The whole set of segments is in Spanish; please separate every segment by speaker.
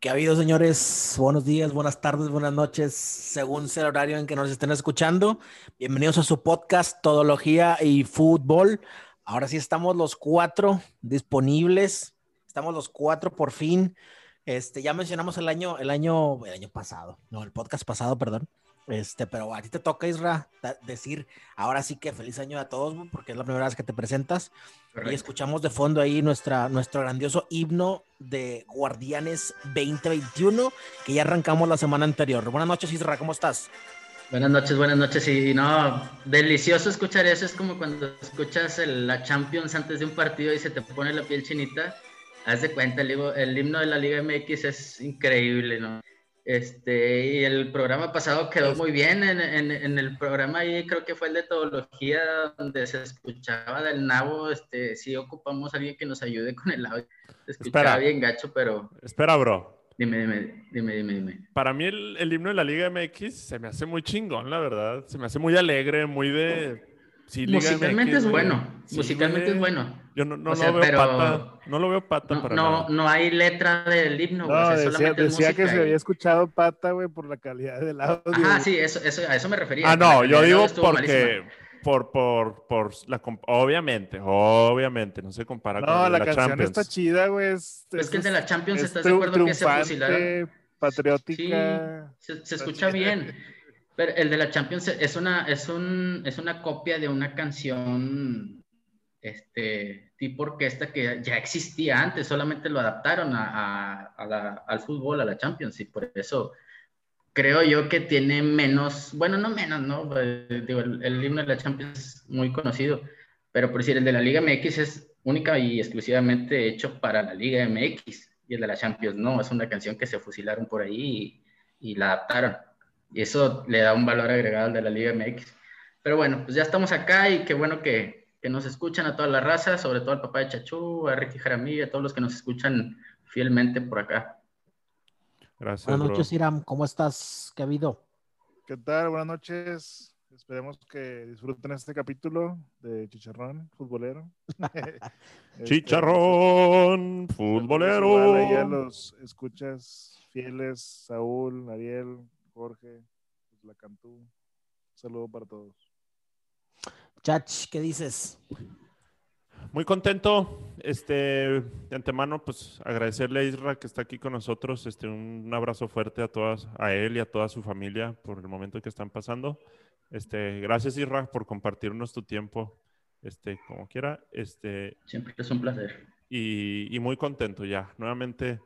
Speaker 1: ¿Qué ha habido, señores? Buenos días, buenas tardes, buenas noches, según sea el horario en que nos estén escuchando. Bienvenidos a su podcast Todología y Fútbol. Ahora sí estamos los cuatro disponibles. Estamos los cuatro por fin. Este, ya mencionamos el año, el año, el año pasado, no, el podcast pasado, perdón. Este, pero a ti te toca, Isra, da- decir ahora sí que feliz año a todos, güey, porque es la primera vez que te presentas. Y
Speaker 2: Correcto.
Speaker 1: escuchamos de fondo ahí nuestra, nuestro grandioso himno de Guardianes 2021, que ya arrancamos la semana anterior. Buenas noches, Isra, ¿cómo estás?
Speaker 2: Buenas noches, buenas noches. Y no, delicioso escuchar eso. Es como cuando escuchas el- la Champions antes de un partido y se te pone la piel chinita. Haz de cuenta, el, higo- el himno de la Liga MX es increíble, ¿no? Este, y el programa pasado quedó muy bien. En, en- en el programa ahí creo que fue el de Todología, donde se escuchaba del nabo. Este, sí ocupamos a alguien que nos ayude con el audio. Se escuchaba
Speaker 3: Espera.
Speaker 2: bien gacho, pero
Speaker 3: Espera, bro.
Speaker 2: dime, dime, dime, dime, dime.
Speaker 3: Para mí el, el himno de la Liga MX se me hace muy chingón, la verdad. Se me hace muy alegre, muy de... Sí, Liga
Speaker 2: Musicalmente
Speaker 3: MX,
Speaker 2: es
Speaker 3: güey.
Speaker 2: bueno.
Speaker 3: Sí,
Speaker 2: musicalmente
Speaker 3: güey.
Speaker 2: es bueno.
Speaker 3: Yo no, no
Speaker 2: O
Speaker 3: lo
Speaker 2: sea,
Speaker 3: veo
Speaker 2: pero-
Speaker 3: pata. No lo veo pata
Speaker 2: No,
Speaker 3: para
Speaker 2: no,
Speaker 3: nada.
Speaker 2: no hay letra del himno, güey. o
Speaker 4: No,
Speaker 2: sea,
Speaker 4: decía,
Speaker 2: solamente es
Speaker 4: decía que
Speaker 2: música
Speaker 4: se
Speaker 2: y-
Speaker 4: había escuchado pata, güey, por la calidad del audio.
Speaker 2: Ajá,
Speaker 4: güey.
Speaker 2: sí, eso, eso, a eso me refería.
Speaker 3: Ah,
Speaker 2: que la
Speaker 3: no, yo
Speaker 2: calidad
Speaker 3: digo
Speaker 2: estuvo malísima.
Speaker 3: porque... Por, por, por la... comp- Obviamente, obviamente. No se compara con
Speaker 4: No, la, canción
Speaker 3: Champions.
Speaker 4: está chida, güey. Es,
Speaker 2: Es que el de la Champions,
Speaker 4: es
Speaker 2: ¿estás de
Speaker 4: triun-
Speaker 2: acuerdo que se fusilaron?
Speaker 4: triunfante, patriótica.
Speaker 2: Se, se escucha bien. Pero el de la Champions es una, es un, es una copia de una canción este, tipo orquesta que ya existía antes, solamente lo adaptaron a, a- a la- al fútbol, a la Champions, y por eso creo yo que tiene menos, bueno, no menos, ¿no? Eh, Digo, el, el himno de la Champions es muy conocido, pero por decir, el de la Liga MX es única y exclusivamente hecho para la Liga MX, y el de la Champions no, es una canción que se fusilaron por ahí y- y la adaptaron. Y eso le da un valor agregado al de la Liga MX. Pero bueno, pues ya estamos acá y qué bueno que, que nos escuchan a toda la raza, sobre todo al papá de Chachú, a Ricky Jaramillo, a todos los que nos escuchan fielmente por acá.
Speaker 3: Gracias,
Speaker 1: Buenas
Speaker 3: bro.
Speaker 1: noches, Iram, ¿cómo estás? ¿Qué ha habido?
Speaker 4: ¿Qué tal? Buenas noches. Esperemos que disfruten este capítulo de Chicharrón, futbolero. Este,
Speaker 3: Chicharrón,
Speaker 4: saludos igual ahí a
Speaker 3: futbolero.
Speaker 4: los escuchas fieles, Saúl, Ariel, Jorge, pues, la Cantú. Un saludo para todos.
Speaker 1: Chach, ¿qué dices?
Speaker 3: Muy contento. Este, de antemano, pues agradecerle a Isra que está aquí con nosotros. Este, un abrazo fuerte a todas, a él y a toda su familia por el momento que están pasando. Este, gracias Isra por compartirnos tu tiempo. Este, como quiera. Este,
Speaker 2: Siempre es un placer.
Speaker 3: y, y muy contento ya, nuevamente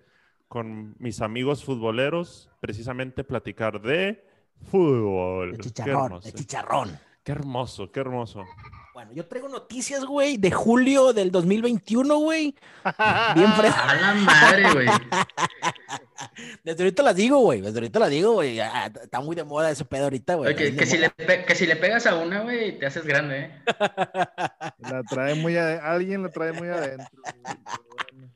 Speaker 3: con mis amigos futboleros, precisamente platicar de fútbol.
Speaker 1: El
Speaker 3: Qué
Speaker 1: chicharrón,
Speaker 3: hermoso,
Speaker 1: el chicharrón.
Speaker 3: qué hermoso, qué hermoso.
Speaker 1: Bueno, yo traigo noticias, güey, de julio del 2021, güey.
Speaker 2: Ah.
Speaker 1: Bien fresco.
Speaker 2: ¡A la madre, güey!
Speaker 1: Desde ahorita las digo, güey. Desde ahorita las digo, güey. Ah, Está muy de moda ese pedo ahorita, güey.
Speaker 2: Oye, que,
Speaker 1: Está
Speaker 2: que
Speaker 1: bien
Speaker 2: si
Speaker 1: de
Speaker 2: le pe- que si le pegas a una, güey, te haces grande, ¿eh?
Speaker 4: La trae muy ade- Alguien la trae muy adentro. güey, pero bueno.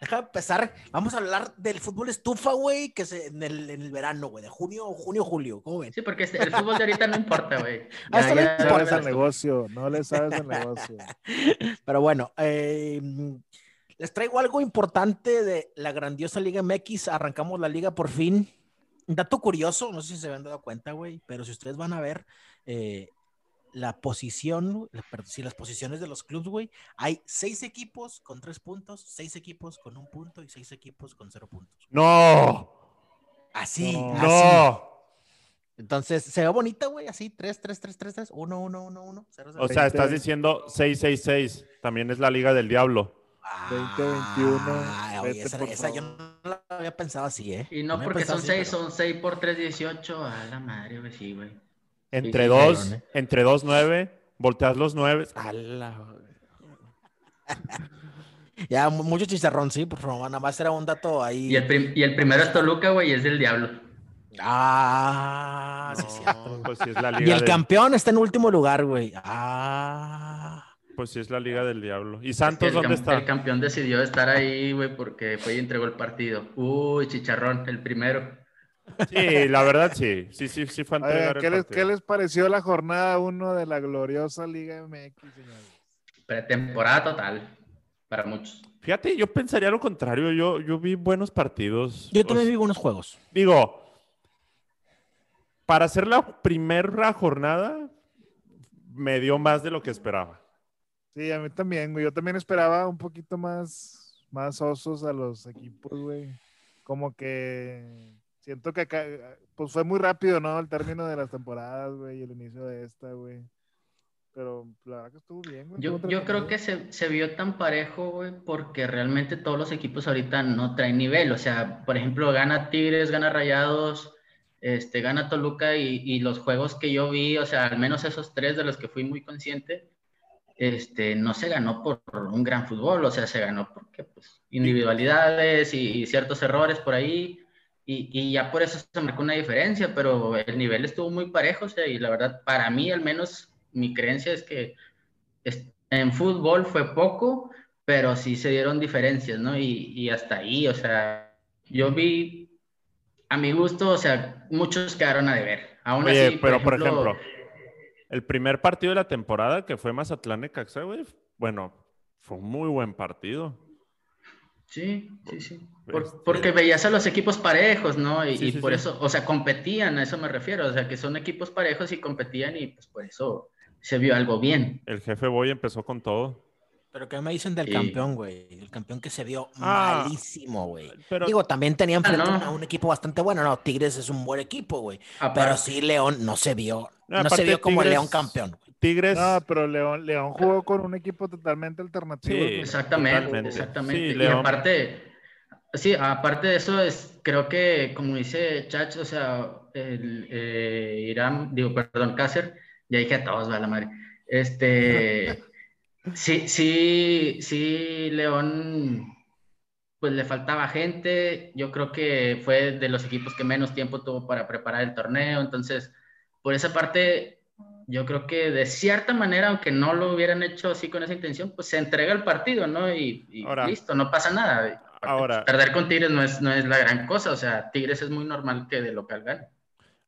Speaker 1: Deja empezar. Vamos a hablar del fútbol estufa, güey, que se, en, el, en el verano, güey, de junio, junio, julio. ¿Cómo ven?
Speaker 2: Sí, porque este- el fútbol de ahorita no importa, güey.
Speaker 1: Ah, esto no
Speaker 4: No le sabes
Speaker 2: verás
Speaker 4: el
Speaker 2: tú.
Speaker 4: negocio, no le sabes el negocio.
Speaker 1: Pero bueno, eh, les traigo algo importante de la grandiosa Liga MX. Arrancamos la liga por fin. Un Dato curioso, no sé si se habían dado cuenta, güey, pero si ustedes van a ver eh, la posición, la- perdón, sí, las posiciones de los clubes, güey, hay seis equipos con tres puntos, seis equipos con un punto y seis equipos con cero puntos.
Speaker 3: No,
Speaker 1: Así,
Speaker 4: No.
Speaker 1: así.
Speaker 3: no.
Speaker 1: Entonces, se ve bonita, güey, así, 3, 3, 3, 3, 3, 1, 1, 1, 1, 0, 0.
Speaker 3: O sea, estás
Speaker 4: 20.
Speaker 3: diciendo 666, también es la Liga del Diablo.
Speaker 4: 20, 21,
Speaker 1: oye,
Speaker 4: vete,
Speaker 1: esa,
Speaker 4: por
Speaker 1: esa yo
Speaker 4: favor.
Speaker 1: no la había pensado así, ¿eh?
Speaker 2: Y no
Speaker 1: había
Speaker 2: porque
Speaker 1: pensado
Speaker 2: son
Speaker 1: así,
Speaker 2: seis,
Speaker 1: pero-
Speaker 2: son seis por tres, dieciocho. ¡A la madre, güey! Sí, güey.
Speaker 3: Entre
Speaker 2: Sí,
Speaker 3: dos,
Speaker 4: ¿eh?
Speaker 2: cabrón,
Speaker 3: entre dos, nueve, volteas los nueve. A la-
Speaker 1: Ya, mu- mucho chicharrón, sí, por favor, nada más era un dato ahí.
Speaker 2: Y el, prim- y el primero es Toluca, güey, y es del diablo.
Speaker 1: Ah, sí, sí.
Speaker 3: No, pues sí es la
Speaker 1: Y
Speaker 3: Liga
Speaker 1: el
Speaker 3: del,
Speaker 1: campeón está en último lugar, güey. Ah.
Speaker 3: pues sí es la Liga del Diablo. ¿Y
Speaker 2: Es que
Speaker 3: Santos
Speaker 2: el
Speaker 3: dónde
Speaker 2: cam-
Speaker 3: está?
Speaker 2: El campeón decidió estar ahí, güey, porque fue y entregó el partido. Uy, chicharrón, el primero.
Speaker 3: Sí, la verdad sí, sí, sí, sí fue a
Speaker 4: A ver,
Speaker 3: entregar el
Speaker 4: ¿qué, les,
Speaker 3: partido.
Speaker 4: qué les pareció la jornada 1 de la gloriosa Liga MX, señores?
Speaker 2: Pretemporada total para muchos.
Speaker 3: Fíjate, yo pensaría lo contrario. Yo, yo vi buenos partidos.
Speaker 1: Yo
Speaker 3: O
Speaker 1: también
Speaker 3: sea,
Speaker 1: vi buenos juegos.
Speaker 3: Digo, para hacer la primera jornada, me dio más de lo que esperaba.
Speaker 4: Sí, a mí también, güey. Yo también esperaba un poquito más, más osos a los equipos, güey. Como que siento que acá, pues fue muy rápido, ¿no? El término de las temporadas, güey, y el inicio de esta, güey. Pero la verdad que estuvo bien, güey.
Speaker 2: Yo,
Speaker 4: estuvo
Speaker 2: yo creo
Speaker 4: entretenido.
Speaker 2: que se, se vio tan parejo, güey, porque realmente todos los equipos ahorita no traen nivel. O sea, por ejemplo, gana Tigres, gana Rayados, este, gana Toluca y, y los juegos que yo vi, o sea, al menos esos tres de los que fui muy consciente, este, no se ganó por un gran fútbol. O sea, se ganó porque pues, individualidades y, y ciertos errores por ahí. Y, y ya por eso se marcó una diferencia, pero el nivel estuvo muy parejo. O sea, y la verdad, para mí al menos, mi creencia es que es- en fútbol fue poco, pero sí se dieron diferencias, ¿no? Y, y hasta ahí, o sea, yo vi, a mi gusto, o sea, muchos quedaron a deber. Aún
Speaker 3: Oye,
Speaker 2: así,
Speaker 3: pero por ejemplo, el primer partido de la temporada que fue Mazatlán Necaxa, güey, bueno, fue un muy buen partido.
Speaker 2: Sí, sí, sí. Por-
Speaker 3: Este-
Speaker 2: porque veías a los equipos parejos, ¿no? Y,
Speaker 3: Sí,
Speaker 2: y
Speaker 3: sí,
Speaker 2: por
Speaker 3: sí.
Speaker 2: eso, o sea, competían, a eso me refiero, o sea, que son equipos parejos y competían y pues por eso se vio algo bien.
Speaker 3: El jefe Boy empezó con todo.
Speaker 1: Pero ¿qué me dicen del
Speaker 2: Sí.
Speaker 1: campeón, güey? El campeón que se vio
Speaker 3: Ah.
Speaker 1: malísimo, güey.
Speaker 3: Pero
Speaker 1: Digo, también tenía enfrente
Speaker 2: Ah, no.
Speaker 1: a un equipo bastante bueno. No, Tigres es un buen equipo, güey. Pero
Speaker 2: Aparte-
Speaker 1: sí, León no se vio.
Speaker 3: No,
Speaker 1: No, se
Speaker 3: aparte
Speaker 1: vio como el
Speaker 3: Tigres-
Speaker 1: León campeón. güey.
Speaker 3: Tigres.
Speaker 4: No, pero León, León jugó con un equipo totalmente alternativo.
Speaker 3: Sí.
Speaker 4: güey.
Speaker 2: Exactamente,
Speaker 3: Totalmente.
Speaker 2: exactamente.
Speaker 3: Sí,
Speaker 2: y
Speaker 3: León.
Speaker 2: aparte, sí, aparte de eso, es, creo que, como dice Chach, o sea, el, eh, Irán, digo, perdón, Cácer, ya dije a todos, va la madre. Este, sí, sí, sí, León, pues le faltaba gente. Yo creo que fue de los equipos que menos tiempo tuvo para preparar el torneo. Entonces, por esa parte, yo creo que de cierta manera, aunque no lo hubieran hecho así con esa intención, pues se entrega el partido, ¿no? Y, y
Speaker 3: Ahora.
Speaker 2: listo, no pasa nada. Aparte,
Speaker 3: Ahora.
Speaker 2: pues, Perder con Tigres no es, no es la gran cosa, o sea, Tigres es muy normal que de local gane.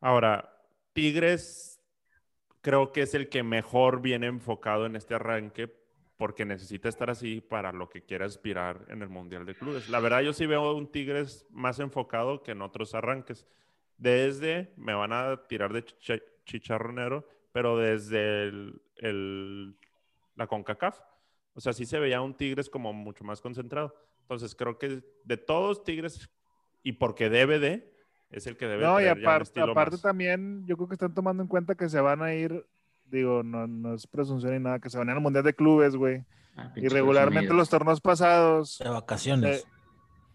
Speaker 3: Ahora, Tigres creo que es el que mejor viene enfocado en este arranque porque necesita estar así para lo que quiera aspirar en el Mundial de Clubes. La verdad, yo sí veo un Tigres más enfocado que en otros arranques. Desde, me van a tirar de chicha- chicharronero, pero desde el- el- la CONCACAF. O sea, sí se veía un Tigres como mucho más concentrado. Entonces, creo que de todos Tigres, y porque debe de, es el que debe
Speaker 4: No, y
Speaker 3: traer ya un
Speaker 4: aparte,
Speaker 3: estilo
Speaker 4: aparte
Speaker 3: más.
Speaker 4: también, yo creo que están tomando en cuenta que se van a ir, digo, no, no es presunción ni nada, que se van a ir al Mundial de Clubes, güey.
Speaker 2: Ah,
Speaker 4: Y
Speaker 2: pinches
Speaker 4: regularmente
Speaker 2: presumidos.
Speaker 4: los torneos pasados,
Speaker 1: De vacaciones.
Speaker 4: Eh,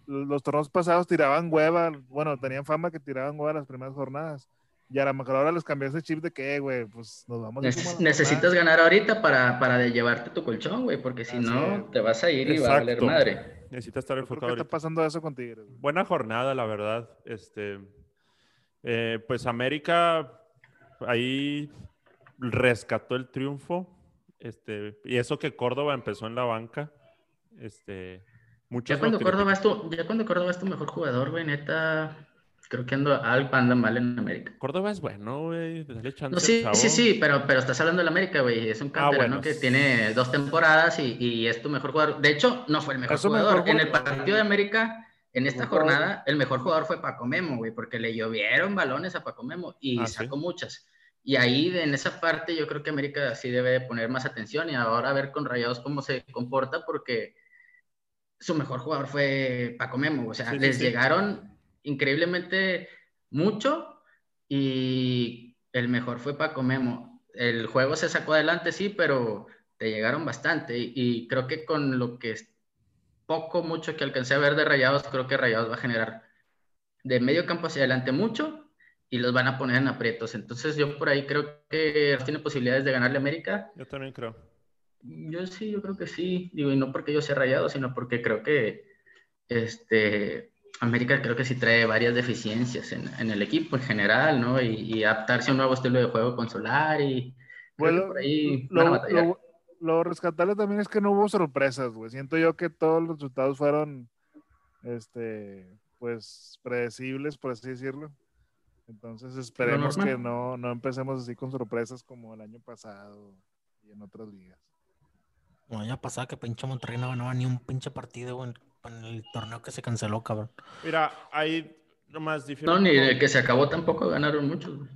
Speaker 4: los torneos pasados tiraban hueva, bueno, tenían fama que tiraban hueva las primeras jornadas. Y a lo mejor ahora les cambió ese chip de que, eh, güey, pues nos vamos a ir
Speaker 2: Neces-
Speaker 4: como a la
Speaker 2: necesitas
Speaker 4: jornada.
Speaker 2: ganar ahorita para, para de llevarte tu colchón, güey, porque si
Speaker 4: Así
Speaker 2: no,
Speaker 4: es.
Speaker 2: te vas a ir y va a valer
Speaker 3: Exacto.
Speaker 2: madre.
Speaker 3: Necesita estar
Speaker 4: Yo creo que
Speaker 3: enfocado.
Speaker 4: está
Speaker 3: ahorita.
Speaker 4: pasando eso con Tigres. güey.
Speaker 3: Buena jornada, la verdad. Este, eh, pues América ahí rescató el triunfo. Este, y eso que Córdoba empezó en la banca. Este, muchos
Speaker 2: Ya
Speaker 3: lo
Speaker 2: cuando,
Speaker 3: critican.
Speaker 2: Córdoba es tu, ya cuando Córdoba es tu mejor jugador, güey, neta, creo que ando, algo anda mal en América.
Speaker 3: Córdoba es bueno, güey. Dale chance.
Speaker 2: No, sí,
Speaker 3: al
Speaker 2: sí,
Speaker 3: chavo.
Speaker 2: sí, pero, pero estás hablando del América, güey. Es un canterano
Speaker 3: bueno.
Speaker 2: que tiene dos temporadas y, y es tu mejor jugador. De hecho, no fue el mejor
Speaker 4: Es su
Speaker 2: jugador.
Speaker 4: mejor
Speaker 2: en el
Speaker 4: jugador.
Speaker 2: partido de América, en esta
Speaker 4: Mejor
Speaker 2: jornada, el mejor jugador fue Paco Memo, güey, porque le llovieron balones a Paco Memo y
Speaker 3: Ah, sí.
Speaker 2: sacó muchas. Y ahí, de- en esa parte, yo creo que América sí debe de poner más atención y ahora a ver con Rayados cómo se comporta, porque su mejor jugador fue Paco Memo. O sea,
Speaker 3: Sí, sí,
Speaker 2: les
Speaker 3: sí.
Speaker 2: llegaron increíblemente mucho y el mejor fue Paco Memo. El juego se sacó adelante, sí, pero te llegaron bastante. Y, y creo que con lo que es poco, mucho que alcancé a ver de Rayados, creo que Rayados va a generar de medio campo hacia adelante mucho y los van a poner en aprietos. Entonces yo por ahí creo que tiene posibilidades de ganarle a América.
Speaker 3: Yo también creo.
Speaker 2: Yo sí, yo creo que sí. Digo, y no porque yo sea rayado, sino porque creo que este, América creo que sí trae varias deficiencias en, en el equipo en general, ¿no? Y, y adaptarse a un nuevo estilo de juego con Solari. Creo que
Speaker 4: Bueno,
Speaker 2: por ahí van a
Speaker 4: lo,
Speaker 2: batallar.
Speaker 4: lo- lo rescatable también es que no hubo sorpresas, güey. Siento yo que todos los resultados fueron, este, pues, predecibles, por así decirlo. Entonces esperemos
Speaker 2: normal.
Speaker 4: que no, no empecemos así con sorpresas como el año pasado y en otras ligas.
Speaker 1: No, ya pasaba que pinche Monterrey no ganaba ni un pinche partido güey, en, en el torneo que se canceló, cabrón.
Speaker 3: Mira, ahí nomás difiero.
Speaker 2: No,
Speaker 3: un
Speaker 2: ni
Speaker 3: poco-
Speaker 2: el que se acabó tampoco ganaron muchos. güey.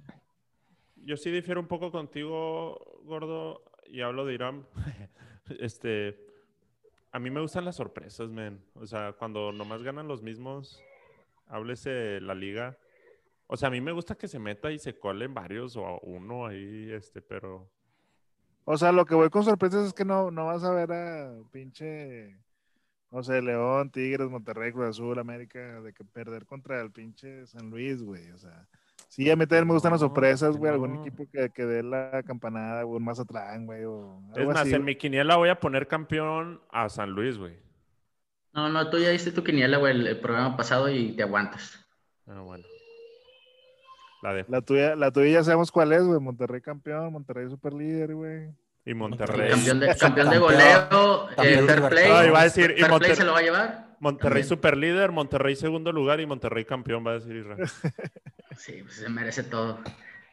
Speaker 3: Yo sí difiero un poco contigo, gordo, y hablo de Irán. Este, a mí me gustan las sorpresas, men. O sea, cuando nomás ganan los mismos, háblese la liga. O sea, a mí me gusta que se meta y se colen varios o uno ahí, este, pero
Speaker 4: O sea, lo que voy con sorpresas es que no, no vas a ver a pinche, no sé, León, Tigres, Monterrey, Cruz Azul, América, de que perder contra el pinche San Luis, güey. O sea, sí, a mí también me gustan las
Speaker 3: No,
Speaker 4: sorpresas,
Speaker 3: que
Speaker 4: güey. Algún
Speaker 3: no.
Speaker 4: equipo que, que dé la campanada, güey, un Mazatlán, güey, o
Speaker 3: es
Speaker 4: algo
Speaker 3: más,
Speaker 4: así.
Speaker 3: en mi quiniela voy a poner campeón a San Luis, güey.
Speaker 2: No, no, tú ya diste tu quiniela, güey, el, el programa pasado y te aguantas.
Speaker 3: Ah, bueno. La dejo.
Speaker 4: La tuya, la tuya ya sabemos cuál es, güey. Monterrey campeón, Monterrey superlíder, güey.
Speaker 3: Y
Speaker 1: Rey.
Speaker 3: Monterrey.
Speaker 2: Campeón de, campeón de goleo,
Speaker 1: Campeón
Speaker 2: eh, fair play.
Speaker 1: Libertadores.
Speaker 3: No, iba a decir, y
Speaker 2: Fair play
Speaker 3: Monter-
Speaker 2: se lo va a llevar.
Speaker 3: Monterrey
Speaker 2: También.
Speaker 3: superlíder, Monterrey segundo lugar y Monterrey campeón, va a decir Israel.
Speaker 2: Sí, pues se merece todo.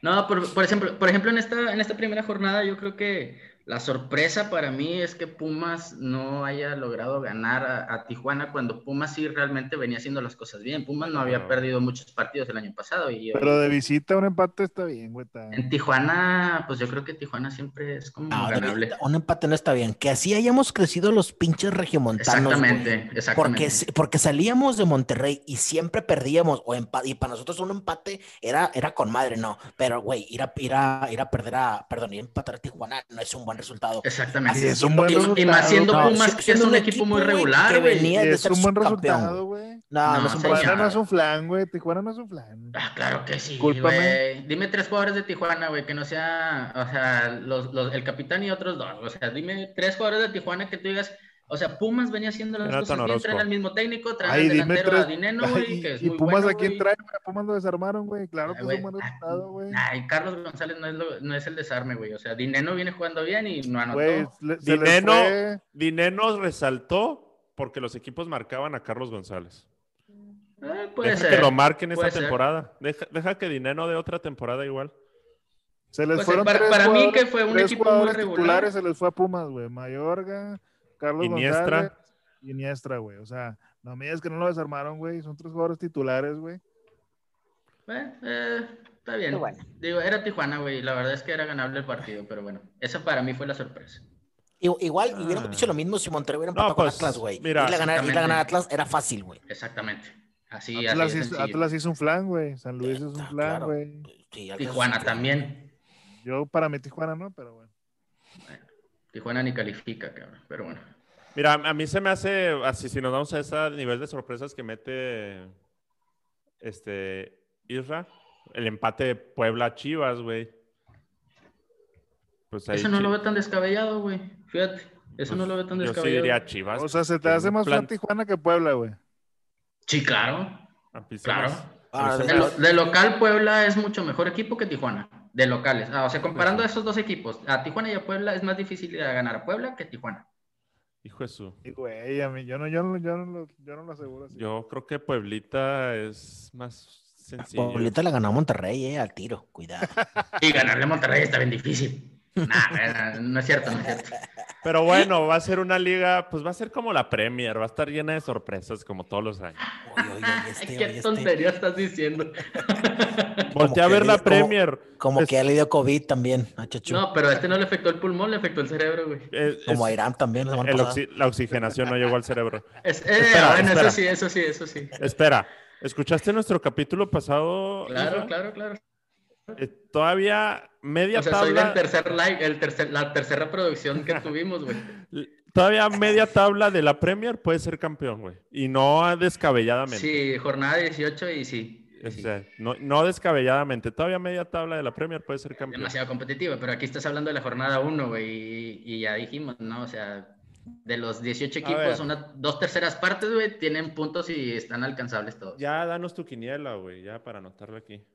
Speaker 2: No, por, por ejemplo, por ejemplo en, esta, en esta primera jornada yo creo que la sorpresa para mí es que Pumas no haya logrado ganar a, a Tijuana cuando Pumas sí realmente venía haciendo las cosas bien. Pumas no había
Speaker 3: Claro.
Speaker 2: perdido muchos partidos el año pasado y
Speaker 4: Pero de visita un empate está bien, güey. está-
Speaker 2: en Tijuana, pues yo creo que Tijuana siempre es como
Speaker 1: No, de-
Speaker 2: ganable.
Speaker 1: Ah, un empate no está bien. Que así hayamos crecido los pinches regiomontanos. güey.
Speaker 2: Exactamente, exactamente.
Speaker 1: Porque, si- porque salíamos de Monterrey y siempre perdíamos, o empa- y para nosotros un empate era, era con madre, no. Pero, güey, ir a, ir, a, ir a perder a, perdón, ir a empatar a Tijuana no es un buen resultado.
Speaker 2: Exactamente.
Speaker 1: Así
Speaker 4: es un buen
Speaker 2: Y- y,
Speaker 4: resultado,
Speaker 2: más siendo
Speaker 1: No,
Speaker 2: Pumas,
Speaker 1: si-
Speaker 2: que es
Speaker 1: siendo
Speaker 2: un
Speaker 1: un
Speaker 2: equipo muy
Speaker 1: equipo, güey,
Speaker 2: regular,
Speaker 1: que
Speaker 2: güey.
Speaker 1: venía- es de
Speaker 4: Es
Speaker 1: ser
Speaker 4: un buen
Speaker 1: subcampeón,
Speaker 4: resultado, güey.
Speaker 1: No, no,
Speaker 2: No,
Speaker 1: es un
Speaker 2: sí,
Speaker 1: buen-
Speaker 4: Tijuana no es
Speaker 2: señor.
Speaker 4: un flan, güey. Tijuana no es un flan.
Speaker 2: Ah, claro que sí,
Speaker 4: Cúlpame.
Speaker 2: güey. Dime tres jugadores de Tijuana, güey, que no sea, o sea, los, los- el capitán y otros dos. O sea, dime tres jugadores de Tijuana que tú digas, o sea, Pumas venía haciendo las
Speaker 3: Jonathan
Speaker 2: cosas bien,
Speaker 3: Orozco.
Speaker 2: traen al mismo técnico, traen
Speaker 4: Ay,
Speaker 2: al
Speaker 4: dime
Speaker 2: delantero
Speaker 4: tres-
Speaker 2: a Dineno, güey,
Speaker 4: Ay,
Speaker 2: que es
Speaker 4: y
Speaker 2: muy
Speaker 4: Pumas
Speaker 2: bueno,
Speaker 4: a quién
Speaker 2: güey.
Speaker 4: trae, güey. Pumas lo desarmaron, güey. Claro
Speaker 2: Ah,
Speaker 4: que es
Speaker 2: güey.
Speaker 4: un buen
Speaker 2: Ah,
Speaker 4: resultado, güey.
Speaker 2: Ay, Carlos González no es, lo- no es el desarme, güey. O sea, Dineno viene jugando bien y no anotó. Eh,
Speaker 4: Güey, le- se les
Speaker 3: Dineno.
Speaker 4: fue.
Speaker 3: Dineno resaltó porque los equipos marcaban a Carlos González.
Speaker 2: Eh, puede
Speaker 3: deja
Speaker 2: ser.
Speaker 3: que lo marquen esta
Speaker 2: puede ser.
Speaker 3: temporada. Deja, deja que Dineno de otra temporada igual.
Speaker 4: Se les
Speaker 2: Pues,
Speaker 4: fueron
Speaker 2: para-
Speaker 4: tres
Speaker 2: para mí
Speaker 4: jugadores-
Speaker 2: que fue un
Speaker 4: tres
Speaker 2: equipo muy
Speaker 4: jugadores
Speaker 2: regular.
Speaker 4: titulares se les fue a Pumas, güey. Mayorga, Carlos
Speaker 3: Iniestra.
Speaker 4: González y Iniestra, güey. O sea, no me digas que no lo desarmaron, güey. Son tres jugadores titulares, güey.
Speaker 2: Eh, eh, está bien.
Speaker 1: Pero bueno.
Speaker 2: Digo, era Tijuana, güey. La verdad es que era ganable el partido, pero bueno, esa para mí fue la sorpresa.
Speaker 1: I- Igual
Speaker 3: Ah.
Speaker 1: hubiéramos dicho lo mismo si Monterrey hubiera
Speaker 3: No,
Speaker 1: empatado
Speaker 3: pues,
Speaker 1: con Atlas, güey.
Speaker 3: mira,
Speaker 1: Irle a ganar, irle a ganar a
Speaker 2: exactamente.
Speaker 1: Atlas era fácil, güey.
Speaker 2: Exactamente. Así,
Speaker 4: Atlas,
Speaker 2: así de
Speaker 4: hizo,
Speaker 2: sencillo.
Speaker 4: Atlas hizo un flan, güey. San Luis es un
Speaker 1: Está,
Speaker 4: flan,
Speaker 1: claro.
Speaker 4: güey.
Speaker 1: Sí, Atlas-
Speaker 2: Tijuana también.
Speaker 4: Yo para mí Tijuana no, pero bueno.
Speaker 2: Tijuana ni califica, cabrón. Pero bueno.
Speaker 3: Mira, a mí se me hace, así si nos vamos a ese nivel de sorpresas que mete este Isra, el empate de Puebla Chivas, güey. Pues
Speaker 2: Eso no
Speaker 3: Chi-
Speaker 2: lo veo tan descabellado, güey. Fíjate. Eso no
Speaker 3: pues,
Speaker 2: lo veo tan
Speaker 3: Yo sí
Speaker 2: descabellado.
Speaker 3: diría Chivas.
Speaker 4: O sea, se te
Speaker 3: tiene
Speaker 4: hace
Speaker 3: un
Speaker 4: más
Speaker 3: plan-
Speaker 4: flan Tijuana que Puebla, güey.
Speaker 2: Sí, claro.
Speaker 3: a mí se
Speaker 2: Claro.
Speaker 3: me-
Speaker 1: Ah,
Speaker 3: se me
Speaker 2: De, lo- de local, Puebla es mucho mejor equipo que Tijuana. De locales. Ah, o sea, comparando a esos dos equipos, a Tijuana y a Puebla, es más difícil ir a ganar a Puebla que Tijuana.
Speaker 3: Hijo de su.
Speaker 4: Y, güey, a mí, yo no, yo no, yo no, lo, yo no lo aseguro así.
Speaker 3: Yo creo que Pueblita es más sencillo.
Speaker 1: Pueblita le ganó a Monterrey, eh, al tiro, cuidado.
Speaker 2: Y ganarle a Monterrey está bien difícil. Nah, nah, nah, no es cierto, no es cierto.
Speaker 3: Pero bueno, va a ser una liga, pues va a ser como la Premier, va a estar llena de sorpresas como todos los años.
Speaker 1: Oye, oye, oye, este,
Speaker 2: ¿Qué
Speaker 1: oye, este.
Speaker 2: tontería estás diciendo?
Speaker 3: Voltea a
Speaker 1: que
Speaker 3: ver la
Speaker 1: digo, como-
Speaker 3: Premier.
Speaker 1: Como
Speaker 3: Es-
Speaker 1: que ya le dio COVID también ah, a Chachu.
Speaker 2: No, pero a este no le afectó el pulmón, le afectó el cerebro, güey.
Speaker 3: es-
Speaker 1: como a
Speaker 3: eh, es-
Speaker 1: Irán también la semana
Speaker 3: el
Speaker 1: pasada.
Speaker 3: oxi- la oxigenación no llegó al cerebro.
Speaker 2: Es- eh,
Speaker 3: Espera,
Speaker 2: bueno,
Speaker 3: espera.
Speaker 2: eso sí, eso sí, eso sí.
Speaker 3: Espera, ¿escuchaste nuestro capítulo pasado?
Speaker 2: Claro,
Speaker 3: Isra?
Speaker 2: claro, claro.
Speaker 3: Eh, todavía media
Speaker 2: O sea, soy del
Speaker 3: tabla,
Speaker 2: tercer like, el tercer, la tercera producción que tuvimos, güey.
Speaker 3: l- todavía media tabla de la Premier puede ser campeón, güey. Y no descabelladamente.
Speaker 2: Sí, jornada 18 y sí.
Speaker 3: O
Speaker 2: sí.
Speaker 3: sea, no, no descabelladamente. Todavía media tabla de la Premier puede ser campeón.
Speaker 2: Demasiado competitiva, pero aquí estás hablando de la jornada 1, güey, y, y ya dijimos, ¿no? O sea, de los 18
Speaker 3: A
Speaker 2: equipos,
Speaker 3: ver.
Speaker 2: una, dos terceras partes, güey, tienen puntos y están alcanzables todos.
Speaker 3: Ya danos tu quiniela, güey, ya para anotarlo aquí.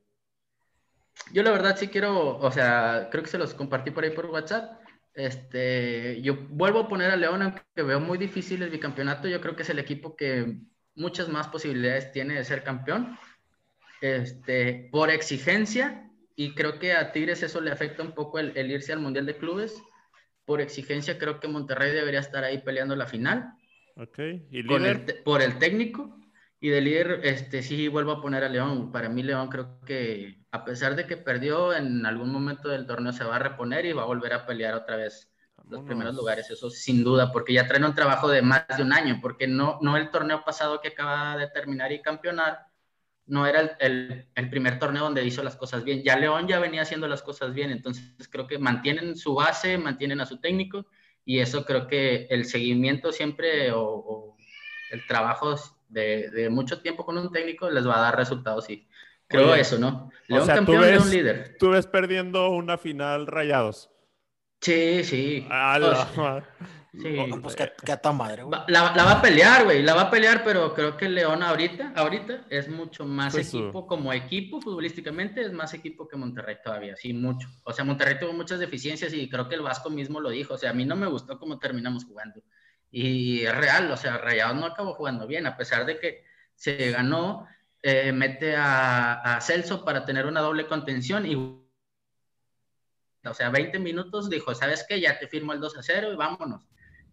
Speaker 2: Yo la verdad sí quiero, o sea, creo que se los compartí por ahí por WhatsApp. Este, yo vuelvo a poner a León, aunque veo muy difícil el bicampeonato. Yo creo que es el equipo que muchas más posibilidades tiene de ser campeón. Este, por exigencia, y creo que a Tigres eso le afecta un poco el, el irse al Mundial de Clubes. Por exigencia, creo que Monterrey debería estar ahí peleando la final.
Speaker 3: Ok, y
Speaker 2: Con el
Speaker 3: líder.
Speaker 2: te- por el técnico. Y de líder, este, sí, vuelvo a poner a León. Para mí, León creo que, a pesar de que perdió, en algún momento del torneo se va a reponer y va a volver a pelear otra vez los
Speaker 3: Vámonos.
Speaker 2: primeros lugares, eso sin duda, porque ya traen un trabajo de más de un año, porque no, no el torneo pasado que acaba de terminar y campeonar, no era el, el- el primer torneo donde hizo las cosas bien. Ya León ya venía haciendo las cosas bien, entonces creo que mantienen su base, mantienen a su técnico, y eso creo que el seguimiento siempre o, o el trabajo de, de mucho tiempo con un técnico les va a dar resultados, sí. Creo
Speaker 3: Oye,
Speaker 2: eso, ¿no?
Speaker 3: o
Speaker 2: León
Speaker 3: sea, tú
Speaker 2: campeón, León
Speaker 3: ves-
Speaker 2: líder.
Speaker 3: Tú ves perdiendo una final rayados.
Speaker 2: Sí, sí.
Speaker 3: A
Speaker 2: O
Speaker 3: la
Speaker 2: sea,
Speaker 3: madre.
Speaker 2: sí.
Speaker 1: No, pues qué, qué a toda madre, güey.
Speaker 2: Va- La, la va a pelear, güey, la va a pelear, pero creo que León ahorita, ahorita es mucho más
Speaker 3: Pues,
Speaker 2: equipo como equipo futbolísticamente, es más equipo que Monterrey todavía, sí, mucho. O sea, Monterrey tuvo muchas deficiencias y creo que el Vasco mismo lo dijo, o sea, a mí no me gustó cómo terminamos jugando. Y es real, o sea, Rayados no acabó jugando bien, a pesar de que se ganó, eh, mete a, a Celso para tener una doble contención y... O sea, 20 minutos dijo, ¿sabes qué? Ya te firmo el 2 a 0 y vámonos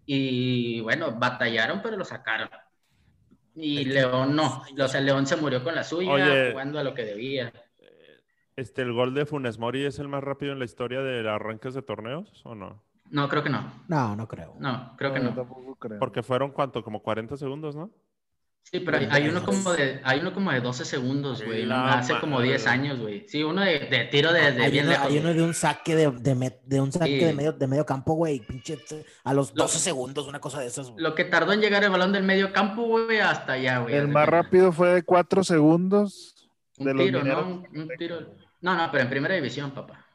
Speaker 2: y bueno, batallaron, pero lo sacaron. Y León no. O sea, León se murió con la suya,
Speaker 3: Oye.
Speaker 2: jugando a lo que debía.
Speaker 3: Este, el gol de Funes Mori es el más rápido en la historia de arranques de torneos, ¿o no?
Speaker 2: No, creo que no.
Speaker 1: No, no creo.
Speaker 2: No, creo que
Speaker 4: No,
Speaker 2: no.
Speaker 4: tampoco creo.
Speaker 3: Porque fueron, ¿cuánto? Como 40 segundos, ¿no?
Speaker 2: Sí, pero hay, hay uno como de, hay uno como de 12 segundos, güey. ¿no?
Speaker 3: La
Speaker 2: Hace como
Speaker 3: madre.
Speaker 2: 10 años, güey. Sí, uno de, de tiro desde
Speaker 1: Ah, hay,
Speaker 2: bien
Speaker 1: uno,
Speaker 2: lejos.
Speaker 1: hay uno
Speaker 2: güey.
Speaker 1: de un saque de, de me- de un saque
Speaker 2: Sí.
Speaker 1: de, medio, de medio campo, güey. Pinche, a los
Speaker 2: Lo-
Speaker 1: 12 segundos, una cosa de esas, güey.
Speaker 2: Lo que tardó en llegar el balón del medio campo, güey, hasta allá, güey.
Speaker 4: El más rápido fue de cuatro segundos.
Speaker 2: Un
Speaker 4: de los
Speaker 2: tiro, ¿no?
Speaker 4: mineros.
Speaker 2: Un, un tiro. No, no, pero en primera división, papá.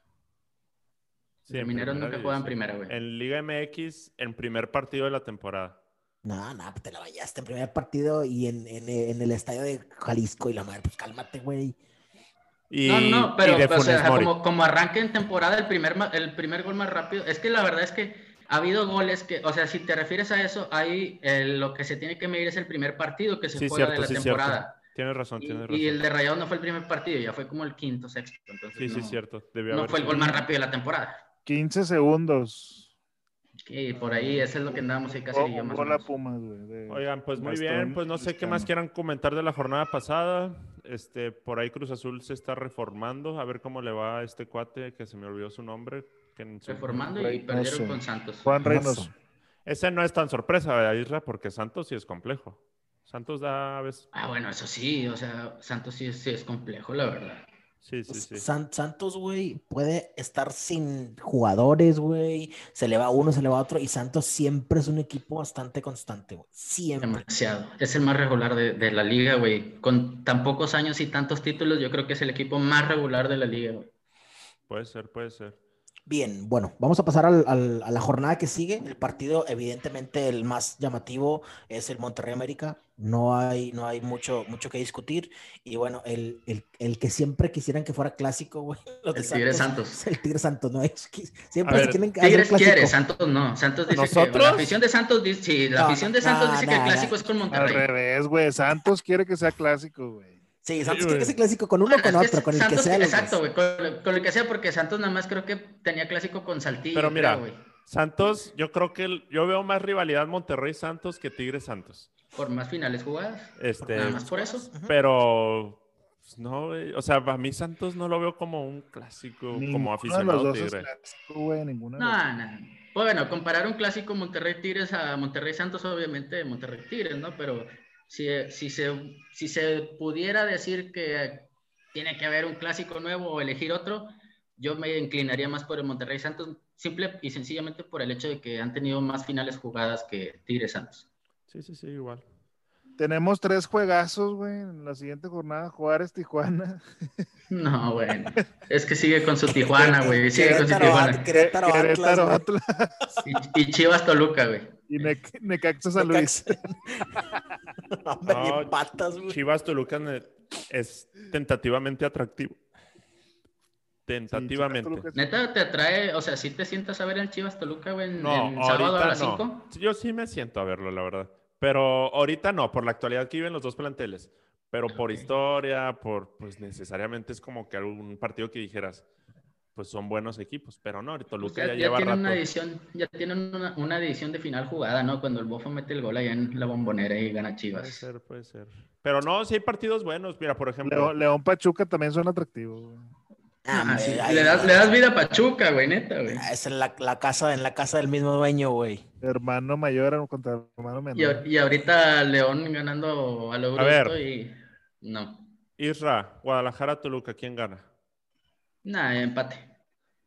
Speaker 3: Sí, en
Speaker 2: los mineros
Speaker 3: primera
Speaker 2: nunca juegan
Speaker 3: división.
Speaker 2: primera, güey.
Speaker 3: En Liga MX, en primer partido de la temporada.
Speaker 1: No, no, pues te la vayaste en primer partido y en, en- en el estadio de Jalisco y la madre, pues cálmate, güey.
Speaker 3: Y,
Speaker 2: No, no,
Speaker 3: y
Speaker 2: pero,
Speaker 3: de
Speaker 2: pero, o sea,
Speaker 3: Funes Mori.
Speaker 2: como, como arranque en temporada, el primer, ma- el primer gol más rápido. Es que la verdad es que ha habido goles que, o sea, si te refieres a eso, ahí eh, lo que se tiene que medir es el primer partido que se
Speaker 3: Sí,
Speaker 2: juega
Speaker 3: cierto,
Speaker 2: de
Speaker 3: sí,
Speaker 2: la
Speaker 3: cierto.
Speaker 2: temporada.
Speaker 3: Tienes razón,
Speaker 2: Y,
Speaker 3: tienes
Speaker 2: y
Speaker 3: razón.
Speaker 2: el de Rayado no fue el primer partido, ya fue como el quinto, sexto. Entonces,
Speaker 3: Sí,
Speaker 2: no,
Speaker 3: sí, cierto. Debió
Speaker 2: no
Speaker 3: haber
Speaker 2: fue el
Speaker 3: sido.
Speaker 2: gol más rápido de la temporada.
Speaker 4: 15 segundos.
Speaker 2: Y por ahí, eso es lo que andábamos ahí casi
Speaker 4: O-
Speaker 2: yo
Speaker 4: un
Speaker 2: más o
Speaker 4: gol a
Speaker 2: menos.
Speaker 4: Pumas, güey. de-
Speaker 3: Oigan, pues muy
Speaker 4: Gastón
Speaker 3: bien, pues no sé qué más
Speaker 4: Cristiano.
Speaker 3: quieran comentar de la jornada pasada. Este, por ahí Cruz Azul se está reformando, a ver cómo le va a este cuate que se me olvidó su nombre. que en su-
Speaker 2: Reformando y
Speaker 4: Reynoso.
Speaker 2: perdieron con Santos.
Speaker 4: Juan Reynoso.
Speaker 1: Hermoso.
Speaker 3: Ese no es tan sorpresa, ¿verdad, Isra? Porque Santos sí es complejo. Santos da a veces.
Speaker 2: Ah, bueno, eso sí, o sea, Santos sí, sí es complejo, la verdad.
Speaker 3: Sí, sí, sí.
Speaker 1: San- Santos, güey, puede estar sin jugadores, güey. Se le va uno, se le va otro. Y Santos siempre es un equipo bastante constante, güey. Siempre.
Speaker 2: Demasiado. Es el más regular de, de la liga, güey. Con tan pocos años y tantos títulos, yo creo que es el equipo más regular de la liga, güey.
Speaker 3: Puede ser, puede ser.
Speaker 1: Bien, bueno, vamos a pasar al- al- a la jornada que sigue. El partido, evidentemente, el más llamativo es el Monterrey América. No hay, no hay mucho, mucho que discutir. Y bueno, el, el- el que siempre quisieran que fuera clásico, güey. los de
Speaker 2: El Tigre Santos.
Speaker 1: Es el Tigre Santos, ¿no? Es que siempre
Speaker 3: A
Speaker 1: se
Speaker 3: ver,
Speaker 1: quieren hacer
Speaker 2: Tigres
Speaker 1: clásico.
Speaker 2: quiere, Santos no. Santos dice que
Speaker 3: ¿Nosotros?
Speaker 2: la afición de Santos dice, sí, la
Speaker 1: No,
Speaker 2: afición de
Speaker 1: no,
Speaker 2: Santos dice
Speaker 1: no,
Speaker 2: que el
Speaker 1: no.
Speaker 2: clásico es con
Speaker 4: Al
Speaker 2: Monterrey.
Speaker 4: revés, güey. Santos quiere que sea clásico, güey.
Speaker 1: Sí,
Speaker 3: Sí,
Speaker 1: Santos quiere
Speaker 3: güey.
Speaker 1: que sea clásico con uno o con
Speaker 2: Bueno, es que
Speaker 1: otro, con el que
Speaker 2: Santos-
Speaker 1: sea. los dos.
Speaker 2: Exacto, güey. Con, con el que sea, porque Santos nada más creo que tenía clásico con Saltillo.
Speaker 3: Pero mira,
Speaker 2: creo, güey,
Speaker 3: Santos, yo creo que el- yo veo más rivalidad Monterrey-Santos que Tigres-Santos.
Speaker 2: por más finales jugadas.
Speaker 3: Este,
Speaker 2: Nada más por eso.
Speaker 3: pero pues, no, güey, o sea, a mí Santos no lo veo como un clásico, como
Speaker 4: Ninguno de los
Speaker 3: aficionado
Speaker 4: dos es
Speaker 3: Tigre.
Speaker 4: clásico, güey. Ninguno de los
Speaker 2: No, no. Pues bueno, comparar un clásico Monterrey Tigres a Monterrey Santos, obviamente Monterrey Tigres, ¿no? Pero si, si, se, si se pudiera decir que tiene que haber un clásico nuevo o elegir otro, yo me inclinaría más por el Monterrey Santos, simple y sencillamente por el hecho de que han tenido más finales jugadas que Tigres Santos.
Speaker 3: Sí, sí, sí, igual.
Speaker 4: Tenemos tres juegazos, güey, en la siguiente jornada. Juárez, Tijuana.
Speaker 2: No, bueno. Es que sigue con su Tijuana, güey. Sigue con su
Speaker 1: Querétaro,
Speaker 2: Tijuana.
Speaker 1: Querétaro, Atlas,
Speaker 4: Querétaro,
Speaker 1: güey.
Speaker 4: Atlas.
Speaker 2: Y, y Chivas Toluca, güey.
Speaker 4: Y Nec- Necaxa, San Luis.
Speaker 1: No, hombre, ni
Speaker 3: No,
Speaker 1: patas, güey.
Speaker 3: Chivas Toluca ne- eh, es tentativamente atractivo. Tentativamente.
Speaker 4: Sí, Chivas, Toluca,
Speaker 2: Neta, te atrae, o sea, si te sientas a ver el Chivas Toluca, güey, en,
Speaker 3: no,
Speaker 2: en sábado a
Speaker 3: ahorita
Speaker 2: las 5.
Speaker 3: no. Yo sí me siento a verlo, la verdad. Pero ahorita no, por la actualidad que viven los dos planteles. Pero por
Speaker 2: Ok.
Speaker 3: historia, por pues necesariamente es como que algún partido que dijeras, pues son buenos equipos, pero no, el Toluca
Speaker 2: Pues ya,
Speaker 3: ya,
Speaker 2: ya
Speaker 3: lleva
Speaker 2: tienen una
Speaker 3: rato.
Speaker 2: edición, ya tienen una, una edición de final jugada, ¿no? Cuando el Bofo mete el gol allá en la bombonera y gana
Speaker 3: Puede
Speaker 2: Chivas.
Speaker 3: ser, puede ser. Pero no, si hay partidos buenos. Mira, por ejemplo,
Speaker 4: León, León Pachuca también son atractivos. güey.
Speaker 2: Ah, sí.
Speaker 1: Ay,
Speaker 2: le, das, le das vida a Pachuca, güey, neta, güey.
Speaker 1: Ah, Es en la, la casa, en la casa del mismo dueño, güey.
Speaker 4: Hermano mayor contra hermano
Speaker 2: Y,
Speaker 4: menor.
Speaker 2: ahor- y ahorita León ganando a lo
Speaker 3: A
Speaker 2: bruto
Speaker 3: ver.
Speaker 2: y. No.
Speaker 3: Isra, Guadalajara, Toluca, ¿quién gana?
Speaker 2: Nada, empate.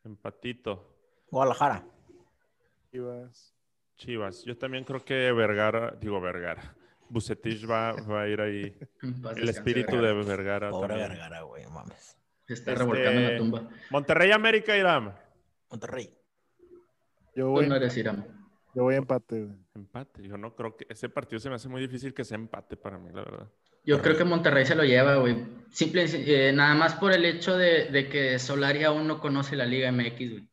Speaker 3: Empatito.
Speaker 1: Guadalajara.
Speaker 4: Chivas.
Speaker 3: Chivas. Yo también creo que Vergara, digo Vergara. Bucetich va, va a ir ahí.
Speaker 2: En paz
Speaker 3: El
Speaker 2: descanse,
Speaker 3: espíritu de
Speaker 2: Vergara.
Speaker 3: Vergara
Speaker 1: Pobre
Speaker 3: también.
Speaker 1: Vergara, güey, no mames.
Speaker 2: Se está
Speaker 3: este-
Speaker 2: revolcando en la tumba.
Speaker 3: Monterrey, América, Irán.
Speaker 1: Monterrey.
Speaker 4: Yo
Speaker 2: Tú
Speaker 4: voy,
Speaker 2: no eres Irán.
Speaker 4: yo voy a empate. güey.
Speaker 3: Empate. Yo no creo que ese partido se me hace muy difícil que sea empate para mí, la verdad.
Speaker 2: Yo creo que Monterrey se lo lleva, güey. Simple, y sen- eh, nada más por el hecho de, de que Solari aún no conoce la Liga MX, güey.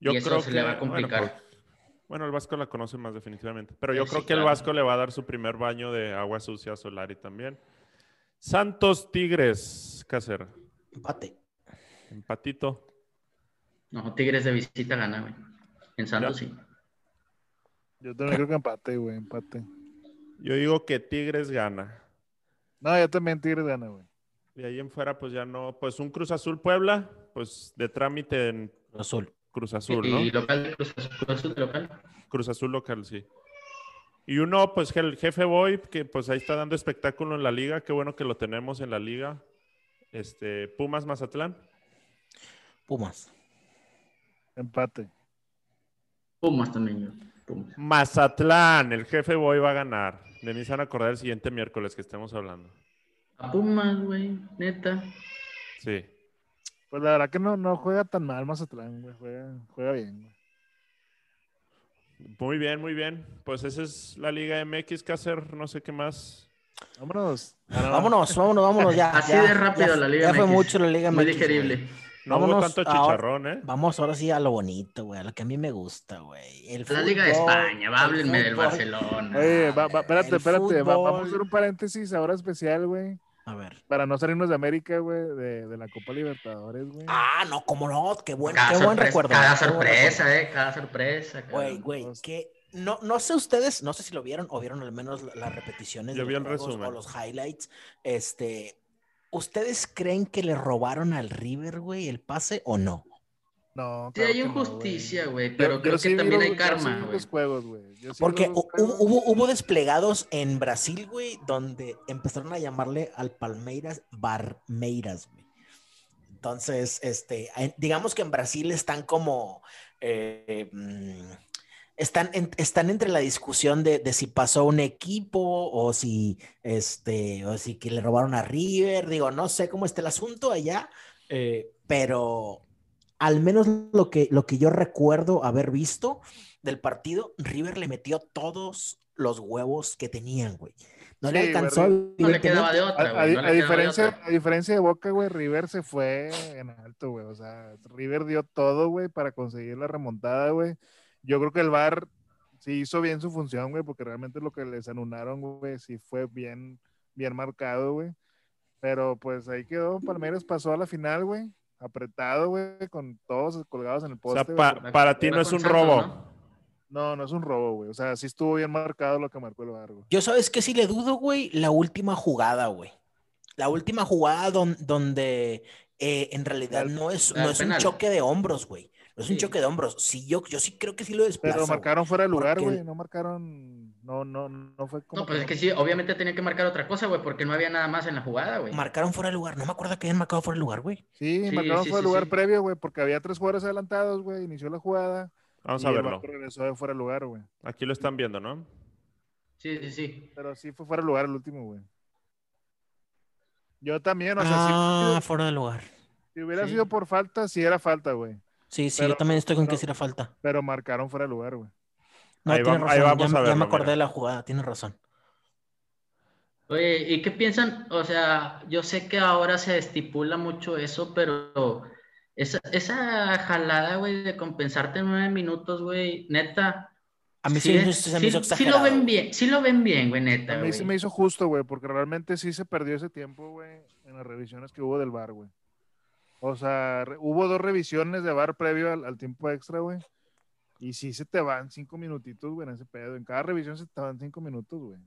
Speaker 3: Yo
Speaker 2: Y eso
Speaker 3: creo
Speaker 2: se
Speaker 3: que,
Speaker 2: le va a complicar.
Speaker 3: Bueno, pues, bueno, el Vasco la conoce más definitivamente. Pero yo
Speaker 2: Sí,
Speaker 3: creo que el
Speaker 2: claro.
Speaker 3: Vasco le va a dar su primer baño de agua sucia a Solari también. Santos Tigres, Cácer.
Speaker 1: Empate.
Speaker 3: Empatito.
Speaker 2: No, Tigres de visita gana, güey. En Santos sí.
Speaker 4: Yo también creo que empate, güey, empate.
Speaker 3: Yo digo que Tigres gana.
Speaker 4: No, yo también Tigres gana, güey.
Speaker 3: De ahí en fuera, pues ya no. Pues un Cruz Azul Puebla, pues de trámite en
Speaker 1: Azul.
Speaker 3: Cruz Azul,
Speaker 2: y,
Speaker 3: ¿no?
Speaker 2: y local, Cruz Azul, Cruz Azul de local.
Speaker 3: Cruz Azul local, sí. Y uno, pues que el jefe Boy, que pues ahí está dando espectáculo en la liga. Qué bueno que lo tenemos en la liga. Este, Pumas Mazatlán.
Speaker 1: Pumas.
Speaker 4: Empate.
Speaker 2: Pumas también, güey. Pumas.
Speaker 3: Mazatlán, el jefe Boy va a ganar. De mí se van a acordar el siguiente miércoles que estemos hablando.
Speaker 2: A Pumas, güey, neta.
Speaker 3: Sí.
Speaker 4: Pues la verdad que no, no juega tan mal Mazatlán, güey. Juega, juega bien, güey.
Speaker 3: Muy bien, muy bien. Pues esa es la Liga MX, Cácer, no sé qué más.
Speaker 4: Vámonos.
Speaker 1: Vámonos, vámonos, vámonos ya.
Speaker 2: Así
Speaker 1: ya,
Speaker 2: de rápido
Speaker 1: ya-
Speaker 2: la Liga
Speaker 1: Ya fue
Speaker 2: MX.
Speaker 1: mucho la Liga
Speaker 2: Muy
Speaker 1: MX,
Speaker 2: digerible.
Speaker 1: güey.
Speaker 3: No hubo
Speaker 1: Vámonos
Speaker 3: tanto
Speaker 1: ahora-
Speaker 3: chicharrón, ¿eh?
Speaker 1: Vamos ahora sí a lo bonito, güey, a lo que a mí me gusta, güey. El
Speaker 2: La Liga de
Speaker 1: fútbol,
Speaker 2: España, va,
Speaker 1: el
Speaker 2: háblenme del
Speaker 1: fútbol.
Speaker 2: Barcelona.
Speaker 4: Oye, va- va- espérate,
Speaker 1: El
Speaker 4: espérate. va-
Speaker 1: fútbol.
Speaker 4: vamos a hacer un paréntesis ahora especial, güey.
Speaker 1: A ver.
Speaker 4: Para no salirnos de América, güey, de, de la Copa Libertadores, güey.
Speaker 1: Ah, no, cómo no, qué buen,
Speaker 2: Cada
Speaker 1: qué buen
Speaker 2: sorpresa-
Speaker 1: recuerdo.
Speaker 2: Cada
Speaker 1: qué buen recuerdo.
Speaker 2: sorpresa, eh, cada sorpresa. cada-
Speaker 1: Güey, güey,
Speaker 4: Pues-
Speaker 1: que no, no sé ustedes, no sé si lo vieron o vieron al menos la- las repeticiones
Speaker 3: Yo
Speaker 1: de
Speaker 3: vi
Speaker 1: los
Speaker 3: el
Speaker 1: juegos
Speaker 3: resumen.
Speaker 1: o los highlights. Este, ¿ustedes creen que le robaron al River, güey, el pase o no?
Speaker 4: No,
Speaker 2: Sí, hay
Speaker 4: claro que no, güey.
Speaker 2: injusticia, güey,
Speaker 4: Yo-
Speaker 2: pero
Speaker 4: yo
Speaker 2: creo
Speaker 4: sí
Speaker 2: que
Speaker 4: vi
Speaker 2: también
Speaker 4: los-
Speaker 2: hay
Speaker 4: yo sí
Speaker 2: karma,
Speaker 4: vi
Speaker 2: güey.
Speaker 4: los juegos, güey. Yo Pues sí vi
Speaker 1: Porque
Speaker 4: los
Speaker 1: hu-
Speaker 4: juegos.
Speaker 1: hubo, hubo, hubo desplegados en Brasil, güey, donde empezaron a llamarle al Palmeiras Barmeiras, güey. Entonces, este, en- digamos que en Brasil están como, eh, mm, están, en- están entre la discusión de, de si pasó un equipo o si, este, o si que le robaron a River, digo, no sé cómo está el asunto allá, eh, pero al menos lo que, lo que yo recuerdo haber visto, del partido, River le metió todos los huevos que tenían, güey. No le
Speaker 4: Sí, güey,
Speaker 1: alcanzó,
Speaker 4: River-
Speaker 2: No le quedaba
Speaker 1: evidentemente.
Speaker 2: de
Speaker 4: A,
Speaker 2: otra, güey.
Speaker 4: a-
Speaker 2: no le
Speaker 4: a
Speaker 2: quedaba de
Speaker 4: diferencia,
Speaker 2: otra.
Speaker 4: a diferencia de Boca, güey, River se fue en alto, güey. O sea, River dio todo, güey, para conseguir la remontada, güey. Yo creo que el VAR sí hizo bien su función, güey, porque realmente lo que les anularon, güey, sí fue bien, bien marcado, güey. Pero pues ahí quedó. Palmeiras pasó a la final, güey. Apretado, güey, con todos colgados en el
Speaker 3: O sea,
Speaker 4: poste. güey,
Speaker 3: pa-
Speaker 4: porque-
Speaker 3: para ti no
Speaker 2: Va
Speaker 3: es
Speaker 2: con
Speaker 3: un
Speaker 2: Santos,
Speaker 3: robo.
Speaker 2: ¿no?
Speaker 4: No, no es un robo, güey. O sea, sí estuvo bien marcado lo que marcó el VAR, güey.
Speaker 1: Yo sabes que sí le dudo, güey, la última jugada, güey. La última jugada don- donde eh, en realidad
Speaker 4: Al-
Speaker 1: no es,
Speaker 2: al
Speaker 1: no es un
Speaker 2: penal.
Speaker 1: choque de hombros, güey. No es un
Speaker 2: Sí.
Speaker 1: choque de hombros. Sí, yo, yo sí creo que sí lo desplaza.
Speaker 4: Pero
Speaker 1: güey.
Speaker 4: marcaron fuera de lugar,
Speaker 1: porque-
Speaker 4: güey. No marcaron. No, no, no fue como.
Speaker 2: No, pues es que sí, obviamente tenía que marcar otra cosa, güey, porque no había nada más en la jugada, güey.
Speaker 1: Marcaron fuera de lugar. No me acuerdo que hayan marcado fuera de lugar, güey.
Speaker 4: Sí,
Speaker 2: Sí,
Speaker 4: marcaron
Speaker 2: sí,
Speaker 4: fuera de
Speaker 2: sí,
Speaker 4: lugar
Speaker 2: sí.
Speaker 4: previo, güey, porque había tres jugadores adelantados, güey. Inició la jugada.
Speaker 3: Vamos
Speaker 4: y
Speaker 3: a
Speaker 4: el
Speaker 3: verlo.
Speaker 4: vato regresó de fuera de lugar, güey.
Speaker 3: Aquí lo están viendo, ¿no?
Speaker 2: Sí, sí, sí.
Speaker 4: Pero sí fue fuera de lugar el último, güey. Yo también, o sea,
Speaker 1: ah,
Speaker 4: si,
Speaker 1: fuera de lugar.
Speaker 4: si hubiera
Speaker 2: sí.
Speaker 4: sido por falta, sí era falta, güey.
Speaker 1: Sí, sí, yo
Speaker 4: Pero-
Speaker 1: también estoy con que
Speaker 4: no.
Speaker 1: sí era falta.
Speaker 4: Pero marcaron fuera de lugar, güey.
Speaker 1: No,
Speaker 3: Ahí
Speaker 1: tienes
Speaker 3: vam- ahí
Speaker 1: razón.
Speaker 3: vamos
Speaker 1: ya, ya
Speaker 3: a
Speaker 1: me
Speaker 3: verlo,
Speaker 1: acordé
Speaker 3: mira.
Speaker 1: de la jugada, tienes razón.
Speaker 2: Oye, ¿y qué piensan? O sea, yo sé que ahora se estipula mucho eso, pero esa, esa jalada, güey, de compensarte en nueve minutos, güey, neta.
Speaker 1: A mí sí,
Speaker 2: es-
Speaker 1: se me hizo
Speaker 2: sí
Speaker 1: exagerado.
Speaker 2: lo ven bien, sí lo ven bien, güey,
Speaker 4: A
Speaker 2: neta,
Speaker 4: mí se
Speaker 2: güey.
Speaker 4: me hizo justo, güey, porque realmente sí se perdió ese tiempo, güey, en las revisiones que hubo del bar, güey. O sea, re- hubo dos revisiones de bar previo al, al tiempo extra, güey. Y sí se te van cinco minutitos, güey, en ese pedo. En cada revisión se te van cinco minutos, güey.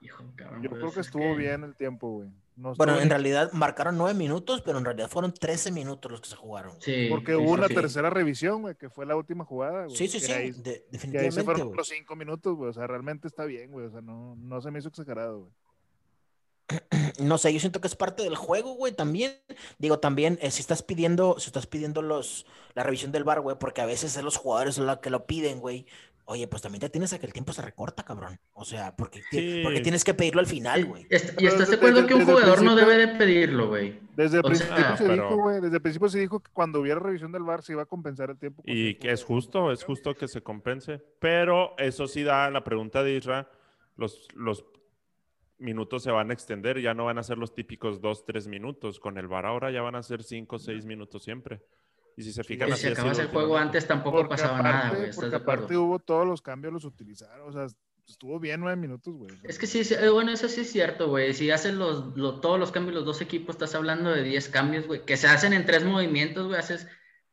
Speaker 2: Hijo, cabrón,
Speaker 4: Yo
Speaker 2: pues,
Speaker 4: creo que
Speaker 2: es
Speaker 4: estuvo bien el tiempo, güey. No
Speaker 1: Bueno,
Speaker 4: estuvo
Speaker 1: en
Speaker 4: ni-
Speaker 1: realidad marcaron nueve minutos, pero en realidad fueron 13 minutos los que se jugaron. güey.
Speaker 2: Sí,
Speaker 4: Porque
Speaker 2: sí,
Speaker 4: hubo
Speaker 2: sí,
Speaker 4: una
Speaker 2: sí.
Speaker 4: tercera revisión, güey, que fue la última jugada, güey.
Speaker 1: Sí, sí,
Speaker 4: que
Speaker 1: sí,
Speaker 4: ahí-
Speaker 1: de-
Speaker 4: que ahí se
Speaker 1: definitivamente.
Speaker 4: fueron
Speaker 1: güey.
Speaker 4: los cinco minutos, güey. O sea, realmente está bien, güey. O sea, no, no se me hizo exagerado, güey.
Speaker 1: No sé, yo siento que es parte del juego, güey, también. Digo, también, eh, si estás pidiendo, si estás pidiendo los, la revisión del bar, güey, porque a veces es los jugadores los que lo piden, güey. Oye, pues también te tienes a que el tiempo se recorta, cabrón. O sea, porque, ti-
Speaker 3: Sí.
Speaker 1: porque tienes que pedirlo al final, güey.
Speaker 2: Est- ¿Y
Speaker 4: Pero
Speaker 2: estás de
Speaker 4: desde-
Speaker 2: acuerdo
Speaker 4: desde-
Speaker 2: que un
Speaker 4: desde el
Speaker 2: jugador no
Speaker 4: principio-
Speaker 2: debe de pedirlo, güey?
Speaker 4: Desde el
Speaker 2: O
Speaker 4: principio
Speaker 2: sea-
Speaker 4: se
Speaker 3: No, pero-
Speaker 4: dijo, güey. Desde el principio se dijo que cuando hubiera revisión del bar se iba a compensar el tiempo. con
Speaker 3: Y
Speaker 4: tiempo,
Speaker 3: que es
Speaker 4: güey.
Speaker 3: justo, es justo que se compense. Pero eso sí da la pregunta de Isra, los, los minutos se van a extender, ya no van a ser los típicos dos, tres minutos. Con el VAR ahora ya van a ser cinco, seis minutos siempre. Y si se fijan
Speaker 2: Y
Speaker 3: así
Speaker 2: si
Speaker 3: ha sido
Speaker 2: Este, acabas el juego
Speaker 3: últimamente.
Speaker 2: antes tampoco
Speaker 4: Porque
Speaker 2: pasaba
Speaker 4: aparte,
Speaker 2: nada, güey. ¿Estás
Speaker 4: Porque
Speaker 2: de acuerdo?
Speaker 4: aparte hubo todos los cambios, los utilizaron. O sea, estuvo bien nueve minutos, güey. O sea,
Speaker 2: Es que sí, sí, eh, bueno, eso sí es cierto, güey. Si hacen los, lo- todos los cambios, los dos equipos, estás hablando de 10 cambios, güey, que se hacen en tres movimientos, güey, haces,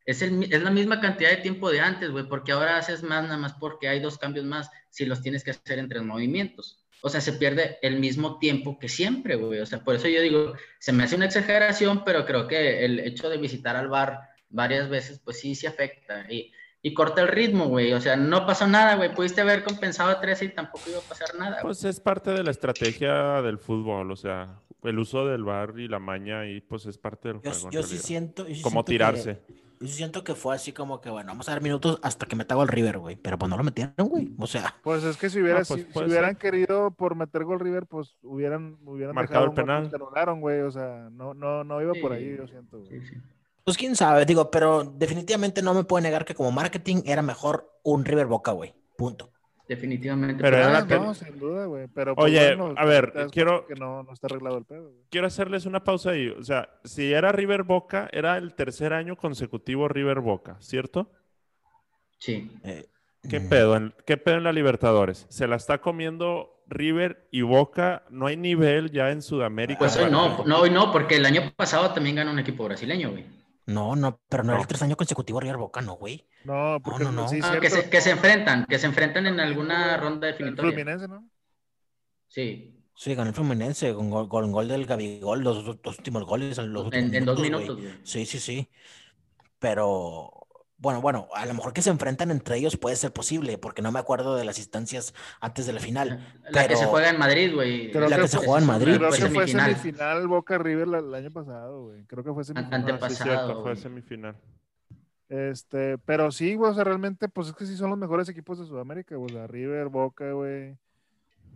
Speaker 2: es, el mi- es la misma cantidad de tiempo de antes, güey, porque ahora haces más nada más porque hay dos cambios más si los tienes que hacer en tres movimientos. O sea, se pierde el mismo tiempo que siempre, güey. O sea, por eso yo digo, se me hace una exageración, pero creo que el hecho de visitar al bar varias veces, pues sí, sí afecta. Y, y corta el ritmo, güey. O sea, no pasó nada, güey. Pudiste haber compensado 13 y tampoco iba a pasar nada. güey.
Speaker 3: Pues es parte de la estrategia del fútbol, o sea, el uso del VAR y la maña y pues es parte del
Speaker 1: Yo,
Speaker 3: juego. en
Speaker 1: yo sí
Speaker 3: realidad.
Speaker 1: siento. yo sí
Speaker 3: Como
Speaker 1: siento que-
Speaker 3: tirarse.
Speaker 1: yo sí siento que fue así como que, bueno, vamos a dar minutos hasta que meta gol River, güey. Pero pues no lo metieron, güey. O sea.
Speaker 4: Pues es que si, hubiera,
Speaker 3: Ah, pues
Speaker 4: si, si
Speaker 3: puede
Speaker 4: hubieran querido por meter gol River, pues hubieran, hubieran
Speaker 3: Marcado
Speaker 4: dejado
Speaker 3: el
Speaker 4: un gol,
Speaker 3: penal.
Speaker 4: pues, te anularon, güey. O sea, no, no, no iba por ahí,
Speaker 2: Sí.
Speaker 4: yo siento, güey.
Speaker 2: Sí, sí.
Speaker 1: Pues quién sabe, digo, pero definitivamente no me puede negar que como marketing era mejor un River Boca, güey. Punto.
Speaker 2: Definitivamente.
Speaker 3: Pero era
Speaker 4: Ah,
Speaker 3: la
Speaker 2: bueno,
Speaker 4: no, sin duda, güey. Pero pues,
Speaker 3: Oye,
Speaker 4: bueno,
Speaker 3: a ver,
Speaker 4: te das
Speaker 3: quiero-
Speaker 4: cuenta Que no, no está arreglado el pedo, güey.
Speaker 3: quiero hacerles una pausa ahí. O sea, si era River Boca, era el tercer año consecutivo River Boca, ¿cierto?
Speaker 2: Sí.
Speaker 3: ¿Qué
Speaker 1: Mm.
Speaker 3: pedo? en- ¿Qué pedo en la Libertadores? Se la está comiendo River y Boca. No hay nivel ya en Sudamérica.
Speaker 2: Pues hoy
Speaker 3: para-
Speaker 2: no, no, hoy no, porque el año pasado también ganó un equipo brasileño, güey.
Speaker 1: No, no, pero no, era
Speaker 3: No.
Speaker 1: el tres año consecutivo River Boca, no, güey.
Speaker 4: No, porque
Speaker 1: no, no.
Speaker 4: sí,
Speaker 2: Ah,
Speaker 4: cierto,
Speaker 2: que, se, que se enfrentan, que se enfrentan en alguna ronda
Speaker 4: el
Speaker 2: definitoria.
Speaker 4: Fluminense, ¿no?
Speaker 2: Sí,
Speaker 1: Sí, ganó el Fluminense con gol, con gol del Gabigol, los dos, dos últimos goles. en los últimos
Speaker 2: Pues, en, en dos
Speaker 1: güey.
Speaker 2: minutos, güey.
Speaker 1: Sí, sí, sí. Pero, bueno, bueno, a lo mejor que se enfrentan entre ellos puede ser posible, porque no me acuerdo de las instancias antes de la final.
Speaker 2: La que
Speaker 1: Pero-
Speaker 2: se juega en Madrid, güey.
Speaker 4: Creo La que que se
Speaker 1: juega en Madrid.
Speaker 4: Creo
Speaker 1: fue
Speaker 4: que fue
Speaker 2: semifinal.
Speaker 4: pues, semifinal Boca River la- el año pasado, güey. Creo que fue semifinal.
Speaker 3: Ah, sí,
Speaker 2: Antepasado,
Speaker 3: cierto, fue
Speaker 2: güey.
Speaker 3: semifinal.
Speaker 4: Este, pero sí, güey, o sea, realmente, pues es que sí son los mejores equipos de Sudamérica, güey. O sea, River, Boca, güey.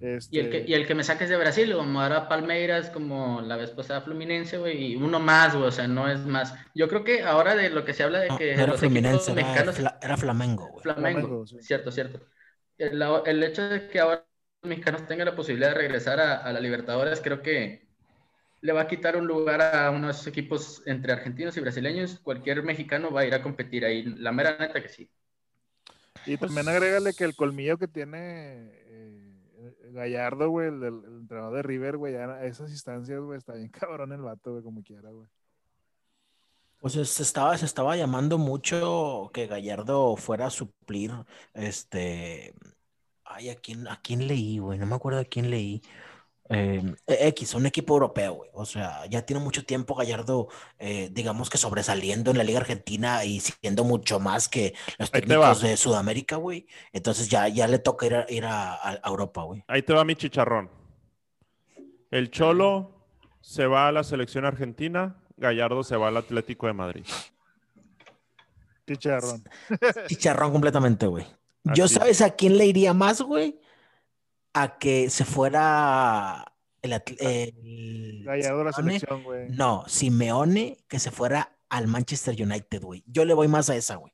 Speaker 4: Este,
Speaker 2: Y el, que, y el que me saques de Brasil, como ahora Palmeiras, como la vez pasada Fluminense, güey, y uno más, güey, o sea, no es más. Yo creo que ahora de lo que se habla de
Speaker 1: No,
Speaker 2: que
Speaker 1: no era
Speaker 2: los
Speaker 1: Fluminense, ah,
Speaker 2: equipos
Speaker 1: era,
Speaker 2: mexicanos
Speaker 1: Fla- era Flamengo, güey.
Speaker 2: Flamengo,
Speaker 4: Flamengo, sí.
Speaker 2: cierto, cierto. El, la- el hecho de que ahora los mexicanos tengan la posibilidad de regresar a, a la Libertadores, creo que le va a quitar un lugar a unos equipos entre argentinos y brasileños. Cualquier mexicano va a ir a competir ahí. La mera neta que sí.
Speaker 4: Y
Speaker 2: Pues
Speaker 4: también agrégale que el colmillo que tiene eh, Gallardo, güey, el, del- el entrenador de River, güey, ya a esas instancias, güey, está bien cabrón el vato, güey, como quiera, güey.
Speaker 1: Pues es- se estaba, se estaba llamando mucho que Gallardo fuera a suplir, este, ay, ¿a quién, a quién leí, güey? No me acuerdo a quién leí. Eh, X, un equipo europeo, güey. O sea, ya tiene mucho tiempo Gallardo, eh, digamos que sobresaliendo en la Liga Argentina y siendo mucho más que los
Speaker 3: Ahí te
Speaker 1: técnicos
Speaker 3: va.
Speaker 1: de Sudamérica, güey. Entonces ya, ya le toca ir a, ir a, a- a Europa, güey.
Speaker 3: Ahí te va mi chicharrón. El Cholo se va a la selección argentina, Gallardo se va al Atlético de Madrid.
Speaker 4: Chicharrón.
Speaker 1: Chicharrón completamente, güey. Yo
Speaker 3: Así es.
Speaker 1: sabes a quién le iría más, güey, a que se fuera el, atl- el-
Speaker 4: Gallardo de la
Speaker 1: Simeone.
Speaker 4: selección, güey.
Speaker 1: No, Simeone que se fuera al Manchester United, güey. Yo le voy más a esa, güey.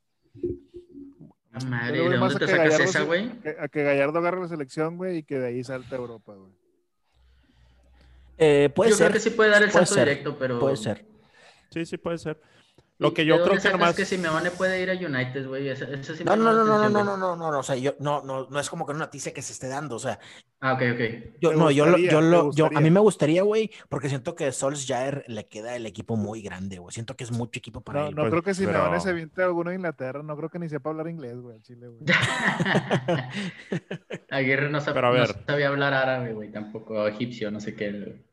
Speaker 2: La Madre,
Speaker 4: Pero,
Speaker 2: ¿de
Speaker 4: güey, más
Speaker 2: dónde
Speaker 4: a
Speaker 2: te
Speaker 4: que
Speaker 2: sacas
Speaker 4: Gallardo
Speaker 2: esa,
Speaker 4: se-
Speaker 2: güey?
Speaker 4: que- A que Gallardo agarre la selección, güey, y que de ahí salte a Europa, güey.
Speaker 1: Eh, puede
Speaker 2: Yo
Speaker 1: ser,
Speaker 2: creo que sí puede dar el
Speaker 1: Eh, puede
Speaker 2: salto
Speaker 1: ser,
Speaker 2: directo, pero.
Speaker 1: puede ser.
Speaker 3: Sí, sí puede ser. Lo que yo
Speaker 2: ¿De
Speaker 3: creo
Speaker 2: dónde
Speaker 3: que
Speaker 2: sacas
Speaker 3: nomás-
Speaker 2: que Simeone puede ir a United, güey. Eso, eso sí me
Speaker 1: No, no,
Speaker 2: llama la
Speaker 1: no, no, no,
Speaker 2: atención,
Speaker 1: no,
Speaker 2: güey.
Speaker 1: no, no, no, no, o sea, yo, no, no, no es como que una noticia que se esté dando, o sea,
Speaker 2: Ah, ok, ok.
Speaker 1: yo,
Speaker 4: Te
Speaker 1: no, yo, lo-
Speaker 4: gustaría,
Speaker 1: yo,
Speaker 4: te
Speaker 1: lo, yo, a mí
Speaker 4: gustaría.
Speaker 1: me gustaría, güey, porque siento que Solskjaer le queda el equipo muy grande, güey, siento que es mucho equipo para
Speaker 4: No,
Speaker 1: él.
Speaker 4: no
Speaker 3: pues,
Speaker 4: creo que si me van
Speaker 3: pero-
Speaker 4: a se aviente alguno de Inglaterra, no creo que ni sepa hablar inglés, güey, al Chile, güey.
Speaker 2: Aguirre no, sab-
Speaker 3: Pero a
Speaker 2: no
Speaker 3: ver.
Speaker 2: sabía hablar árabe, güey, tampoco o egipcio, no sé qué. güey.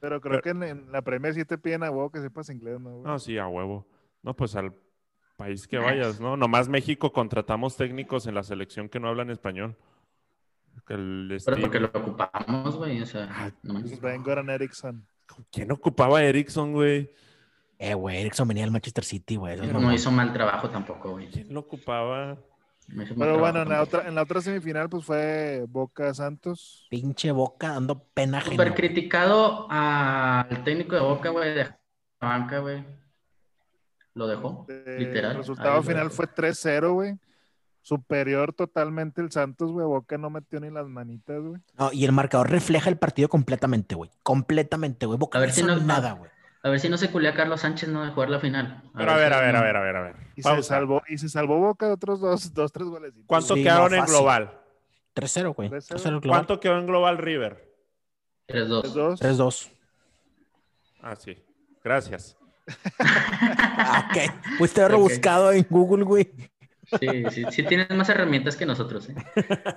Speaker 4: Pero creo que en, en la Premier sí te piden a huevo que sepas inglés, ¿no, güey?
Speaker 2: Ah,
Speaker 3: No, sí, a huevo. No, pues al país que vayas, ¿no? Nomás México contratamos técnicos en la selección que no hablan español. Que el
Speaker 2: Pero
Speaker 3: Steve-
Speaker 2: porque lo ocupamos, güey, o
Speaker 1: Ah,
Speaker 2: sea, Ah, no manches.
Speaker 4: Sven Pues Goran Eriksson.
Speaker 3: ¿Quién ocupaba a Erickson, güey?
Speaker 1: Eh, güey, Erickson venía al Manchester City, güey. eso es
Speaker 2: No
Speaker 1: mamón.
Speaker 2: hizo mal trabajo tampoco, güey.
Speaker 3: ¿Quién lo ocupaba?
Speaker 2: No hizo mal
Speaker 4: Pero
Speaker 2: trabajo
Speaker 4: bueno, en la,
Speaker 2: tampoco.
Speaker 4: otra, en la otra semifinal pues fue Boca Santos.
Speaker 1: Pinche boca dando pena ajena,
Speaker 2: Súper
Speaker 1: güey.
Speaker 2: criticado al técnico de Boca, güey, de la banca, güey. Lo dejó,
Speaker 4: Eh,
Speaker 2: literal.
Speaker 4: El resultado
Speaker 2: Ahí lo
Speaker 4: final
Speaker 2: dejó.
Speaker 4: fue 3-0, güey. Superior totalmente el Santos, güey. Boca no metió ni las manitas, güey.
Speaker 1: No, y el marcador refleja el partido completamente, güey. Completamente, güey. Boca
Speaker 2: A ver
Speaker 1: no
Speaker 2: si
Speaker 1: hizo
Speaker 2: no-
Speaker 1: nada, güey.
Speaker 2: A ver si no se culea a Carlos Sánchez no de jugar la final.
Speaker 3: Pero a ver, a
Speaker 2: si
Speaker 3: ver,
Speaker 2: no.
Speaker 3: a ver, a ver, a ver.
Speaker 4: Y se,
Speaker 3: Pausa.
Speaker 4: salvó, y se salvó Boca de otros dos, dos tres golecitos.
Speaker 3: ¿Cuánto
Speaker 1: Sí,
Speaker 3: quedaron
Speaker 1: no,
Speaker 3: en
Speaker 1: fácil.
Speaker 3: global?
Speaker 1: 3-0, güey.
Speaker 4: 3-0.
Speaker 1: 3-0 global.
Speaker 3: ¿Cuánto quedó en global River?
Speaker 2: 3-2.
Speaker 4: Tres, dos.
Speaker 1: 3-2.
Speaker 3: Ah, sí. Gracias.
Speaker 1: Ah, ok. Pudiste haberlo
Speaker 2: Ok.
Speaker 1: buscado en Google, güey.
Speaker 2: Sí, sí, sí tienes más herramientas que nosotros, ¿eh?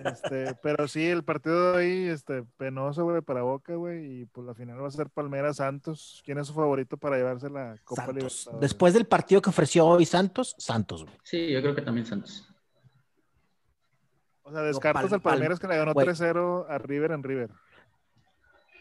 Speaker 4: Este, pero sí, el partido de hoy, este, penoso, güey, para Boca, güey. Y pues la final va a ser Palmeiras Santos. ¿Quién es su favorito para llevarse la Copa
Speaker 1: Santos.
Speaker 4: Libertadores?
Speaker 1: Después del partido que ofreció hoy Santos, Santos, güey.
Speaker 2: Sí, yo creo que también Santos.
Speaker 4: O sea, descartas
Speaker 1: Pal-
Speaker 4: al Palmeiras que le ganó
Speaker 1: güey.
Speaker 4: 3-0 a River en River.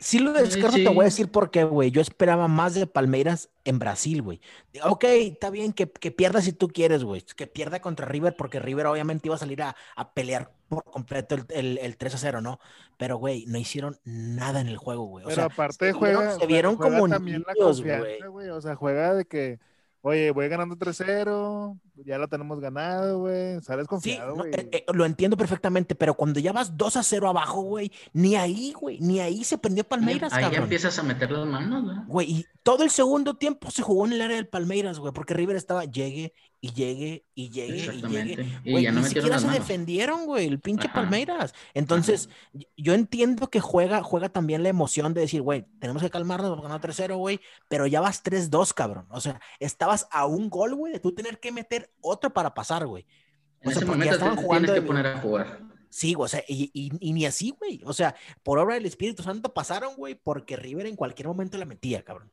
Speaker 1: Si lo
Speaker 2: Sí,
Speaker 1: descarto,
Speaker 2: sí.
Speaker 1: te voy a decir por qué, güey. Yo esperaba más de Palmeiras en Brasil, güey. Ok, está bien que, que pierda si tú quieres, güey. Que pierda contra River, porque River obviamente iba a salir a, a pelear por completo el, el, 3 a 0, ¿no? Pero, güey, no hicieron nada en el juego, güey. O
Speaker 4: Pero
Speaker 1: sea,
Speaker 4: aparte
Speaker 1: se
Speaker 4: juega,
Speaker 1: vieron- se
Speaker 4: jue-
Speaker 1: vieron
Speaker 4: juega
Speaker 1: como
Speaker 4: también la
Speaker 1: niños,
Speaker 4: confianza, güey. O sea, juega de que, oye, voy ganando 3-0, ya la tenemos ganado, güey. Sales
Speaker 1: Sí,
Speaker 4: confiado,
Speaker 1: no,
Speaker 4: güey.
Speaker 1: eh, eh, lo entiendo perfectamente, pero cuando ya vas 2 a 0 abajo, güey, ni ahí, güey, ni ahí se prendió Palmeiras,
Speaker 2: Ahí ya
Speaker 1: cabrón.
Speaker 2: empiezas a meter las manos, ¿verdad?
Speaker 1: Güey, y todo el segundo tiempo se jugó en el área del Palmeiras, güey, porque River estaba llegue y llegue y llegue y llegue.
Speaker 2: Exactamente. Y
Speaker 1: Güey,
Speaker 2: ya no
Speaker 1: ni
Speaker 2: metieron
Speaker 1: siquiera
Speaker 2: las
Speaker 1: se
Speaker 2: manos.
Speaker 1: defendieron, güey, el pinche
Speaker 2: Ajá.
Speaker 1: Palmeiras. Entonces, y- yo entiendo que juega, juega también la emoción de decir, güey, tenemos que calmarnos, vamos a ganar 3-0, güey, pero ya vas 3-2, cabrón. O sea, estabas a un gol, güey, de tú tener que meter otro para pasar, güey.
Speaker 2: En
Speaker 1: O sea, porque ya
Speaker 2: ese momento
Speaker 1: estaban
Speaker 2: te
Speaker 1: jugando
Speaker 2: tienes que
Speaker 1: de-
Speaker 2: poner a jugar.
Speaker 1: Sí, güey, o sea, y, y- y ni así, güey. O sea, por obra del Espíritu Santo pasaron, güey, porque River en cualquier momento la metía, cabrón.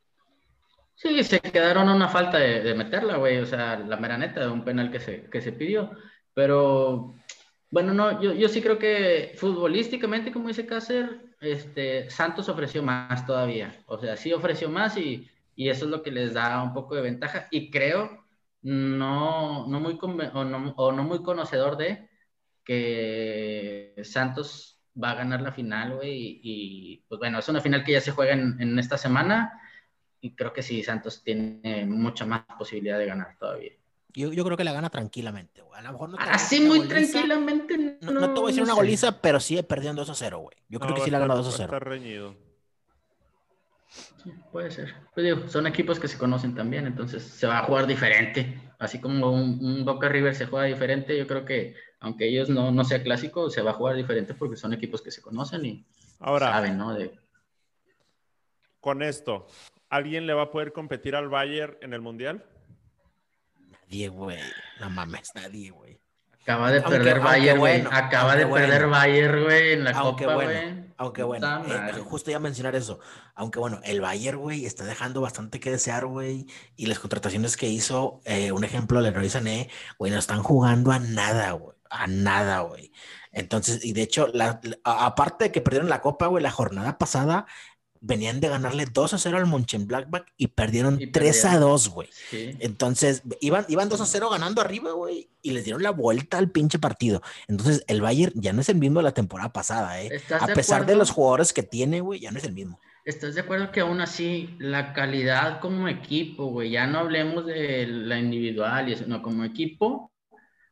Speaker 2: Sí, se quedaron a una falta de, de meterla, güey. O sea, la mera neta de un penal que se, que se pidió. Pero, bueno, no, yo, yo sí creo que futbolísticamente, como dice Cácer, este, Santos ofreció más todavía. O sea, sí ofreció más y, y eso es lo que les da un poco de ventaja. Y creo, no, no, muy, conve- o no, o no muy conocedor de que Santos va a ganar la final, güey. Y, y, pues bueno, es una final que ya se juega en- en esta semana y creo que sí, Santos tiene mucha más posibilidad de ganar todavía.
Speaker 1: Yo, yo creo que la gana tranquilamente, güey. A lo mejor no te va a
Speaker 2: Así
Speaker 1: dar una
Speaker 2: muy
Speaker 1: goliza,
Speaker 2: tranquilamente.
Speaker 1: No, no te voy a decir
Speaker 2: no
Speaker 1: una
Speaker 2: sé.
Speaker 1: goliza, pero sí perdió 2 a 0, güey. Yo creo
Speaker 3: No,
Speaker 1: que
Speaker 3: va
Speaker 1: sí la
Speaker 3: a
Speaker 1: gana 2
Speaker 3: estar-
Speaker 1: a
Speaker 3: va
Speaker 1: 0.
Speaker 3: estar reñido.
Speaker 2: Sí, Puede ser. Pues digo, son equipos que se conocen también, entonces se va a jugar diferente. Así como un, un Boca River se juega diferente, yo creo que aunque ellos no, no sea clásico, se va a jugar diferente porque son equipos que se conocen y
Speaker 3: Ahora,
Speaker 2: saben, ¿no? De,
Speaker 3: con esto, ¿alguien le va a poder competir al Bayern en el Mundial?
Speaker 1: Nadie, güey. No mames, nadie, güey.
Speaker 2: acaba de
Speaker 1: Aunque-
Speaker 2: perder
Speaker 1: aunque
Speaker 2: Bayern, güey.
Speaker 1: bueno,
Speaker 2: acaba de
Speaker 1: aunque
Speaker 2: perder
Speaker 1: bueno.
Speaker 2: Bayern, güey, en la
Speaker 1: Aunque
Speaker 2: copa,
Speaker 1: bueno,
Speaker 2: güey.
Speaker 1: Aunque
Speaker 2: Puta
Speaker 1: bueno, eh,
Speaker 2: madre.
Speaker 1: justo ya mencionar eso. Aunque bueno, el Bayern, güey, está dejando bastante que desear, güey. Y las contrataciones que hizo, eh, un ejemplo, Leroy Sané, güey, no están jugando a nada, güey. A nada, güey. Entonces, y de hecho, la- la- a- aparte de que perdieron la copa, güey, la jornada pasada venían de ganarle 2 a 0 al Mönchengladbach y perdieron
Speaker 2: Y
Speaker 1: 3 a
Speaker 2: perdieron.
Speaker 1: 2, güey.
Speaker 2: Sí.
Speaker 1: Entonces, iban, iban 2 a 0 ganando arriba, güey, y les dieron la vuelta al pinche partido. Entonces, el Bayern ya no es el mismo de la temporada pasada, ¿eh?
Speaker 2: ¿Estás
Speaker 1: A
Speaker 2: de
Speaker 1: pesar de
Speaker 2: acuerdo?
Speaker 1: los jugadores que tiene, güey, ya no es el mismo.
Speaker 2: ¿Estás de acuerdo que aún así la calidad como equipo, güey, ya no hablemos de la individual y eso, no, como equipo,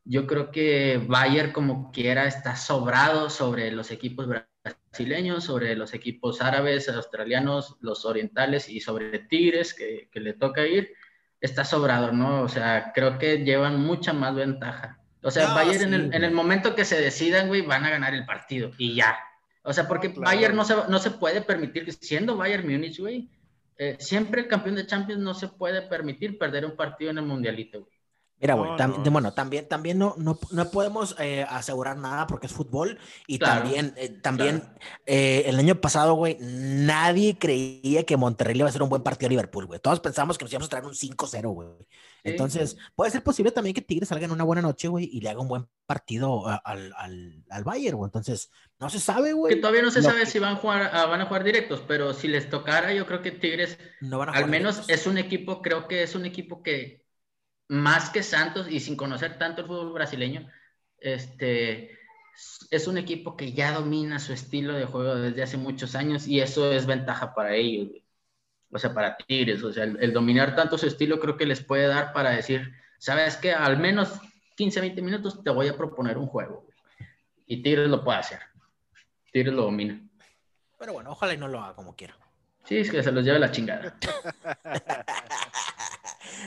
Speaker 2: yo creo que Bayer como quiera está sobrado sobre los equipos brasileños, sobre los equipos árabes, australianos, los orientales y sobre Tigres que, que le toca ir. está sobrado, ¿no? O sea, creo que llevan mucha más ventaja. O sea,
Speaker 1: No,
Speaker 2: Bayern
Speaker 1: sí,
Speaker 2: en, el, en el
Speaker 1: güey.
Speaker 2: momento que se decidan, güey, van a ganar el partido y ya. O sea, porque
Speaker 4: No, claro.
Speaker 2: Bayern no se, no se puede permitir, que siendo Bayern Múnich, güey, eh, siempre el campeón de Champions no se puede permitir perder un partido en el Mundialito, güey.
Speaker 1: Mira, güey,
Speaker 3: No,
Speaker 1: tam-
Speaker 3: no.
Speaker 1: bueno, también, también no, no, no podemos eh, asegurar nada porque es fútbol y
Speaker 2: Claro.
Speaker 1: también, eh, también eh, el año pasado, güey, nadie creía que Monterrey le iba a hacer un buen partido a Liverpool, güey. Todos pensamos que nos íbamos a traer un 5-0, güey. Entonces, puede ser posible también que Tigres salga en una buena noche, güey, y le haga un buen partido a- al, al, al Bayern, güey. Entonces, no se sabe,
Speaker 2: Que
Speaker 1: güey.
Speaker 2: todavía no se
Speaker 1: lo
Speaker 2: sabe
Speaker 1: que-
Speaker 2: si van a, jugar, ah, van a jugar directos, pero si les tocara, yo creo que Tigres
Speaker 1: No van a
Speaker 2: Al
Speaker 1: jugar
Speaker 2: menos
Speaker 1: ellos.
Speaker 2: es un equipo, creo que es un equipo que más que Santos y sin conocer tanto el fútbol brasileño, este es un equipo que ya domina su estilo de juego desde hace muchos años y eso es ventaja para ellos, güey. o sea, para Tigres, o sea, el, el dominar tanto su estilo creo que les puede dar para decir, sabes que al menos 15, 20 minutos te voy a proponer un juego güey". y Tigres lo puede hacer, Tigres lo domina.
Speaker 1: Pero bueno, ojalá y no lo haga como quiera.
Speaker 2: Sí, es que se los lleve la chingada.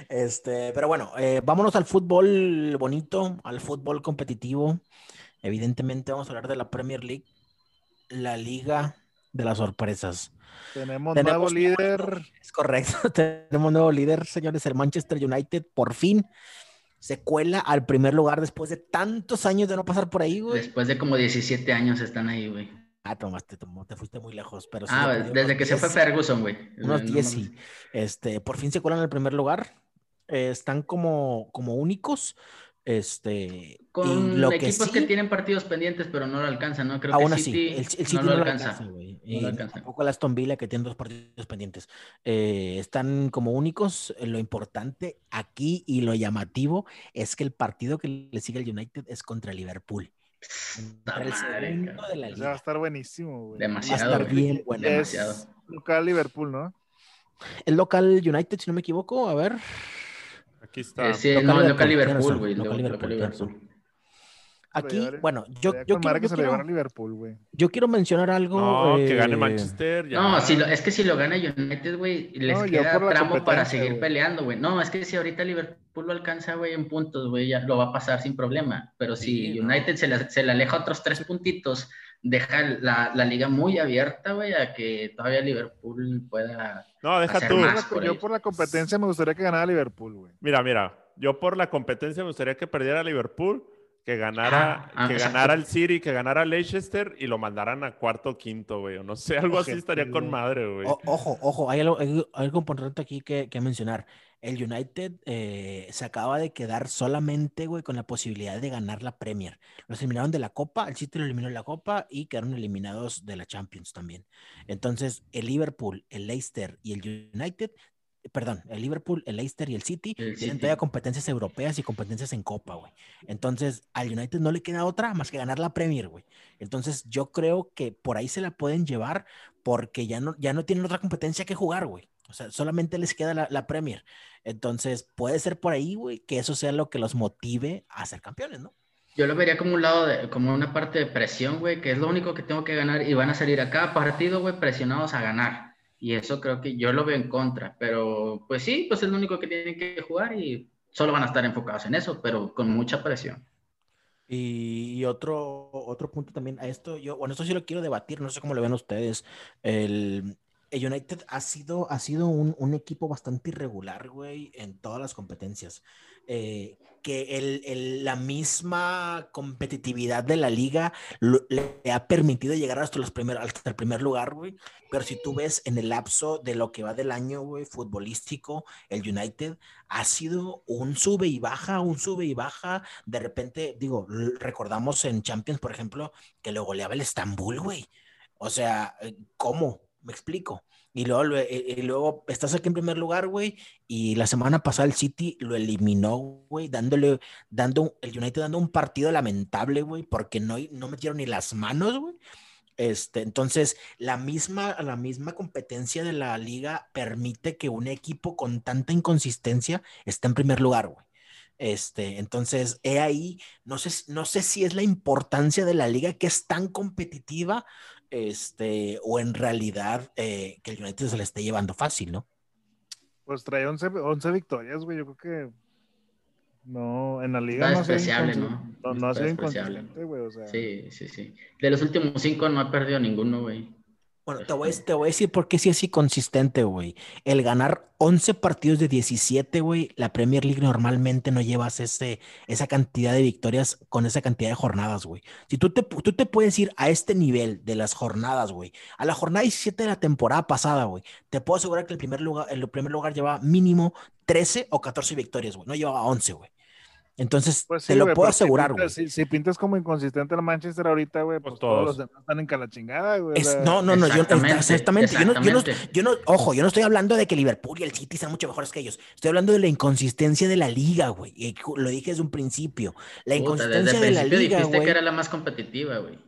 Speaker 1: Este, pero bueno, eh, vámonos al fútbol bonito, al fútbol competitivo. Evidentemente vamos a hablar de la Premier League, la liga de las sorpresas.
Speaker 4: Tenemos, nuevo
Speaker 1: Tenemos
Speaker 4: líder.
Speaker 1: Es correcto, tenemos nuevo líder, señores, el Manchester United por fin se cuela al primer lugar después de tantos años de no pasar por ahí, güey.
Speaker 2: Después de como 17 años están ahí, güey.
Speaker 1: Ah, tomaste, tomó, te fuiste muy lejos, pero sí
Speaker 2: Ah,
Speaker 1: le perdió
Speaker 2: desde
Speaker 1: unos
Speaker 2: que se fue
Speaker 1: 10.
Speaker 2: Ferguson, güey.
Speaker 1: Unos 10
Speaker 2: No mames.
Speaker 1: sí. Este, por fin se cuelan en el primer lugar. Eh, están como, como únicos. Este, y
Speaker 2: Con
Speaker 1: lo que
Speaker 2: equipos
Speaker 1: sí,
Speaker 2: que, tienen partidos pendientes, pero no lo alcanzan, ¿no? Creo
Speaker 1: aún
Speaker 2: que
Speaker 1: así,
Speaker 2: City,
Speaker 1: el, el City
Speaker 2: no lo alcanza.
Speaker 1: güey.
Speaker 2: lo
Speaker 1: Y
Speaker 2: alcanza.
Speaker 1: tampoco el Aston Villa, que tiene dos partidos pendientes. Eh, están como únicos. Eh, Lo importante aquí y lo llamativo es que el partido que le sigue al United es contra Liverpool.
Speaker 2: Ta
Speaker 1: Contra el
Speaker 2: madre,
Speaker 1: segundo
Speaker 2: cabrón.
Speaker 1: de la
Speaker 4: O sea, va a
Speaker 1: liga.
Speaker 4: estar buenísimo, güey.
Speaker 2: Demasiado,
Speaker 1: Va a estar
Speaker 2: güey.
Speaker 1: bien bueno.
Speaker 2: Demasiado.
Speaker 4: Es local Liverpool, ¿no?
Speaker 1: El local United, si no me equivoco, a ver.
Speaker 3: Aquí está.
Speaker 2: Eh, sí,
Speaker 1: Local
Speaker 2: no,
Speaker 1: Liverpool,
Speaker 2: local
Speaker 1: tienes
Speaker 2: Liverpool,
Speaker 1: razón,
Speaker 2: güey.
Speaker 1: local
Speaker 2: Local
Speaker 1: Liverpool, tienes
Speaker 2: Liverpool.
Speaker 1: Aquí,
Speaker 4: llevar-
Speaker 1: bueno, yo,
Speaker 4: Estaría
Speaker 1: yo
Speaker 4: con
Speaker 1: quiero,
Speaker 4: madre que
Speaker 1: yo
Speaker 4: se lo
Speaker 1: quiero-
Speaker 4: llevaron a Liverpool, güey.
Speaker 1: Yo quiero mencionar algo.
Speaker 3: No, que gane
Speaker 1: eh,
Speaker 3: Manchester. Ya.
Speaker 2: No, si lo- es que si lo gana United, güey, les
Speaker 4: No, ya
Speaker 2: queda
Speaker 4: por la
Speaker 2: tramo para
Speaker 4: competencia,
Speaker 2: seguir
Speaker 4: güey.
Speaker 2: peleando, güey. No, es que si ahorita Liverpool lo alcanza, güey, en puntos, güey, ya lo va a pasar sin problema. Pero si
Speaker 3: Sí, no.
Speaker 2: United se, la- se le aleja otros tres puntitos, deja la, la liga muy abierta, güey, a que todavía Liverpool pueda...
Speaker 3: No, deja
Speaker 2: hacer
Speaker 3: tú.
Speaker 2: más.
Speaker 4: Yo por la- Yo
Speaker 2: ellos.
Speaker 4: por la competencia me gustaría que ganara Liverpool, güey.
Speaker 3: Mira, mira. Yo por la competencia me gustaría que perdiera Liverpool, que ganara,
Speaker 2: Ah, ah,
Speaker 3: que
Speaker 2: exacto.
Speaker 3: ganara el City, que ganara Leicester y lo mandaran a cuarto o quinto, güey. o No sé, algo así
Speaker 4: Ojete,
Speaker 3: estaría con
Speaker 4: güey.
Speaker 3: madre, güey.
Speaker 1: o- ojo, ojo, hay algo, hay algo importante aquí que, que mencionar. El United eh, se acaba de quedar solamente, güey, con la posibilidad de ganar la Premier. Los eliminaron de la Copa, el City lo eliminó de la Copa y quedaron eliminados de la Champions también. Entonces, el Liverpool, el Leicester y el United, perdón, el Liverpool, el Leicester y el City
Speaker 2: El
Speaker 1: tienen
Speaker 2: City.
Speaker 1: todavía competencias europeas y competencias en Copa, güey. Entonces, al United no le queda otra más que ganar la Premier, güey. Entonces, yo creo que por ahí se la pueden llevar porque ya no, ya no tienen otra competencia que jugar, güey. O sea, solamente les queda la, la Premier. Entonces, puede ser por ahí, güey, que eso sea lo que los motive a ser campeones, ¿no?
Speaker 2: Yo lo vería como un lado, de, como una parte de presión, güey, que es lo único que tengo que ganar y van a salir a cada partido, güey, presionados a ganar. Y eso creo que yo lo veo en contra, pero pues sí, pues es lo único que tienen que jugar y solo van a estar enfocados en eso, pero con mucha presión.
Speaker 1: Y, y otro, otro punto también a esto, yo, bueno, esto sí lo quiero debatir, no sé cómo lo ven ustedes. El, el United ha sido, ha sido un, un equipo bastante irregular, güey, en todas las competencias. Eh, que el, el- la misma competitividad de la liga lo- le ha permitido llegar hasta, los primer, hasta el primer lugar, güey. Pero si tú ves en el lapso de lo que va del año, güey, futbolístico, el United ha sido un sube y baja, un sube y baja. De repente, digo, l- recordamos en Champions, por ejemplo, que lo goleaba el Estambul, güey. O sea, eh, ¿cómo? Me explico. Y luego, lo- eh, eh, luego estás aquí en primer lugar, güey, y la semana pasada el City lo eliminó, güey, dándole, dando, un- el United dando un partido lamentable, güey, porque no, no metieron ni las manos, güey. Este, entonces, la misma, la misma competencia de la liga permite que un equipo con tanta inconsistencia esté en primer lugar, güey. Este, entonces, he ahí, no sé, si- no sé si es la importancia de la liga que es tan competitiva, este, o en realidad eh, que el United se la esté llevando fácil, ¿no?
Speaker 4: Pues trae 11, 11 victorias, güey. Yo creo que. No, en la liga.
Speaker 2: Está
Speaker 4: no ha sido
Speaker 2: despreciable,
Speaker 4: inconsistente.
Speaker 2: ¿no?
Speaker 4: No, no ha
Speaker 2: Está
Speaker 4: sido
Speaker 2: despreciable.
Speaker 4: inconsistente, güey. O sea,
Speaker 2: Sí, sí, sí. De los últimos cinco no ha perdido ninguno, güey.
Speaker 1: Bueno, te voy, a- te voy a decir por qué sí es inconsistente, güey. El ganar 11 partidos de 17, güey, la Premier League normalmente no llevas ese, esa cantidad de victorias con esa cantidad de jornadas, güey. Si tú te, pu- tú te puedes ir a este nivel de las jornadas, güey, a la jornada 17 de la temporada pasada, güey, te puedo asegurar que el primer lugar, el primer lugar llevaba mínimo 13 o 14 victorias, güey. No llevaba 11, güey. Entonces,
Speaker 4: pues sí,
Speaker 1: te lo
Speaker 4: güey,
Speaker 1: puedo
Speaker 4: pero si
Speaker 1: asegurar,
Speaker 4: pintas-
Speaker 1: güey.
Speaker 4: Si, si pintas como inconsistente el Manchester ahorita, güey,
Speaker 3: Pues
Speaker 4: pues, todos.
Speaker 3: todos.
Speaker 4: los demás están en calachingada, güey. o
Speaker 1: Es-
Speaker 4: sea,
Speaker 1: no, no, no, yo,
Speaker 2: Exactamente,
Speaker 1: exactamente. Yo no, yo no-
Speaker 2: exactamente.
Speaker 1: yo no- ojo, yo no estoy hablando de que Liverpool y el City sean mucho mejores que ellos. Estoy hablando de la inconsistencia de la liga, güey. Y ju- Lo dije desde un principio. La
Speaker 2: Puta, desde
Speaker 1: inconsistencia
Speaker 2: el
Speaker 1: de la
Speaker 2: principio
Speaker 1: liga,
Speaker 2: dijiste
Speaker 1: güey.
Speaker 2: que era la más competitiva, güey.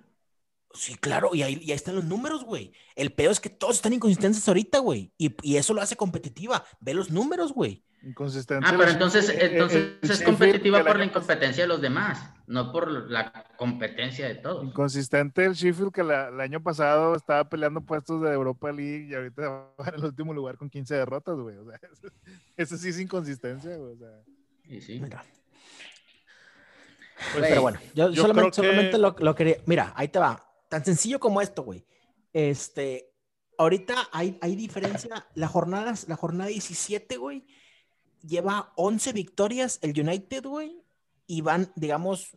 Speaker 1: Sí, claro, y ahí, y ahí están los números, güey. El peor es que todos están inconsistentes ahorita, güey. Y, y eso lo hace competitiva. Ve los números, güey.
Speaker 4: Inconsistente.
Speaker 2: Ah, pero
Speaker 4: la-
Speaker 2: entonces, eh,
Speaker 4: el- el-
Speaker 2: entonces
Speaker 4: el
Speaker 2: es
Speaker 4: Sheffield
Speaker 2: competitiva
Speaker 4: que
Speaker 2: por la
Speaker 4: año pas-
Speaker 2: incompetencia de los demás, no por la competencia de todos.
Speaker 4: Inconsistente el Sheffield que la- el año pasado estaba peleando puestos de Europa League y ahorita va en el último lugar con 15 derrotas, güey. O sea, eso, eso sí es inconsistencia, güey. O sea,
Speaker 2: Y sí.
Speaker 1: Mira.
Speaker 3: Pues,
Speaker 1: Pero bueno, yo,
Speaker 3: yo
Speaker 1: solamente,
Speaker 3: creo que-
Speaker 1: solamente lo, lo quería. Mira, ahí te va. Tan sencillo como esto, güey. Este, ahorita hay, hay diferencia. La jornada, la jornada 17, güey, lleva 11 victorias el United, güey, y van, digamos,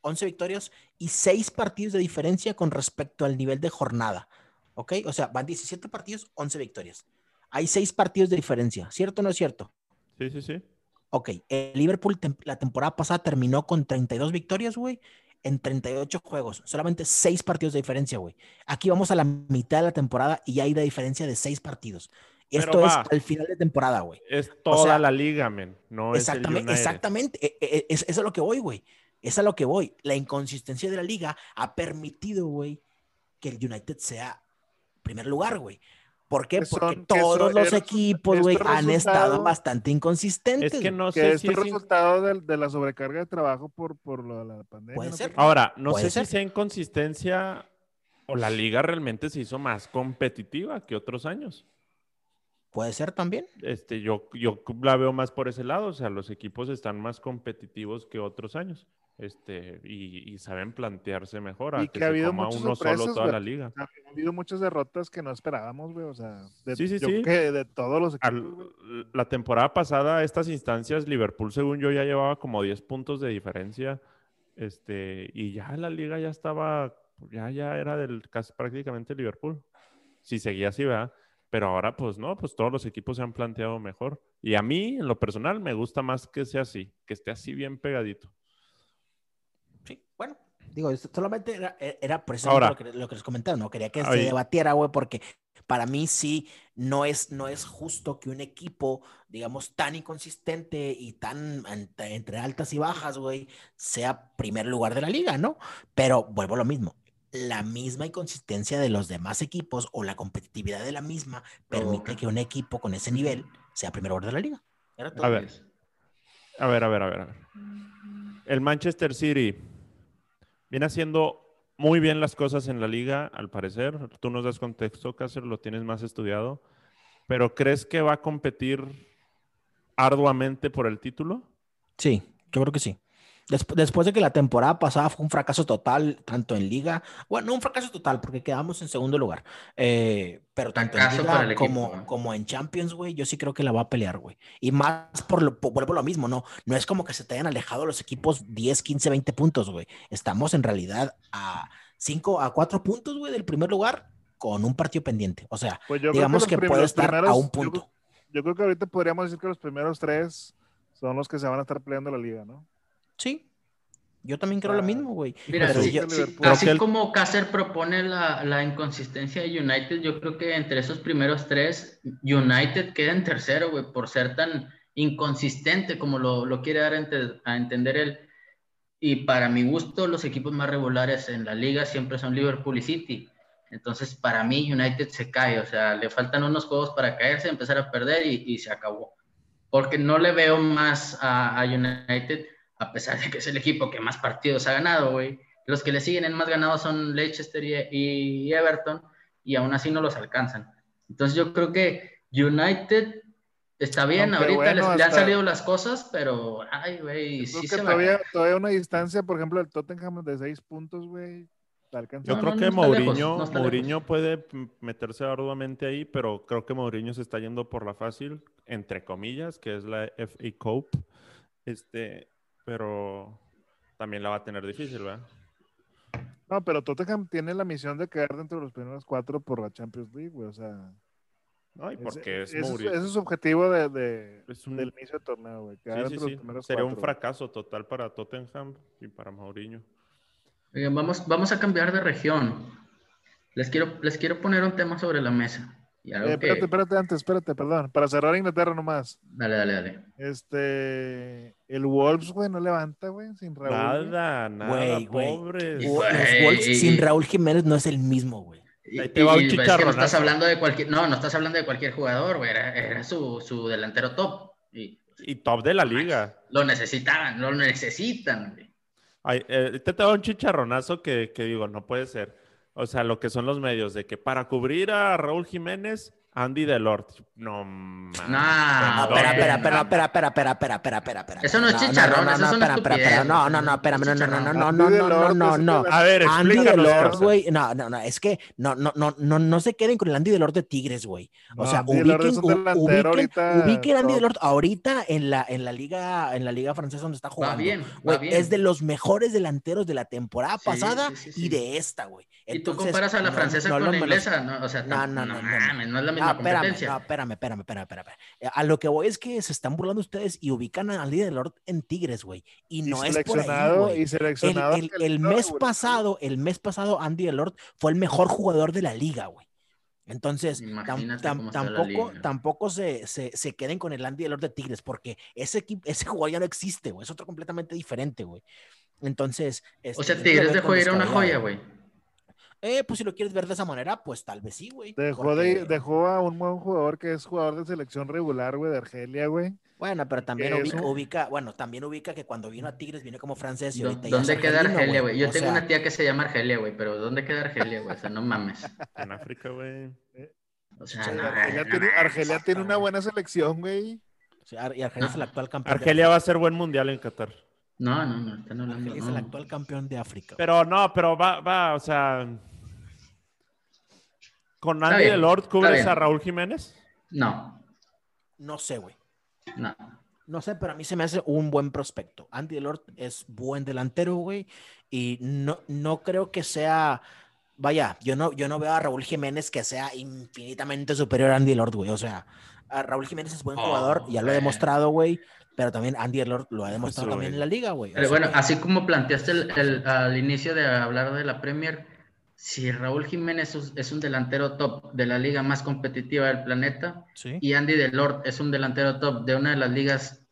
Speaker 1: 11 victorias y 6 partidos de diferencia con respecto al nivel de jornada. ¿Ok? O sea, van 17 partidos, 11 victorias. Hay 6 partidos de diferencia, ¿cierto o no es cierto?
Speaker 3: Sí, sí, sí.
Speaker 1: Ok, el Liverpool tem- la temporada pasada terminó con 32 victorias, güey, en 38 juegos, solamente 6 partidos de diferencia, güey. Aquí vamos a la mitad de la temporada y ya hay de diferencia de 6 partidos. Y
Speaker 3: Pero
Speaker 1: esto es
Speaker 3: va.
Speaker 1: al final de temporada, güey.
Speaker 3: Es toda
Speaker 1: sea,
Speaker 3: la liga, men. No es el
Speaker 1: Exactamente,
Speaker 3: United.
Speaker 1: exactamente. e- e- e- es, es a lo que voy, güey. Es a lo que voy. La inconsistencia de la liga ha permitido, güey, que el United sea primer lugar, güey. ¿Por qué?
Speaker 4: Que son-
Speaker 1: Porque
Speaker 4: que son-
Speaker 1: todos los
Speaker 4: esos-
Speaker 1: equipos,
Speaker 4: estos
Speaker 1: güey, han estado
Speaker 4: resultados-
Speaker 1: bastante inconsistentes.
Speaker 3: Es que
Speaker 1: güey.
Speaker 3: no
Speaker 4: que
Speaker 3: sé
Speaker 4: es
Speaker 3: si
Speaker 4: el
Speaker 3: es in-
Speaker 4: resultado del- de, la sobrecarga de trabajo por, por lo de la pandemia.
Speaker 1: Puede
Speaker 4: ¿no?
Speaker 1: ser.
Speaker 3: Ahora, no
Speaker 1: Puede
Speaker 3: sé
Speaker 1: ser.
Speaker 3: si sea inconsistencia o la liga realmente se hizo más competitiva que otros años.
Speaker 1: Puede ser también.
Speaker 3: Este, yo, yo la veo más por ese lado, o sea, los equipos están más competitivos que otros años. Este, y, y saben plantearse mejor a
Speaker 4: Y
Speaker 3: que,
Speaker 4: que
Speaker 3: se
Speaker 4: ha habido
Speaker 3: coma
Speaker 4: muchas
Speaker 3: uno solo
Speaker 4: sorpresas,
Speaker 3: toda
Speaker 4: güey.
Speaker 3: la liga.
Speaker 4: Ha habido muchas derrotas que no esperábamos, güey. O sea, de,
Speaker 3: Sí, sí,
Speaker 4: yo
Speaker 3: sí.
Speaker 4: creo que de todos los equipos.
Speaker 3: Al-
Speaker 4: güey.
Speaker 3: la temporada pasada, a estas instancias, Liverpool, según yo, ya llevaba como 10 puntos de diferencia. Este, y ya la liga ya estaba, ya, ya era del casi prácticamente Liverpool. Si seguía así, ¿verdad? Pero ahora, pues no, pues todos los equipos se han planteado mejor. Y a mí, en lo personal, me gusta más que sea así, que esté así bien pegadito.
Speaker 1: Sí, bueno, digo, es- solamente era, e, era precisamente
Speaker 3: Ahora.
Speaker 1: lo, que, lo que les comentaba, no quería que se
Speaker 3: Ahí.
Speaker 1: debatiera, güey, porque para mí sí, no es, no es justo que un equipo, digamos, tan inconsistente y tan ant- entre altas y bajas, güey, sea primer lugar de la liga, ¿no? Pero vuelvo a lo mismo. La misma inconsistencia de los demás equipos o la competitividad de la misma permite
Speaker 2: Provoca.
Speaker 1: que un equipo con ese nivel sea primer lugar de la liga. Era todo.
Speaker 3: A ver. A ver, a ver, a ver, a ver. El Manchester City viene haciendo muy bien las cosas en la liga, al parecer. Tú nos das contexto, Cácer, lo tienes más estudiado. Pero ¿crees que va a competir arduamente por el título?
Speaker 1: Sí, yo creo que sí. Desp- después de que la temporada pasada fue un fracaso total, tanto en liga, bueno, no un fracaso total porque quedamos en segundo lugar, eh, pero tanto en
Speaker 2: Fracaso para
Speaker 1: liga
Speaker 2: el
Speaker 1: como,
Speaker 2: equipo, ¿eh?
Speaker 1: como en Champions, güey, yo sí creo que la va a pelear, güey. Y más por lo, por- vuelvo a lo mismo, no, no es como que se te hayan alejado los equipos 10, 15, 20 puntos, güey. Estamos en realidad a 5, a 4 puntos, güey, del primer lugar con un partido pendiente. O sea,
Speaker 4: Pues yo creo
Speaker 1: digamos
Speaker 4: los
Speaker 1: que,
Speaker 4: prim-
Speaker 1: puede
Speaker 4: los
Speaker 1: estar a
Speaker 4: primeros-
Speaker 1: un
Speaker 4: yo
Speaker 1: punto.
Speaker 4: creo- yo creo que ahorita podríamos decir que los primeros tres son los que se van a estar peleando la liga, ¿no?
Speaker 1: Sí, yo también creo lo
Speaker 4: Ah,
Speaker 1: mismo, güey.
Speaker 2: Mira,
Speaker 1: Pero
Speaker 2: sí,
Speaker 1: yo-
Speaker 2: sí,
Speaker 4: Liverpool.
Speaker 2: así
Speaker 3: Creo que el-
Speaker 2: como Cácer propone la, la inconsistencia de United, yo creo que entre esos primeros tres, United queda en tercero, güey, por ser tan inconsistente como lo, lo quiere dar a ente- a entender él. Y para mi gusto, los equipos más regulares en la liga siempre son Liverpool y City. Entonces, para mí, United se cae, o sea, le faltan unos juegos para caerse, empezar a perder y, y se acabó. Porque no le veo más a, a United, a pesar de que es el equipo que más partidos ha ganado, güey. Los que le siguen en más ganados son Leicester y, y Everton, y aún así no los alcanzan. Entonces, yo creo que United Está bien, ahorita
Speaker 4: Aunque bueno,
Speaker 2: les- le han
Speaker 4: hasta-
Speaker 2: salido las cosas, pero, ay, güey, sí
Speaker 4: Creo que
Speaker 2: se va.
Speaker 4: todavía, todavía una distancia, por ejemplo, el Tottenham de seis puntos, güey. la alcanza.
Speaker 3: Yo
Speaker 2: No,
Speaker 3: creo
Speaker 2: no,
Speaker 3: que
Speaker 2: no está
Speaker 3: Mourinho,
Speaker 2: lejos, no está
Speaker 3: Mourinho puede m- meterse arduamente ahí, pero creo que Mourinho se está yendo por la fácil, entre comillas, que es la FA Cup. Este, pero también la va a tener difícil, ¿verdad?
Speaker 4: No, pero Tottenham tiene la misión de quedar dentro de los primeros cuatro por la Champions League, güey. O sea,
Speaker 3: No, y
Speaker 4: ese-
Speaker 3: porque es,
Speaker 4: ese es,
Speaker 3: Mourinho.
Speaker 4: ese es su objetivo de, de-
Speaker 3: Es un-
Speaker 4: del inicio del torneo, güey.
Speaker 3: sí,
Speaker 4: Quedar
Speaker 3: sí,
Speaker 4: entre los
Speaker 3: sí.
Speaker 4: primeros
Speaker 3: Sería un
Speaker 4: cuatro, güey.
Speaker 3: fracaso total para Tottenham y para Mourinho.
Speaker 2: Oigan, vamos, vamos a cambiar de región. Les quiero, les quiero poner un tema sobre la mesa. Y algo
Speaker 4: Eh,
Speaker 2: que-
Speaker 4: espérate, espérate, antes, espérate, perdón. Para cerrar Inglaterra nomás.
Speaker 2: Dale, dale, dale.
Speaker 4: Este, el Wolves, güey, no levanta, güey, sin Raúl. güey.
Speaker 3: Nada, nada,
Speaker 1: Güey, güey.
Speaker 3: pobres.
Speaker 1: Los
Speaker 2: Y-
Speaker 1: Wolves sin Raúl Jiménez no es el mismo, güey.
Speaker 2: Y,
Speaker 3: Ahí te va
Speaker 2: y
Speaker 3: un
Speaker 2: ves que no estás
Speaker 3: chicharronazo.
Speaker 2: hablando de cualquier, no, no estás hablando de cualquier jugador, güey, era, era su, su delantero top. Y
Speaker 3: Y top de la liga.
Speaker 2: lo necesitaban, lo necesitan, güey.
Speaker 3: Ay, eh, te da un chicharronazo que, que digo, no puede ser. O sea, lo que son los medios, de que para cubrir a Raúl Jiménez, Andy Delort. No,
Speaker 2: Nah,
Speaker 3: mames.
Speaker 1: No,
Speaker 2: güey,
Speaker 1: Ah, espera,
Speaker 3: Perdón.
Speaker 1: espera, espera,
Speaker 2: no.
Speaker 1: espera, espera, espera, espera, espera, espera, espera.
Speaker 2: Eso no es
Speaker 1: No,
Speaker 2: chicharrón,
Speaker 1: no, no,
Speaker 2: eso es
Speaker 1: no,
Speaker 2: una
Speaker 1: espera, espera, espera,
Speaker 2: estupidez,
Speaker 1: no,
Speaker 2: güey.
Speaker 1: no, no, espérame, no, no, no, no, no,
Speaker 4: Andy
Speaker 1: no, no,
Speaker 4: Delort
Speaker 1: no,
Speaker 4: es el
Speaker 1: no.
Speaker 4: delantero.
Speaker 3: A ver,
Speaker 1: Andy
Speaker 3: explícanos.
Speaker 1: Delort,
Speaker 3: Garza.
Speaker 1: güey, no, no, no, es que no, no, no, no, no se queden con el Andy Delort de Tigres, güey. O
Speaker 4: No,
Speaker 1: sea,
Speaker 4: Andy
Speaker 1: ubiquen,
Speaker 4: Delort es un
Speaker 1: u-
Speaker 4: delantero
Speaker 1: ubiquen,
Speaker 4: ahorita
Speaker 1: ubiquen a Andy
Speaker 4: top.
Speaker 1: Delort ahorita en la, en la liga, en la liga francesa donde está
Speaker 2: Va
Speaker 1: jugando.
Speaker 2: bien, va
Speaker 1: Güey,
Speaker 2: bien.
Speaker 1: es de los mejores delanteros de la temporada
Speaker 2: Sí,
Speaker 1: pasada
Speaker 2: sí, sí, sí.
Speaker 1: y de esta, güey.
Speaker 2: Y tú
Speaker 1: Entonces,
Speaker 2: comparas a la
Speaker 1: no,
Speaker 2: francesa
Speaker 1: no
Speaker 2: con
Speaker 1: lo
Speaker 2: la
Speaker 1: menos-
Speaker 2: inglesa, no, o sea,
Speaker 1: No,
Speaker 2: tam-
Speaker 1: no, no, no, no.
Speaker 2: mames, no es la
Speaker 1: No,
Speaker 2: misma
Speaker 1: Ah, espérame,
Speaker 2: competencia.
Speaker 1: no, espérame, espérame, espérame, espérame. Eh, A lo que voy es que se están burlando ustedes y ubican a Andy Delort en Tigres, güey. Y no es por ahí,
Speaker 4: seleccionado,
Speaker 1: güey.
Speaker 4: y
Speaker 1: El,
Speaker 4: seleccionado.
Speaker 1: el-
Speaker 4: que
Speaker 1: el
Speaker 4: no,
Speaker 1: mes
Speaker 4: güey.
Speaker 1: pasado, el mes pasado, Andy Delort fue el mejor jugador de la liga, güey. Entonces, pues, tam-
Speaker 2: Imagínate
Speaker 1: tam-
Speaker 2: cómo está la
Speaker 1: tampoco,
Speaker 2: liga.
Speaker 1: tampoco se, se, se queden con el Andy Delort de Tigres, porque ese equipo, ese jugador ya no existe, güey. Es otro completamente diferente, güey. Entonces,
Speaker 2: O
Speaker 1: este,
Speaker 2: sea,
Speaker 1: yo lo
Speaker 2: Tigres
Speaker 1: veo
Speaker 2: dejó de ir a una
Speaker 1: descabellado.
Speaker 2: joya, güey.
Speaker 1: Eh, pues si lo quieres ver de esa manera, pues tal vez sí, güey.
Speaker 4: Dejó, de,
Speaker 1: porque-
Speaker 4: dejó a un buen jugador que es jugador de selección regular, güey, de Argelia, güey.
Speaker 1: Bueno, pero también
Speaker 2: Eh,
Speaker 4: es
Speaker 1: ubica,
Speaker 4: un-
Speaker 1: ubica- bueno, también ubica que cuando vino a Tigres vino como francés y
Speaker 2: ¿Dó-
Speaker 1: ahorita ya es
Speaker 2: ¿Dónde queda
Speaker 1: argelino,
Speaker 2: Argelia, güey? Yo
Speaker 1: O
Speaker 2: tengo
Speaker 1: sea,
Speaker 2: una tía que se llama Argelia, güey, pero ¿dónde queda Argelia, güey? O sea, no mames.
Speaker 3: En África, güey.
Speaker 2: O sea,
Speaker 1: Sí,
Speaker 2: no,
Speaker 4: Argelia,
Speaker 2: no
Speaker 4: tiene,
Speaker 2: mames.
Speaker 4: Argelia tiene una buena selección, güey.
Speaker 1: o sea, Ar- y Argelia es el actual campeón. de
Speaker 3: Argelia
Speaker 1: África.
Speaker 3: va a ser buen mundial en Qatar.
Speaker 2: No, no, no, están hablando.
Speaker 1: Argelia es el
Speaker 2: no.
Speaker 1: actual campeón de África. güey.
Speaker 3: Pero no, pero va, va, o sea. ¿Con
Speaker 2: Está
Speaker 3: Andy
Speaker 2: bien,
Speaker 3: Delort
Speaker 2: está
Speaker 3: cubres
Speaker 2: bien.
Speaker 3: a Raúl Jiménez?
Speaker 2: No,
Speaker 1: No sé, güey.
Speaker 2: no.
Speaker 1: No sé, pero a mí se me hace un buen prospecto. Andy Delort es buen delantero, güey. Y no, no creo que sea. Vaya, yo no, yo no veo a Raúl Jiménez que sea infinitamente superior a Andy Delort, güey. O sea, a Raúl Jiménez es buen
Speaker 2: Oh,
Speaker 1: jugador, ya lo he
Speaker 2: güey.
Speaker 1: demostrado, güey. Pero también Andy Delort lo ha demostrado
Speaker 3: Eso,
Speaker 1: también
Speaker 3: güey.
Speaker 1: en la liga, güey. O
Speaker 2: Pero
Speaker 1: sea,
Speaker 2: bueno, así como planteaste el- el- al inicio de hablar de la Premier, si Raúl Jiménez es- es un delantero top de la liga más competitiva del planeta,
Speaker 1: sí.
Speaker 2: y Andy Delort es un delantero top de una de las ligas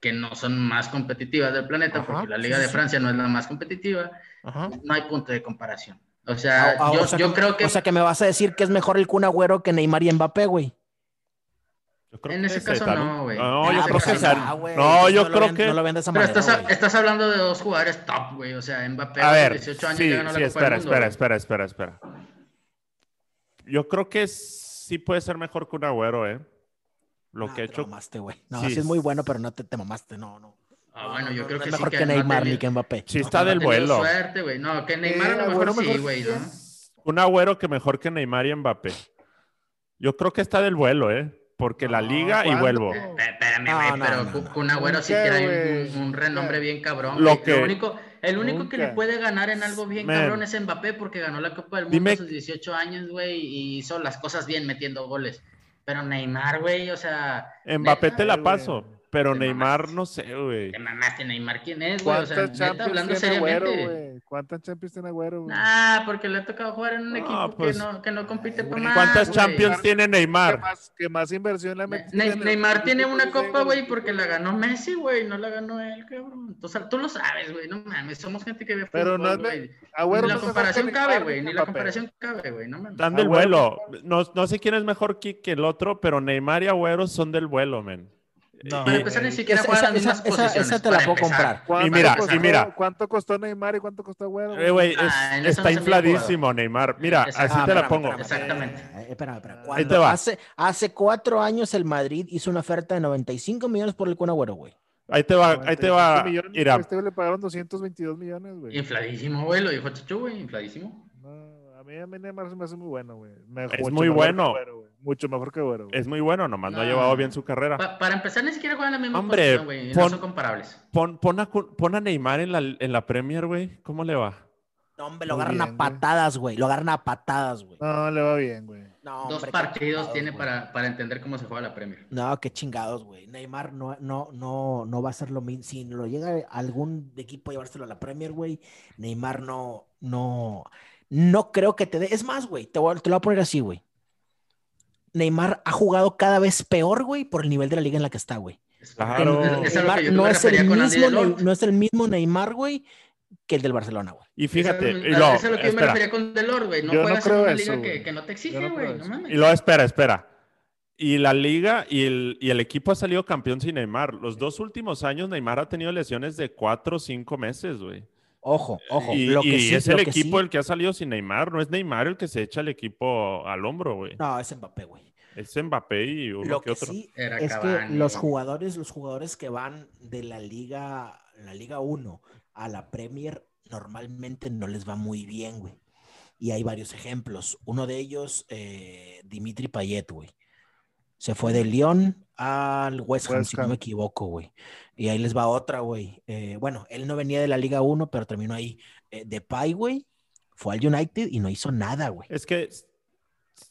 Speaker 2: que no son más competitivas del planeta,
Speaker 1: Ajá,
Speaker 2: porque la
Speaker 1: sí,
Speaker 2: Liga
Speaker 1: sí,
Speaker 2: de
Speaker 1: sí.
Speaker 2: Francia no es la más competitiva,
Speaker 1: Ajá.
Speaker 2: no hay punto de comparación. O sea,
Speaker 1: Ah, ah,
Speaker 2: yo,
Speaker 1: o sea
Speaker 2: yo
Speaker 1: que-
Speaker 2: creo que,
Speaker 1: O sea, que me vas a decir que es mejor el Kun Agüero que Neymar y Mbappé, güey.
Speaker 3: Yo creo
Speaker 2: En
Speaker 3: que
Speaker 2: ese
Speaker 3: se
Speaker 2: caso
Speaker 3: taru-
Speaker 2: no, güey. En
Speaker 3: No, yo
Speaker 1: Ah,
Speaker 2: ese
Speaker 3: creo
Speaker 1: pues
Speaker 3: que
Speaker 2: caso
Speaker 3: se-
Speaker 2: no,
Speaker 3: No, yo
Speaker 1: lo
Speaker 3: creo
Speaker 1: ven-
Speaker 3: que.
Speaker 1: pues No lo ven de esa
Speaker 2: pero
Speaker 1: manera,
Speaker 2: estás,
Speaker 1: güey.
Speaker 2: estás hablando de dos jugadores top, güey. O sea, Mbappé
Speaker 3: A
Speaker 2: a
Speaker 3: ver,
Speaker 2: los 18 años
Speaker 3: sí,
Speaker 2: ya ganó
Speaker 3: sí,
Speaker 2: la Copa
Speaker 3: espera,
Speaker 2: del Mundo.
Speaker 3: espera, espera, espera, espera. Yo creo que sí puede ser mejor que un agüero, ¿eh? Lo
Speaker 1: Ah, No,
Speaker 3: que ha
Speaker 1: te
Speaker 3: hecho.
Speaker 1: mamaste, güey. No,
Speaker 3: Sí.
Speaker 1: así es muy bueno, pero no te, te mamaste, no, no.
Speaker 2: güey. Ah, bueno, yo
Speaker 1: No,
Speaker 2: creo
Speaker 1: no
Speaker 2: que
Speaker 1: es
Speaker 2: sí
Speaker 1: mejor
Speaker 2: que
Speaker 1: que
Speaker 2: no ha
Speaker 1: Neymar
Speaker 2: tenido-
Speaker 1: ni que Mbappé.
Speaker 3: Sí está
Speaker 2: no ha
Speaker 3: del
Speaker 2: tenido
Speaker 3: vuelo.
Speaker 2: suerte, güey. No, que Neymar
Speaker 4: Eh,
Speaker 2: a lo mejor
Speaker 4: Agüero
Speaker 2: sí,
Speaker 4: mejor
Speaker 2: güey,
Speaker 4: que-
Speaker 2: ¿no?
Speaker 3: Un agüero que mejor que Neymar y Mbappé. Yo creo que está del vuelo, ¿eh? Porque la
Speaker 4: No,
Speaker 3: liga y
Speaker 4: ¿cuándo?
Speaker 3: vuelvo.
Speaker 2: Eh, Espérame,
Speaker 1: No,
Speaker 2: güey,
Speaker 1: no,
Speaker 2: pero
Speaker 1: no,
Speaker 2: Kun-
Speaker 1: no.
Speaker 2: Kun Agüero sí
Speaker 4: Nunca,
Speaker 2: trae
Speaker 4: güey,
Speaker 2: un, un
Speaker 4: nunca.
Speaker 2: renombre bien cabrón.
Speaker 3: Lo
Speaker 2: güey.
Speaker 3: que-
Speaker 2: Lo único, el único que le
Speaker 4: Nunca.
Speaker 2: puede ganar en algo bien
Speaker 3: Man.
Speaker 2: cabrón es Mbappé porque ganó la Copa del Mundo
Speaker 3: Dime-
Speaker 2: a sus 18 años, güey, y hizo las cosas bien metiendo goles. Pero Neymar, güey, o sea,
Speaker 3: Mbappé
Speaker 2: neta,
Speaker 3: te la
Speaker 4: güey.
Speaker 3: paso, pero
Speaker 2: Te
Speaker 3: Neymar
Speaker 2: mamaste.
Speaker 3: no sé, güey.
Speaker 2: te mamaste, Neymar, ¿quién es, güey? O sea,
Speaker 4: ¿Cuántas
Speaker 2: neta, hablando
Speaker 4: Champions tiene Agüero,
Speaker 2: seriamente.
Speaker 4: güey? ¿Cuántas Champions tiene Agüero, güey?
Speaker 2: Nah, porque le ha tocado jugar en un
Speaker 3: No,
Speaker 2: equipo
Speaker 3: pues,
Speaker 2: que, no, que no compite por
Speaker 4: güey,
Speaker 2: nada.
Speaker 3: ¿Cuántas
Speaker 2: güey.
Speaker 3: Champions tiene
Speaker 4: ¿Qué
Speaker 3: Neymar?
Speaker 4: más, qué más inversión le ha
Speaker 2: Ne-
Speaker 4: metido
Speaker 2: Ne-
Speaker 4: en el-
Speaker 2: Neymar tiene una
Speaker 4: Sí,
Speaker 2: copa, güey, porque la ganó Messi, güey, no la ganó él, cabrón. Entonces, tú lo sabes, güey, no mames, somos gente que ve
Speaker 4: Pero
Speaker 2: fútbol,
Speaker 4: no es-
Speaker 2: güey.
Speaker 4: Agüero
Speaker 2: ni la
Speaker 4: no es mejor
Speaker 2: comparación
Speaker 4: que
Speaker 2: cabe,
Speaker 4: Neymar,
Speaker 2: güey, ni la
Speaker 4: Mbappé.
Speaker 2: comparación cabe, güey, no mames.
Speaker 3: Están del
Speaker 4: Agüero,
Speaker 3: vuelo. No, no sé quién es mejor que, que el otro, pero Neymar y Agüero son del vuelo, men.
Speaker 4: No.
Speaker 2: Para empezar, ni siquiera
Speaker 1: Esa-
Speaker 2: juegan
Speaker 1: esa-
Speaker 2: las mismas
Speaker 1: esa- esa-
Speaker 2: posiciones.
Speaker 1: esa te la
Speaker 2: para
Speaker 1: puedo
Speaker 2: empezar.
Speaker 1: comprar.
Speaker 4: ¿Cuánto
Speaker 3: Y mira,
Speaker 4: costó-
Speaker 3: y mira.
Speaker 4: ¿Cuánto costó Neymar y cuánto costó Güero? güey?
Speaker 3: Eh, güey, es-
Speaker 2: Ah, en eso no
Speaker 3: está
Speaker 2: se mide
Speaker 3: infladísimo Neymar. Mira,
Speaker 2: Exacto.
Speaker 3: así
Speaker 2: Ah,
Speaker 3: te
Speaker 1: espérame,
Speaker 3: la
Speaker 1: espérame,
Speaker 3: pongo.
Speaker 2: Exactamente.
Speaker 1: espérame, espérame, espérame.
Speaker 3: Ahí te
Speaker 1: Cuando
Speaker 3: va.
Speaker 1: Hace, hace cuatro años el Madrid hizo una oferta de 95 millones por el Kun Agüero, güey.
Speaker 3: Ahí te va, Ah, ahí te va.
Speaker 4: 95 millones,
Speaker 3: Mira,
Speaker 4: Este güey le pagaron 222 millones, güey.
Speaker 2: Infladísimo, güey, lo dijo Chichu, güey, infladísimo.
Speaker 4: No, a mí, a mí Neymar se me hace muy bueno, güey. Me-
Speaker 3: Es
Speaker 4: mucho
Speaker 3: muy
Speaker 4: mejor
Speaker 3: bueno.
Speaker 4: que Güero, güey. Mucho mejor que Güero. güey.
Speaker 3: es muy bueno, nomás no, ha
Speaker 2: No.
Speaker 3: llevado bien su carrera.
Speaker 2: Pa- para empezar, ni siquiera juegan la misma
Speaker 3: Hombre,
Speaker 2: posición, güey. No
Speaker 3: pon-
Speaker 2: son comparables.
Speaker 3: Pon, pon, a, Kun- pon a Neymar en la, en la Premier, güey. ¿Cómo le va?
Speaker 1: No, hombre, lo
Speaker 4: Muy
Speaker 1: agarran a
Speaker 4: bien, güey.
Speaker 1: patadas, güey. Lo agarran a patadas,
Speaker 3: Ah.
Speaker 1: güey.
Speaker 4: No, le va bien, güey.
Speaker 1: No,
Speaker 2: Dos
Speaker 1: hombre, qué
Speaker 2: partidos
Speaker 1: chingados,
Speaker 2: tiene
Speaker 1: güey.
Speaker 2: para, para entender cómo se juega la Premier.
Speaker 1: No, qué chingados, güey. Neymar no, no, no, no va a ser lo mismo. Si lo llega algún equipo a llevárselo a la Premier, güey, Neymar no, no, no creo que te dé. Es más, güey, te, voy a- te lo voy a poner así, güey. Neymar ha jugado cada vez peor, güey, por el nivel de la liga en la que está, güey. Em,
Speaker 2: Es- es-
Speaker 3: Claro.
Speaker 2: es a lo
Speaker 1: Neymar
Speaker 2: que yo
Speaker 1: no,
Speaker 2: me
Speaker 1: es el
Speaker 2: refería con Andy
Speaker 1: mismo, Ney-
Speaker 2: Delort.
Speaker 1: no es el mismo Neymar, güey, que el del Barcelona, güey.
Speaker 3: Y fíjate,
Speaker 2: Eso es,
Speaker 3: y luego,
Speaker 2: eso es lo que yo me
Speaker 3: espera.
Speaker 2: refería con Delor, güey. No
Speaker 4: Yo no
Speaker 2: juegas en
Speaker 4: creo
Speaker 2: una
Speaker 4: eso,
Speaker 2: liga que,
Speaker 4: güey.
Speaker 2: que no te
Speaker 4: Yo
Speaker 2: exige,
Speaker 4: no
Speaker 2: güey.
Speaker 4: creo
Speaker 2: no
Speaker 4: eso.
Speaker 2: mames.
Speaker 3: Y luego, espera, espera. Y la liga y el, y el equipo ha salido campeón sin Neymar. Los dos últimos años Neymar ha tenido lesiones de cuatro o cinco meses, güey.
Speaker 1: Ojo, ojo.
Speaker 3: y
Speaker 1: lo que
Speaker 3: y
Speaker 1: sí,
Speaker 3: es el
Speaker 1: lo que
Speaker 3: equipo
Speaker 1: sí-
Speaker 3: el que ha salido sin Neymar. No es Neymar el que se echa el equipo al hombro, güey.
Speaker 1: No, es Mbappé, güey.
Speaker 3: Es Mbappé y uno
Speaker 1: Lo
Speaker 3: que
Speaker 1: que
Speaker 3: otro.
Speaker 1: sí
Speaker 2: Era
Speaker 1: es que
Speaker 2: Cavani,
Speaker 1: los
Speaker 2: güey.
Speaker 1: jugadores, los jugadores que van de la liga, la liga 1 a la Premier, normalmente no les va muy bien, güey. Y hay varios ejemplos. Uno de ellos, eh, Dimitri Payet, güey. Se fue de Lyon al West Ham,
Speaker 4: West
Speaker 1: si no
Speaker 4: Ham.
Speaker 1: me equivoco, güey. Y ahí les va otra, güey. Eh, bueno, él no venía de la Liga 1, pero terminó ahí. Eh, Depay, güey, fue al United y no hizo nada, güey.
Speaker 3: Es que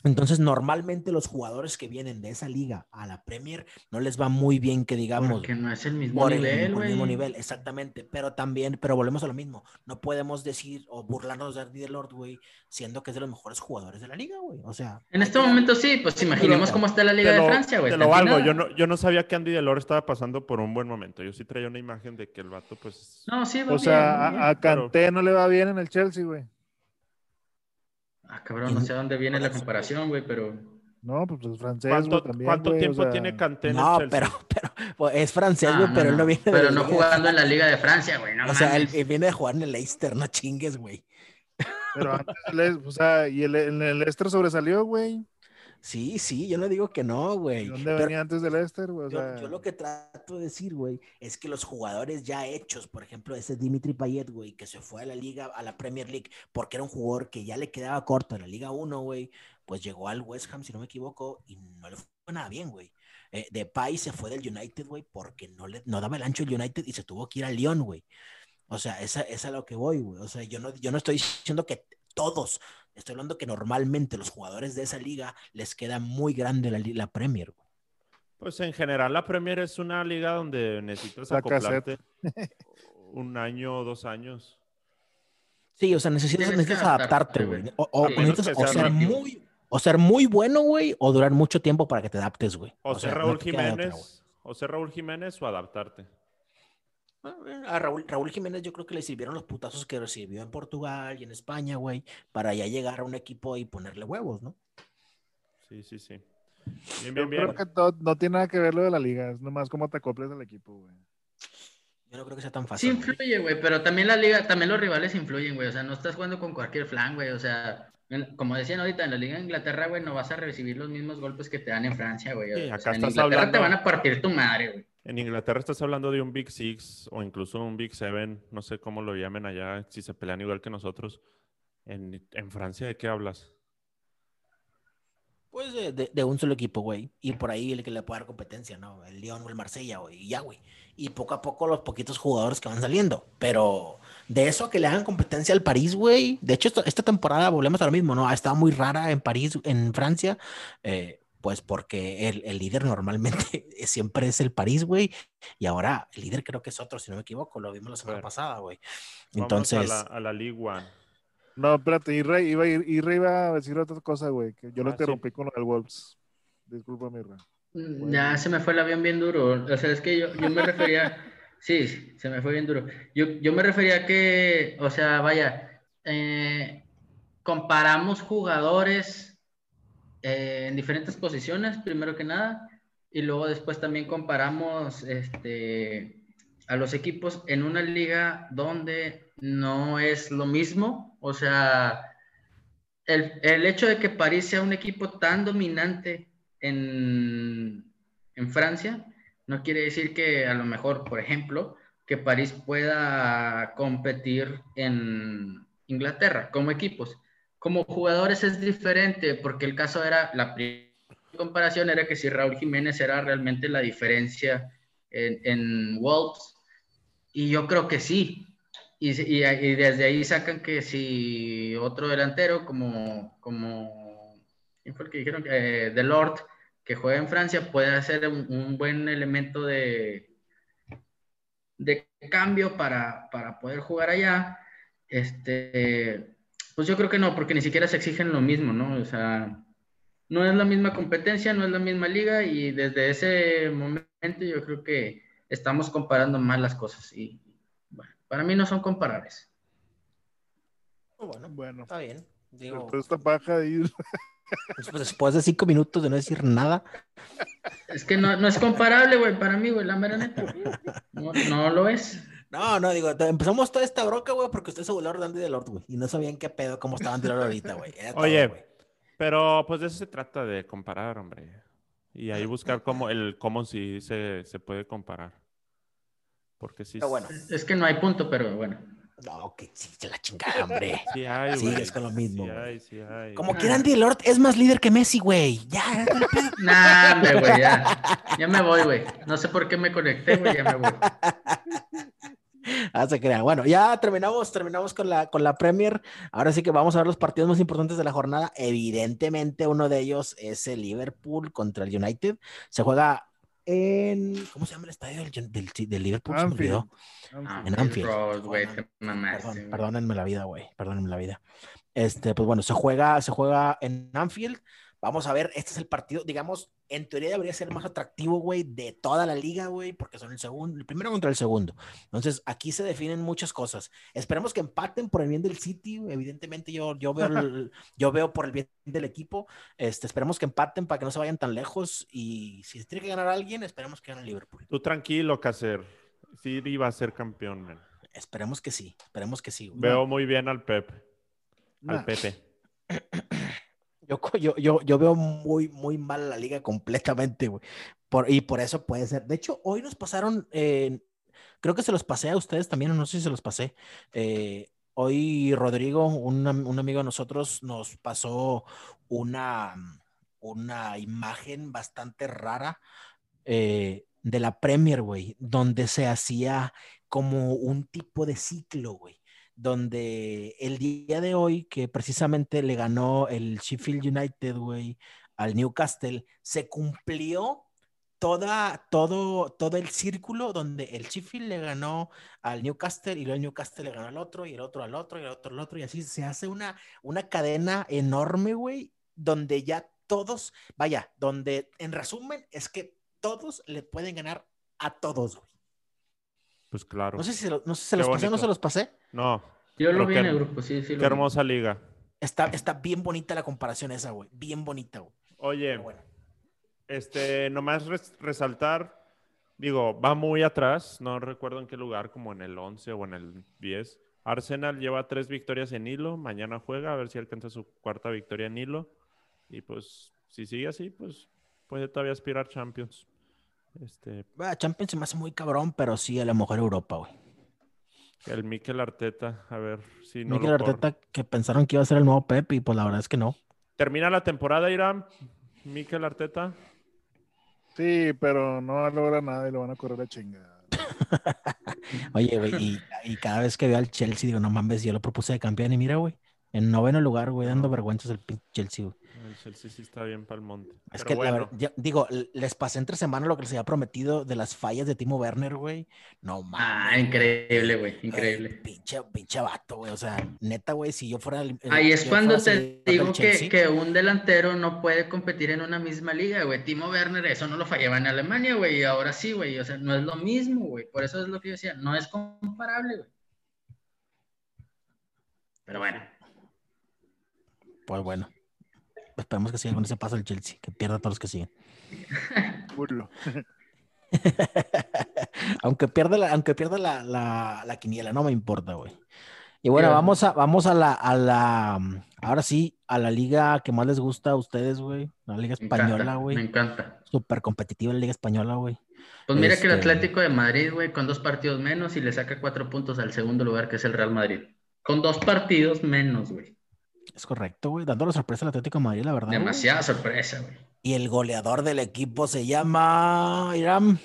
Speaker 1: Entonces, normalmente los jugadores que vienen de esa liga a la Premier no les va muy bien que digamos
Speaker 2: Porque no es el mismo
Speaker 1: por el,
Speaker 2: nivel,
Speaker 1: por el
Speaker 2: güey.
Speaker 1: mismo nivel, exactamente. Pero también, pero volvemos a lo mismo. No podemos decir o burlarnos de Andy Lord, güey, siendo que es de los mejores jugadores de la liga, güey. O sea,
Speaker 2: En este momento sí, pues imaginemos cómo está la Liga
Speaker 3: te
Speaker 2: de
Speaker 3: lo,
Speaker 2: Francia, güey.
Speaker 3: te
Speaker 2: está
Speaker 3: lo valgo.
Speaker 2: empinada.
Speaker 3: Yo no, yo no sabía que Andy Delor estaba pasando por un buen momento. Yo sí traía una imagen de que el vato, pues.
Speaker 2: No, sí, va
Speaker 4: O sea,
Speaker 2: bien, va
Speaker 4: a, a
Speaker 3: pero-
Speaker 4: Kanté no le va bien en el Chelsea, güey.
Speaker 2: bien. Ah, cabrón, no sé dónde viene la comparación, güey, pero...
Speaker 4: No, pues los franceses
Speaker 3: ¿Cuánto,
Speaker 4: también,
Speaker 3: cuánto
Speaker 4: güey, o
Speaker 3: tiempo
Speaker 4: sea,
Speaker 3: tiene Kanté en el
Speaker 1: no,
Speaker 3: Chelsea?
Speaker 1: pero, pero pues, es francés,
Speaker 2: Ah,
Speaker 1: güey, pero él no viene de
Speaker 2: pero
Speaker 1: la
Speaker 2: no
Speaker 1: liga.
Speaker 2: jugando en la Liga de Francia, güey. No
Speaker 1: O sea, él,
Speaker 2: mames.
Speaker 1: él viene de jugar en el Leicester, no chingues, güey.
Speaker 4: Pero antes, le- o sea, y el, el, el Leicester sobresalió, güey.
Speaker 1: Sí, sí, yo no digo que no,
Speaker 4: ¿De
Speaker 1: güey.
Speaker 4: ¿Dónde
Speaker 1: Pero-
Speaker 4: venía antes del Leicester, güey? O
Speaker 1: Yo,
Speaker 4: sea,
Speaker 1: yo lo que trato de decir, güey, es que los jugadores ya hechos, por ejemplo, ese Dimitri Payet, güey, que se fue a la liga, a la Premier League, porque era un jugador que ya le quedaba corto en la Liga 1, güey, pues llegó al West Ham, si no me equivoco, y no le fue nada bien, güey. Eh, Depay se fue del United, güey, porque no le no daba el ancho el United y se tuvo que ir al Lyon, güey. O sea, esa, esa es a lo que voy, güey. O sea, yo no, yo no estoy diciendo que todos, estoy hablando que normalmente los jugadores de esa liga les queda muy grande la, li- la Premier, güey.
Speaker 3: Pues en general la Premier es una liga donde necesitas
Speaker 4: La
Speaker 3: acoplarte
Speaker 4: cassette.
Speaker 3: un año o dos años.
Speaker 1: Sí, o sea, necesitas,
Speaker 2: Tienes que
Speaker 1: necesitas adaptarte,
Speaker 2: adaptarte,
Speaker 1: güey.
Speaker 2: güey.
Speaker 1: O, o-
Speaker 2: A
Speaker 1: o
Speaker 2: menos
Speaker 1: necesitas
Speaker 3: que
Speaker 1: o
Speaker 3: seas
Speaker 1: ser
Speaker 2: rápido.
Speaker 1: muy, o ser muy bueno, güey, o durar mucho tiempo para que te adaptes, güey.
Speaker 3: O, ser
Speaker 1: sea, no
Speaker 3: Raúl
Speaker 1: te queda de otra,
Speaker 3: Jiménez, o ser Raúl Jiménez o adaptarte.
Speaker 1: güey. Ah, eh, A Raúl, Raúl Jiménez yo creo que le sirvieron los putazos que recibió en Portugal y en España, güey, para ya llegar a un equipo y ponerle huevos, ¿no?
Speaker 3: Sí, sí, sí. Bien,
Speaker 4: yo
Speaker 3: bien, bien.
Speaker 4: creo que todo- no tiene nada que ver lo de la liga. Es nomás cómo te acoples al equipo, güey.
Speaker 1: Yo no creo que sea tan
Speaker 2: Sí
Speaker 1: fácil. güey.
Speaker 2: influye, güey, pero también la liga, también los rivales influyen, güey. O sea, no estás jugando con cualquier flan, güey. O sea, en- como decían ahorita, en la Liga de Inglaterra, güey, no vas a recibir los mismos golpes que te dan en Francia, güey.
Speaker 3: Sí,
Speaker 2: O sea,
Speaker 3: acá
Speaker 2: en
Speaker 3: estás
Speaker 2: Inglaterra
Speaker 3: hablando-
Speaker 2: te van a partir tu madre, güey.
Speaker 3: En Inglaterra estás hablando de un Big Six o incluso un Big Seven, no sé cómo lo llamen allá, si se pelean igual que nosotros. En, en Francia, ¿de qué hablas?
Speaker 1: Pues de, de- de un solo equipo, güey. Y por ahí el que le puede dar competencia, ¿no? El León o el Marsella, güey. Y ya, güey. Y poco a poco los poquitos jugadores que van saliendo. Pero de eso a que le hagan competencia al París, güey. De hecho, esto- esta temporada, volvemos a lo mismo, ¿no? Ha estado muy rara en París, en Francia. eh, pues porque el, el líder normalmente siempre es el París, güey. Y ahora el líder creo que es otro, si no me equivoco. Lo vimos la semana
Speaker 3: ver.
Speaker 1: pasada, güey.
Speaker 3: Vámonos
Speaker 1: Entonces...
Speaker 3: A la, a la Liga.
Speaker 4: No, espérate, Irra iba, a ir- Irra iba a decir otra cosa, güey. Que yo lo
Speaker 3: Ah, sí.
Speaker 4: interrumpí con lo del Wolves. Disculpa, Irra.
Speaker 2: Mm, Ya se me fue el avión bien duro. O sea, es que yo, yo me refería. Sí, se me fue bien duro. Yo, yo me refería que, o sea, vaya, eh, comparamos jugadores eh, en diferentes posiciones, primero que nada, Y luego después también comparamos este, a los equipos en una liga donde no es lo mismo. O sea, el, el hecho de que París sea un equipo tan dominante en, en Francia no quiere decir que a lo mejor, por ejemplo, que París pueda competir en Inglaterra como equipos. Como jugadores es diferente porque el caso era la primera comparación era que si Raúl Jiménez era realmente la diferencia en, en Wolves, y yo creo que sí. Y, y, y, desde ahí sacan que si otro delantero como, como ¿quién fue el que dijeron? Eh, The Lord, que juega en Francia, puede ser un, un buen elemento de, de cambio para, para poder jugar allá. Este, pues yo creo que no, porque ni siquiera se exigen lo mismo, ¿no? O sea, no es la misma competencia, no es la misma liga y desde ese momento yo creo que estamos comparando más las cosas y bueno, para mí no son comparables.
Speaker 1: pues,
Speaker 2: Ah,
Speaker 1: Bueno,
Speaker 4: Bueno.
Speaker 1: está bien. Ah, Digo,
Speaker 4: Pero esta paja de ir.
Speaker 1: pues, después de cinco minutos de no decir nada,
Speaker 2: Es que no, no es comparable, güey, para mí, güey, la mera neta. No, no lo es.
Speaker 1: No, no, digo, te- empezamos toda esta broca, güey, porque usted se voló de Andy Delort, güey. Y no sabían qué pedo, cómo estaba Andy Delort ahorita, güey. Era todo,
Speaker 3: Oye.
Speaker 1: güey.
Speaker 3: Pero pues de eso se trata de comparar, hombre. Y ahí buscar cómo, el, cómo sí se, se puede comparar. Porque sí,
Speaker 1: Pero bueno,
Speaker 3: pues,
Speaker 2: Es que no hay punto, pero bueno.
Speaker 1: no, que sí, se la chingada, hombre.
Speaker 3: sí hay, güey.
Speaker 1: Sigues con lo mismo,
Speaker 3: Sí
Speaker 1: güey.
Speaker 3: hay, sí hay.
Speaker 1: Como quiera Andy Delort es más líder que Messi, güey. Ya, no le pedo.
Speaker 2: Nah, hombre, güey, ya. Ya me voy, güey. No sé por qué me conecté, güey, ya me voy.
Speaker 1: Ah, se crea. Bueno, ya terminamos, terminamos con la, con la Premier. Ahora sí que vamos a ver los partidos más importantes de la jornada. Evidentemente, uno de ellos es el Liverpool contra el United. Se juega en. ¿Cómo se llama el estadio del, del, del Liverpool? Se me
Speaker 4: Anfield.
Speaker 1: olvidó.
Speaker 2: Ah,
Speaker 1: En Anfield.
Speaker 2: Road, güey, te mamaste,
Speaker 1: Perdón,
Speaker 2: güey.
Speaker 1: perdónenme la vida, güey. Perdónenme la vida. Este, pues bueno, se juega, se juega en Anfield. Vamos a ver, este es el partido, digamos, en teoría debería ser el más atractivo, güey, de toda la liga, güey, porque son el segundo, el primero contra el segundo. Entonces, aquí se definen muchas cosas. Esperemos que empaten por el bien del City, evidentemente yo, yo, veo, el- yo veo por el bien del equipo. Este, esperemos que empaten para que no se vayan tan lejos y si tiene que ganar alguien, esperemos que gane Liverpool.
Speaker 3: Tú tranquilo, Cacer. Sí iba a ser campeón. men.
Speaker 1: Esperemos que sí, esperemos que sí. güey.
Speaker 3: Veo muy bien al Pep. Al
Speaker 4: Nah.
Speaker 3: Pepe.
Speaker 1: Yo, co- yo, yo, yo veo muy, muy mal la liga completamente, güey. Por, y por eso puede ser. De hecho, hoy nos pasaron, eh, creo que se los pasé a ustedes también, o no sé si se los pasé. Eh, hoy Rodrigo, un, am- un amigo de nosotros, nos pasó una, una imagen bastante rara eh, de la Premier, güey, donde se hacía como un tipo de ciclo, güey donde el día de hoy, que precisamente le ganó el Sheffield United, güey, al Newcastle, se cumplió toda, todo, todo el círculo donde el Sheffield le ganó al Newcastle y luego el Newcastle le ganó al otro y el otro al otro y el otro al otro y así se hace una, una cadena enorme, güey, donde ya todos, vaya, donde en resumen es que todos le pueden ganar a todos, güey.
Speaker 3: Pues claro.
Speaker 1: No sé si se, lo- no sé si se
Speaker 3: Qué
Speaker 1: los pasé o no
Speaker 3: bonito.
Speaker 1: se los pasé.
Speaker 3: No,
Speaker 2: Yo
Speaker 3: Pero
Speaker 2: lo vi en
Speaker 3: qué-
Speaker 2: el grupo, sí, sí. lo
Speaker 3: qué
Speaker 2: vi.
Speaker 3: hermosa liga.
Speaker 1: Está, está bien bonita la comparación esa, güey. Bien bonita, güey.
Speaker 3: Oye,
Speaker 1: Pero bueno.
Speaker 3: Este, nomás res- resaltar, digo, va muy atrás, no recuerdo en qué lugar, como en el 11 o en el 10. Arsenal lleva tres victorias en hilo, mañana juega, a ver si alcanza su cuarta victoria en hilo. Y pues, si sigue así, pues puede todavía aspirar Champions. Este,
Speaker 1: Ah, Champions se me hace muy cabrón, pero sí, a lo mejor Europa, güey.
Speaker 3: el Mikel Arteta, a ver si no.
Speaker 1: Mikel
Speaker 3: lo corre.
Speaker 1: Arteta, que pensaron que iba a ser el nuevo Pep, y pues la verdad es que no.
Speaker 3: Termina la temporada, Irán. Mikel Arteta.
Speaker 4: Sí, pero no logra nada y lo van a correr a chingada.
Speaker 1: Oye, güey, y, y cada vez que veo al Chelsea, digo, no mames, yo lo propuse de campeón, y mira, güey, en noveno lugar, güey, dando vergüenzas el pinche Chelsea, güey.
Speaker 3: El Chelsea sí está bien para el monte.
Speaker 1: Es
Speaker 3: Pero
Speaker 1: que, la
Speaker 3: bueno.
Speaker 1: verdad, ya- digo, l- les pasé entre semana lo que les había prometido de las fallas de Timo Werner, güey. No mames.
Speaker 2: Ah, increíble, güey,
Speaker 1: güey,
Speaker 2: increíble.
Speaker 1: Pinche, pinche vato, güey. O sea, neta, güey, si yo fuera el. el-
Speaker 2: Ahí es
Speaker 1: yo
Speaker 2: cuando
Speaker 1: fuera seguidor
Speaker 2: te
Speaker 1: del
Speaker 2: digo que,
Speaker 1: Chelsea-
Speaker 2: que un delantero no puede competir en una misma liga, güey. Timo Werner, eso no lo fallaba en Alemania, güey, y ahora sí, güey. O sea, no es lo mismo, güey. Por eso es lo que yo decía, no es comparable, güey. Pero bueno,
Speaker 1: Pues bueno. Esperemos que siga con ese paso el Chelsea, que pierda a todos los que siguen.
Speaker 4: Culo.
Speaker 1: aunque pierda la, aunque pierda la, la, la quiniela, no me importa, güey. Y bueno,
Speaker 2: Sí,
Speaker 1: vamos a, vamos a la, a la, ahora sí, a la liga que más les gusta a ustedes, güey. La liga
Speaker 2: Me encanta,
Speaker 1: española,
Speaker 2: Me
Speaker 1: güey.
Speaker 2: encanta.
Speaker 1: Súper competitiva la liga española, güey.
Speaker 2: Pues mira que el
Speaker 1: Este-
Speaker 2: Atlético de Madrid, güey, con dos partidos menos y le saca cuatro puntos al segundo lugar, que es el Real Madrid. Con dos partidos menos, güey.
Speaker 1: Es correcto, güey. Dando la sorpresa al Atlético de Madrid, la verdad. güey.
Speaker 2: Demasiada sorpresa, güey.
Speaker 1: Y el goleador del equipo se llama Iram.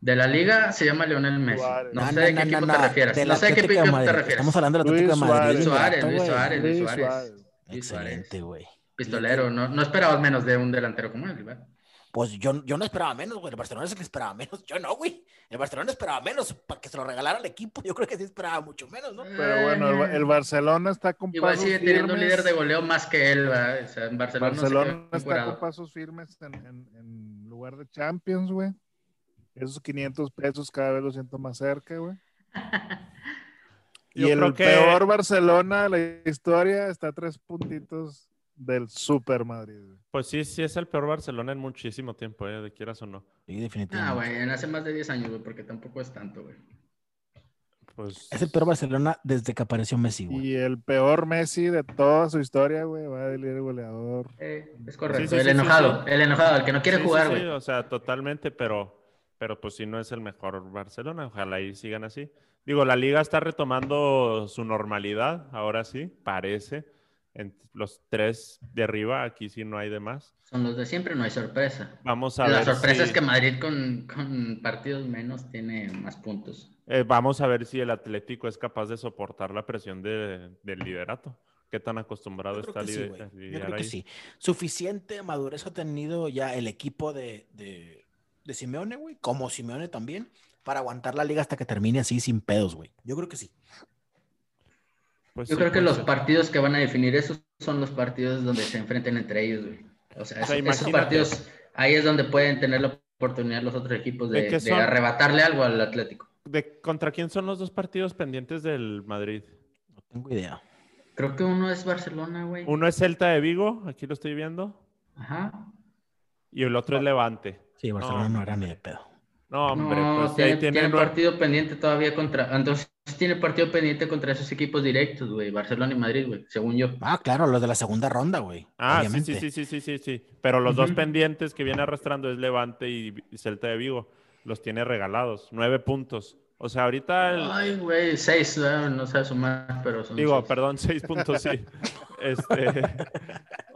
Speaker 2: De la liga se llama Leonel Messi.
Speaker 4: Suárez.
Speaker 2: No
Speaker 1: Na,
Speaker 2: sé
Speaker 1: na,
Speaker 2: de
Speaker 1: na,
Speaker 2: qué equipo
Speaker 1: na,
Speaker 2: te
Speaker 1: na,
Speaker 2: refieres.
Speaker 1: del
Speaker 2: No sé de qué
Speaker 1: Atlético de
Speaker 2: equipo te
Speaker 1: Madrid.
Speaker 2: refieres.
Speaker 1: Estamos hablando del
Speaker 4: Luis
Speaker 1: Atlético de Madrid.
Speaker 4: Suárez.
Speaker 1: el
Speaker 2: Suárez,
Speaker 1: vato,
Speaker 2: Luis
Speaker 1: güey.
Speaker 2: Suárez, Luis
Speaker 4: Luis
Speaker 2: Suárez.
Speaker 4: Suárez.
Speaker 2: Luis
Speaker 1: Excelente, güey.
Speaker 2: Pistolero, no, no esperabas menos de un delantero como él, güey.
Speaker 1: Pues yo, yo no esperaba menos, güey. El Barcelona es el que esperaba menos. Yo no, güey. El Barcelona esperaba menos para que se lo regalara al equipo. Yo creo que sí esperaba mucho menos, ¿no?
Speaker 4: Pero bueno, el, Ba- el Barcelona está con
Speaker 2: Ah, Igual
Speaker 4: pasos
Speaker 2: sigue teniendo un
Speaker 4: firmes.
Speaker 2: líder de goleo más que él, ¿verdad? O sea, en Barcelona, no se
Speaker 4: Barcelona
Speaker 2: quedó
Speaker 4: está
Speaker 2: encuerado.
Speaker 4: con pasos firmes en, en- en lugar de Champions, güey. Esos 500 pesos cada vez lo siento más cerca, güey. Y
Speaker 3: Yo creo
Speaker 4: el
Speaker 3: que-
Speaker 4: peor Barcelona de la historia está a tres puntitos del Super Madrid. güey.
Speaker 3: Pues sí, sí es el peor Barcelona en muchísimo tiempo, eh, de quieras o no.
Speaker 1: Sí,
Speaker 2: Ah,
Speaker 1: definitivamente.
Speaker 2: güey, en hace más de 10 años, güey, porque tampoco es tanto, güey.
Speaker 3: Pues,
Speaker 1: es el peor Barcelona desde que apareció Messi, güey.
Speaker 4: Y el peor Messi de toda su historia, güey, va a líder goleador.
Speaker 2: Eh, es correcto.
Speaker 3: Sí, sí,
Speaker 2: el
Speaker 3: sí, sí,
Speaker 2: enojado,
Speaker 3: sí.
Speaker 2: el enojado, el que no quiere
Speaker 3: Sí, sí,
Speaker 2: jugar,
Speaker 3: sí,
Speaker 2: güey.
Speaker 3: o sea, totalmente, pero, pero pues sí no es el mejor Barcelona. Ojalá y sigan así. Digo, la liga está retomando su normalidad, ahora sí, parece. En los tres de arriba, aquí sí no hay de más.
Speaker 2: Son los de siempre, no hay sorpresa.
Speaker 3: Vamos a
Speaker 2: La
Speaker 3: ver.
Speaker 2: sorpresa
Speaker 3: si-
Speaker 2: es que Madrid con, con partidos menos tiene más puntos.
Speaker 3: eh, vamos a ver si el Atlético es capaz de soportar la presión de- del liderato. ¿Qué tan acostumbrado
Speaker 1: Yo creo que
Speaker 3: está a
Speaker 1: sí,
Speaker 3: lider-
Speaker 1: güey.
Speaker 3: a
Speaker 1: Yo
Speaker 3: liderar
Speaker 1: creo que
Speaker 3: ahí?
Speaker 1: sí. Suficiente madurez ha tenido ya el equipo de, de, de Simeone, güey, como Simeone también, para aguantar la liga hasta que termine así sin pedos, güey. Yo creo que sí.
Speaker 3: Pues
Speaker 2: Yo
Speaker 3: sí,
Speaker 2: creo que
Speaker 3: puede
Speaker 2: los
Speaker 3: ser.
Speaker 2: partidos que van a definir eso son los partidos donde se enfrenten entre ellos, güey. O sea,
Speaker 3: O sea,
Speaker 2: esos- esos,
Speaker 3: imagínate.
Speaker 2: partidos, ahí es donde pueden tener la oportunidad los otros equipos
Speaker 3: ¿De
Speaker 2: de,
Speaker 3: qué
Speaker 2: de
Speaker 3: son?
Speaker 2: arrebatarle algo al Atlético.
Speaker 3: ¿De ¿Contra quién son los dos partidos pendientes del Madrid?
Speaker 1: No tengo idea.
Speaker 2: Creo que uno es Barcelona, güey.
Speaker 3: Uno es Celta de Vigo, aquí lo estoy viendo,
Speaker 2: Ajá.
Speaker 3: y el otro es Levante.
Speaker 1: Sí, Barcelona no, era ni de pedo.
Speaker 3: No, hombre,
Speaker 2: no,
Speaker 3: pues
Speaker 2: tiene,
Speaker 3: ahí tiene,
Speaker 2: tiene
Speaker 3: nue-
Speaker 2: partido pendiente todavía contra. Entonces tiene partido pendiente contra esos equipos directos, güey. Barcelona y Madrid, güey, según yo.
Speaker 1: Ah, claro, los de la segunda ronda, güey.
Speaker 3: Ah, sí,
Speaker 1: obviamente.
Speaker 3: sí, sí, sí, sí, sí, sí. Pero los dos
Speaker 2: Ujú.
Speaker 3: pendientes que viene arrastrando es Levante y y Celta de Vigo. Los tiene regalados, nueve puntos. O sea, ahorita, el-
Speaker 2: Ay, güey, seis, ¿verdad? no sé sumar, pero son.
Speaker 3: digo,
Speaker 2: seis.
Speaker 3: perdón, seis puntos, sí. Este,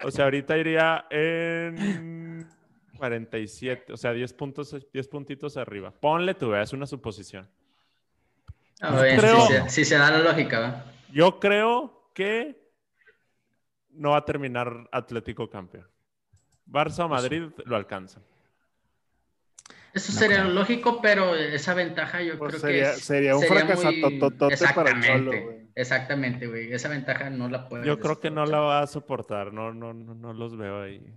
Speaker 3: o sea, ahorita iría en 47, o sea, 10 puntos, 10 puntitos arriba. Ponle tú, es una suposición.
Speaker 2: Ah,
Speaker 1: yo
Speaker 2: bien,
Speaker 3: creo-
Speaker 2: si, se, si se da la lógica, ¿verdad?
Speaker 3: Yo creo que no va a terminar Atlético campeón. Barça o Madrid lo alcanzan.
Speaker 2: Eso
Speaker 1: No
Speaker 2: sería
Speaker 1: creo.
Speaker 2: lógico, pero esa ventaja yo
Speaker 4: Pues
Speaker 2: creo
Speaker 4: sería,
Speaker 2: que es-
Speaker 4: sería un
Speaker 2: sería muy-
Speaker 4: fracasototote para el Cholo, güey.
Speaker 2: Exactamente, exactamente, güey. Esa ventaja no la puedes.
Speaker 3: Yo creo que no la
Speaker 2: desaprovechar.
Speaker 3: va a soportar, no, no, no, no los veo ahí.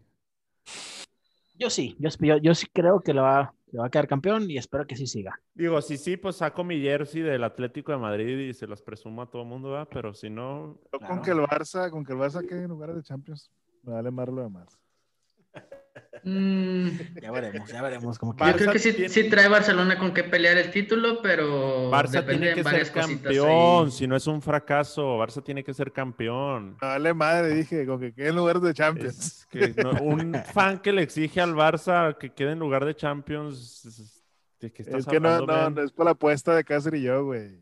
Speaker 1: Yo sí, yo, yo, yo sí creo que le va, le va a quedar campeón y espero que sí siga.
Speaker 3: Digo, si sí, pues saco mi jersey del Atlético de Madrid y se las presumo a todo el mundo, ¿verdad? pero si no,
Speaker 4: Yo
Speaker 1: Claro.
Speaker 4: Con que el Barça, con que el Barça quede en lugar de Champions, me vale más lo demás.
Speaker 2: Mm,
Speaker 1: Ya veremos, ya veremos cómo
Speaker 3: Barça
Speaker 2: yo creo que sí,
Speaker 3: tiene-
Speaker 2: sí trae Barcelona con qué pelear el título, pero
Speaker 3: Barça tiene
Speaker 2: depende
Speaker 3: que
Speaker 2: de
Speaker 3: ser
Speaker 2: varias cositas. ahí.
Speaker 3: campeón, si no es un fracaso, Barça tiene que ser campeón.
Speaker 4: Me vale madre, dije, con que quede en lugar de Champions.
Speaker 3: Es que no- un fan que le exige al Barça que quede en lugar de Champions, es- ¿de qué
Speaker 4: Es,
Speaker 3: estás
Speaker 4: que no,
Speaker 3: hablando,
Speaker 4: no,
Speaker 3: Ben?
Speaker 4: no es por la apuesta de Cáceres y yo, güey.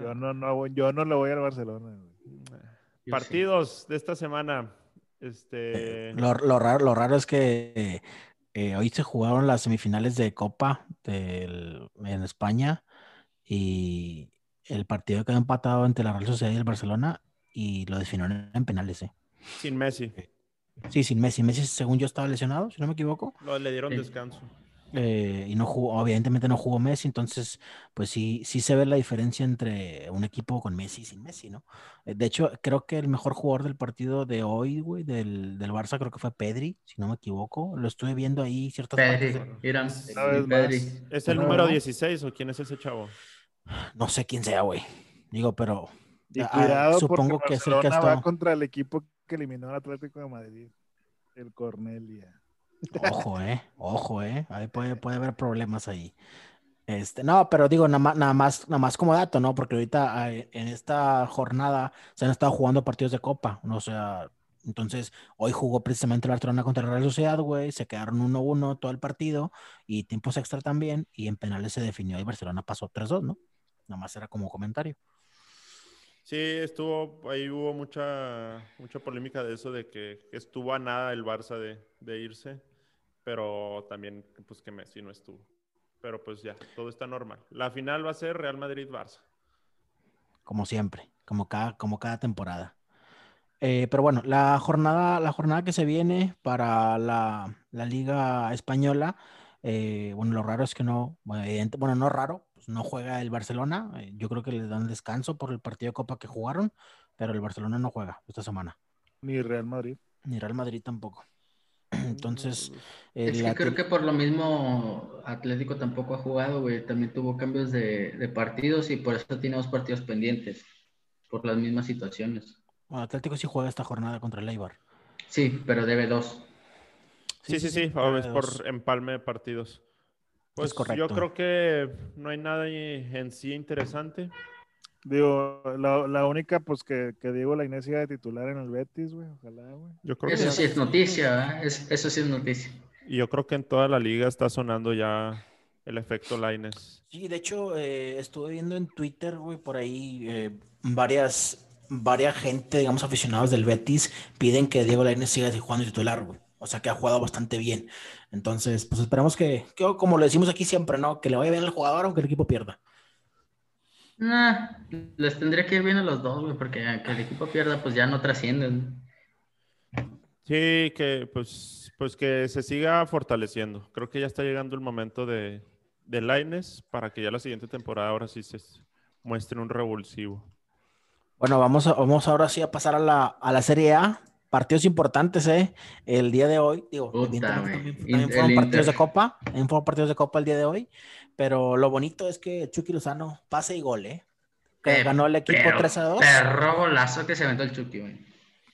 Speaker 4: Yo
Speaker 3: Ah.
Speaker 4: no, no, yo no le voy al Barcelona, güey.
Speaker 2: Yo
Speaker 3: Partidos de esta semana. Este.
Speaker 1: Lo, lo raro, lo raro es que eh, hoy se jugaron las semifinales de Copa del- en España y el partido quedó empatado entre la Real Sociedad y el Barcelona y lo definieron en penales. eh.
Speaker 3: Sin Messi.
Speaker 1: Sí, sin Messi. Messi, según yo, estaba lesionado, si no me equivoco,
Speaker 3: No, le dieron
Speaker 2: Sí.
Speaker 3: descanso.
Speaker 1: eh, y no jugó, evidentemente no jugó Messi, entonces, pues sí, sí se ve la diferencia entre un equipo con Messi y sin Messi, ¿no? Eh, De hecho, creo que el mejor jugador del partido de hoy, güey, del, del Barça, creo que fue Pedri, si no me equivoco. Lo estuve viendo ahí ciertas partes.
Speaker 2: Pedri,
Speaker 1: de-
Speaker 2: Irán,
Speaker 4: Una vez
Speaker 2: y Pedri.
Speaker 4: más.
Speaker 3: ¿Es el
Speaker 1: No.
Speaker 3: número 16 o quién es ese chavo?
Speaker 1: No sé quién sea, güey. Digo, pero
Speaker 4: Y
Speaker 1: Ah,
Speaker 4: cuidado
Speaker 1: supongo
Speaker 4: porque
Speaker 1: que es el que
Speaker 4: Barcelona
Speaker 1: ha estado-
Speaker 4: va contra el equipo que eliminó al Atlético de Madrid, el Cornelia.
Speaker 1: Ojo, eh. Ojo, eh. Ahí puede, puede haber problemas ahí. Este, no, pero digo, nada más, nada más, nada más como dato, ¿no? Porque ahorita eh, en esta jornada se han estado jugando partidos de copa, ¿no? o sea, entonces hoy jugó precisamente el Barcelona contra la Real Sociedad, güey, se quedaron 1-1 todo el partido y tiempos extra también y en penales se definió y Barcelona pasó 3-2, ¿no? Nada más era como comentario.
Speaker 3: Sí, estuvo, ahí hubo mucha, mucha polémica de eso, de que estuvo a nada el Barça de, de irse, pero también pues que Messi no estuvo. Pero pues ya, todo está normal. La final va a ser Real Madrid-Barça.
Speaker 1: Como siempre, como cada, como cada temporada. Eh, pero bueno, la jornada, la jornada que se viene para la, la Liga Española, eh, bueno, lo raro es que no, bueno, evidente- bueno, no raro, pues no juega el Barcelona. eh, Yo creo que le dan descanso por el partido de Copa que jugaron, pero el Barcelona no juega esta semana,
Speaker 4: Ni Real Madrid.
Speaker 1: ni Real Madrid tampoco. Entonces, eh,
Speaker 2: Es
Speaker 1: la
Speaker 2: que creo
Speaker 1: Atl-
Speaker 2: que por lo mismo Atlético tampoco ha jugado, güey. También tuvo cambios de, de partidos y por eso tiene dos partidos pendientes. Por las mismas situaciones.
Speaker 1: bueno, Atlético sí juega esta jornada contra el Eibar.
Speaker 2: Sí, pero debe dos.
Speaker 3: Sí, sí, Ah, sí,
Speaker 1: juega
Speaker 3: es
Speaker 1: de dos.
Speaker 3: por empalme de partidos. Pues
Speaker 1: correcto.
Speaker 3: yo creo que no hay nada ahí en sí interesante.
Speaker 4: Digo, la, la única, pues, que, que Diego La Inés iba de titular en el Betis, güey. Ojalá, güey.
Speaker 3: Yo creo
Speaker 2: Eso
Speaker 3: que,
Speaker 2: sí es noticia, ¿verdad? Es- eso sí es noticia.
Speaker 3: y yo creo que en toda la liga está sonando ya el efecto Lines.
Speaker 1: Sí, de hecho, eh, estuve viendo en Twitter, güey, por ahí eh, varias, varias gente, digamos, aficionados del Betis, piden que Diego Lainez siga jugando titular, güey. O sea, que ha jugado bastante bien. Entonces, pues esperamos que, que, como lo decimos aquí siempre, ¿no? Que le vaya bien al jugador aunque el equipo pierda.
Speaker 2: Nah, les tendría que ir bien a los dos, güey, porque aunque el equipo pierda, pues ya no trascienden.
Speaker 3: Sí, que pues, pues que se siga fortaleciendo. Creo que ya está llegando el momento de, de Lines para que ya la siguiente temporada ahora sí se s- muestre un revulsivo.
Speaker 1: Bueno, vamos, a- vamos ahora sí a pasar a la, a la Serie A. Partidos importantes, ¿eh? El día de hoy, digo,
Speaker 2: Puta,
Speaker 1: evidentemente
Speaker 2: güey.
Speaker 1: también,
Speaker 2: In-
Speaker 1: también
Speaker 2: el
Speaker 1: fueron partidos
Speaker 2: Inter.
Speaker 1: de Copa, también fueron partidos de Copa el día de hoy, pero lo bonito es que Chucky Lozano pase y gol, ¿eh? Que
Speaker 2: Eh,
Speaker 1: ganó el equipo 3 a 2,
Speaker 2: Perro golazo que se aventó el Chucky, güey.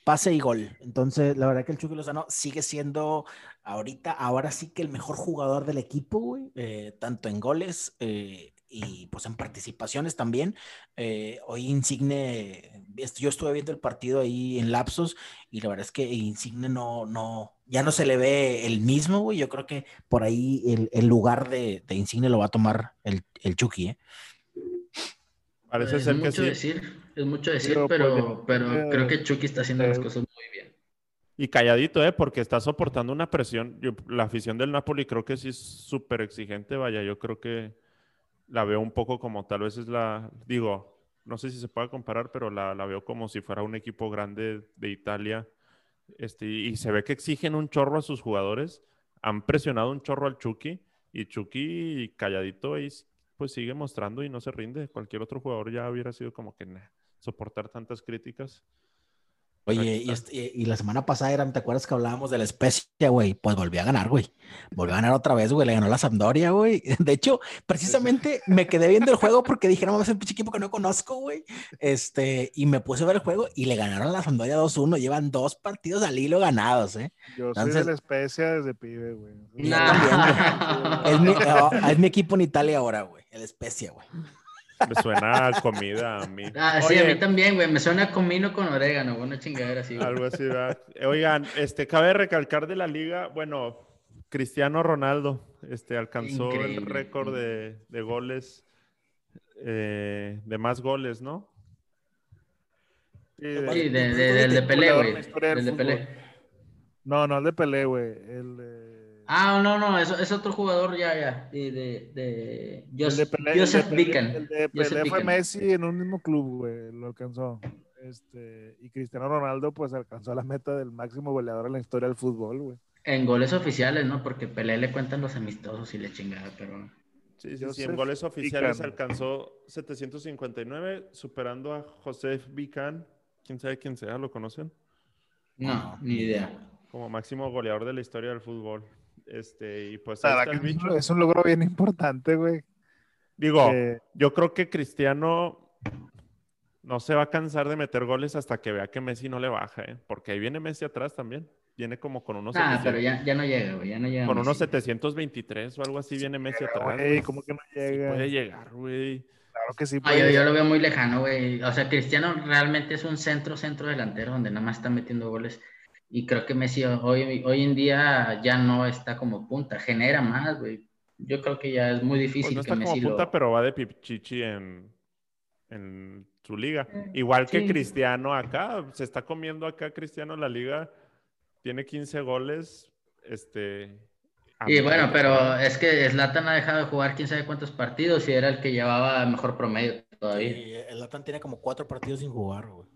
Speaker 1: pase y gol. Entonces, la verdad que el Chucky Lozano sigue siendo ahorita, ahora sí que el mejor jugador del equipo, güey, eh, tanto en goles eh, y pues en participaciones también. Eh, hoy Insigne, est- yo estuve viendo el partido ahí en lapsos y la verdad es que Insigne no, no, ya no se le ve el mismo, güey. Yo creo que por ahí el, el lugar de, de Insigne lo va a tomar el, el Chucky, ¿eh?
Speaker 3: Parece
Speaker 2: es
Speaker 3: ser
Speaker 2: Pues mucho
Speaker 3: que sí.
Speaker 2: decir, es mucho decir,
Speaker 4: Pero,
Speaker 2: pero,
Speaker 4: pues,
Speaker 2: pero
Speaker 4: eh,
Speaker 2: creo que Chucky está haciendo
Speaker 4: eh,
Speaker 2: las cosas muy bien.
Speaker 3: Y calladito, ¿eh? Porque está soportando una presión. Yo- la afición del Napoli creo que sí es súper exigente. Vaya, yo creo que la veo un poco como tal vez es la... Digo, no sé si se puede comparar, pero la, la veo como si fuera un equipo grande de Italia. Este, y se ve que exigen un chorro a sus jugadores. Han presionado un chorro al Chucky. Y Chucky calladito ahí pues sigue mostrando y no se rinde. Cualquier otro jugador ya hubiera sido como que nah, soportar tantas críticas. Pero
Speaker 1: Oye,
Speaker 3: aquí
Speaker 1: y,
Speaker 3: está.
Speaker 1: este- y- y la semana pasada eran, ¿te acuerdas que hablábamos de la especie, güey? Pues volví a ganar, güey. Volví a ganar otra vez, güey. Le ganó la Sampdoria, güey. De hecho, precisamente me quedé viendo el juego porque dije, no mames, es un pinche equipo que no conozco, güey. Este, y me puse a ver el juego y le ganaron a la Sampdoria 2-1. Llevan dos partidos al hilo ganados, ¿eh?
Speaker 4: Yo soy
Speaker 1: Entonces-
Speaker 4: de la especia desde pibe, güey.
Speaker 1: Yo
Speaker 2: Nah.
Speaker 1: Es mi, oh, es mi equipo en Italia ahora, güey. El especie, güey.
Speaker 3: Me suena a comida a mí.
Speaker 2: Ah, sí, a
Speaker 3: Oye,
Speaker 2: mí también, güey. Me suena comino con orégano, güey, una chingadera así. güey.
Speaker 3: Algo así, ¿verdad? Oigan, este, cabe recalcar de la liga, bueno, Cristiano Ronaldo este, alcanzó el
Speaker 2: Increíble.
Speaker 3: récord de, de goles, eh, de más goles, ¿no?
Speaker 2: Sí, de, de- del de Pelé, güey. Del de Pelé.
Speaker 4: No, no, el de Pelé, güey. El de...
Speaker 2: Ah, no, no, es, es otro jugador ya, ya. De, de, de...
Speaker 4: el de
Speaker 2: Joseph,
Speaker 4: Pelé, el de
Speaker 2: Joseph
Speaker 4: Pelé-
Speaker 2: Bican.
Speaker 4: el de
Speaker 2: Joseph
Speaker 4: Pelé fue
Speaker 2: Bican.
Speaker 4: Messi en un mismo club, güey. Lo alcanzó. Este, y Cristiano Ronaldo, pues, alcanzó la meta del máximo goleador en la historia del fútbol, güey.
Speaker 2: En goles oficiales, ¿no? Porque Pelé le cuentan los amistosos y la chingada, pero...
Speaker 3: Sí, sí, sí,
Speaker 4: Joseph
Speaker 3: en goles oficiales
Speaker 4: Bican.
Speaker 3: alcanzó 759, superando a Josef Bican, quién sabe quién sea, ¿lo conocen?
Speaker 2: No, ni idea.
Speaker 3: Como máximo goleador de la historia del fútbol. Este, y pues ahí
Speaker 4: Nada,
Speaker 3: está el
Speaker 4: que es
Speaker 3: bicho.
Speaker 4: un- es un logro bien importante, güey.
Speaker 3: Digo,
Speaker 4: que-
Speaker 3: Yo creo que Cristiano no se va a cansar de meter goles hasta que vea que Messi no le baja, ¿eh? porque ahí viene Messi atrás también. viene como con unos,
Speaker 2: Ah,
Speaker 3: 700
Speaker 2: pero ya, ya no llega, güey. Ya no llega.
Speaker 3: con
Speaker 2: Messi.
Speaker 3: unos 723 o algo así viene Messi atrás.
Speaker 4: Güey, ¿cómo que no
Speaker 2: pues,
Speaker 4: llega?
Speaker 3: Puede llegar, güey.
Speaker 4: Claro que sí. pues.
Speaker 2: No, Ah, yo,
Speaker 4: puede.
Speaker 3: Pues
Speaker 2: yo lo veo muy lejano, güey. O sea, Cristiano realmente es un centro, centro delantero donde nada más está metiendo goles. Y creo que Messi hoy, hoy en día ya no está como punta, genera más, güey. Yo creo que ya es muy
Speaker 3: Pues
Speaker 2: difícil que
Speaker 3: no está como
Speaker 2: Messi lo-
Speaker 3: punta, pero va de pichichi en, en su liga. Igual que
Speaker 2: Mm, sí.
Speaker 3: Cristiano acá, se está comiendo acá Cristiano la liga. Tiene 15 goles. Este. a
Speaker 2: Y
Speaker 3: mí-
Speaker 2: bueno, pero es que Zlatan ha dejado de jugar quién sabe cuántos partidos y era el que llevaba mejor promedio todavía.
Speaker 1: Y el Latan tiene como cuatro partidos sin jugar, güey.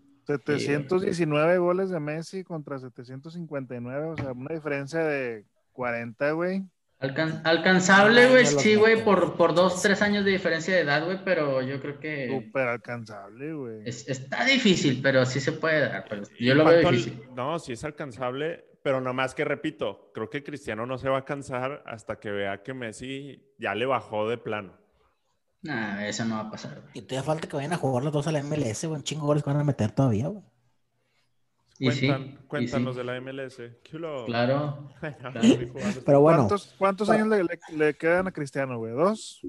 Speaker 4: 719 goles de Messi contra 759, o sea, una diferencia de 40, güey.
Speaker 2: Alcan-
Speaker 3: Ah,
Speaker 2: alcanzable, güey,
Speaker 1: Ya lo
Speaker 2: sí, güey,
Speaker 1: maté.
Speaker 2: por, por dos, tres años de diferencia de edad, güey, pero yo creo que
Speaker 4: Súper alcanzable, güey.
Speaker 2: es- está difícil, pero sí se puede dar. pero yo lo
Speaker 3: ¿Cuánto
Speaker 2: veo
Speaker 3: al-
Speaker 2: difícil.
Speaker 3: No, sí es alcanzable, pero nomás que repito, creo que Cristiano no se va a cansar hasta que vea que Messi ya le bajó de plano.
Speaker 2: Nah, eso no va a pasar. güey.
Speaker 1: Y todavía falta que vayan a jugar los dos a la MLS, güey. Un chingo de goles que van a meter todavía, güey.
Speaker 2: Y sí,
Speaker 3: Cuentan,
Speaker 2: y
Speaker 3: cuentan
Speaker 2: sí.
Speaker 3: los de la MLS. ¿Qué hubo?
Speaker 2: Claro.
Speaker 3: Estoy jugando.
Speaker 1: Pero bueno,
Speaker 4: ¿Cuántos, cuántos años le, le- le quedan a Cristiano, güey? ¿Dos?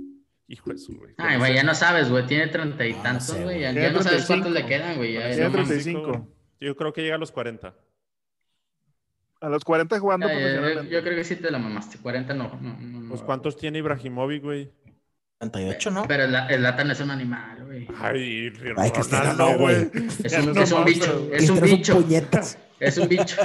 Speaker 3: Hijo de su güey.
Speaker 2: Ay, güey, ya no sabes, güey, tiene treinta y
Speaker 1: Ah, no
Speaker 2: tantos,
Speaker 1: sé,
Speaker 2: güey.
Speaker 1: güey.
Speaker 2: Ya,
Speaker 4: Tiene
Speaker 2: ya no sabes
Speaker 4: 35.
Speaker 2: cuántos le quedan, güey. ya-
Speaker 3: Parece
Speaker 2: ya
Speaker 4: Tiene
Speaker 2: no
Speaker 3: más.
Speaker 2: mames.
Speaker 4: 35.
Speaker 3: güey. Yo creo que llega a los 40.
Speaker 4: A los 40 jugando
Speaker 2: Ya, ya, Yo
Speaker 4: profesionalmente.
Speaker 2: yo creo que sí te la mamaste. 40 no. no, no, no.
Speaker 3: Pues ¿cuántos tiene Ibrahimovic, güey?
Speaker 1: 38, ¿no?
Speaker 2: Pero el, la- el Latan es un animal, güey.
Speaker 3: Ay,
Speaker 1: Ay, que está
Speaker 3: Ronaldo,
Speaker 1: ganado,
Speaker 3: güey.
Speaker 2: Es
Speaker 4: Ya
Speaker 2: un,
Speaker 4: no
Speaker 2: es un
Speaker 4: mames,
Speaker 2: bicho,
Speaker 4: güey.
Speaker 2: es un
Speaker 1: Este
Speaker 2: bicho,
Speaker 1: puñetas.
Speaker 2: es un bicho.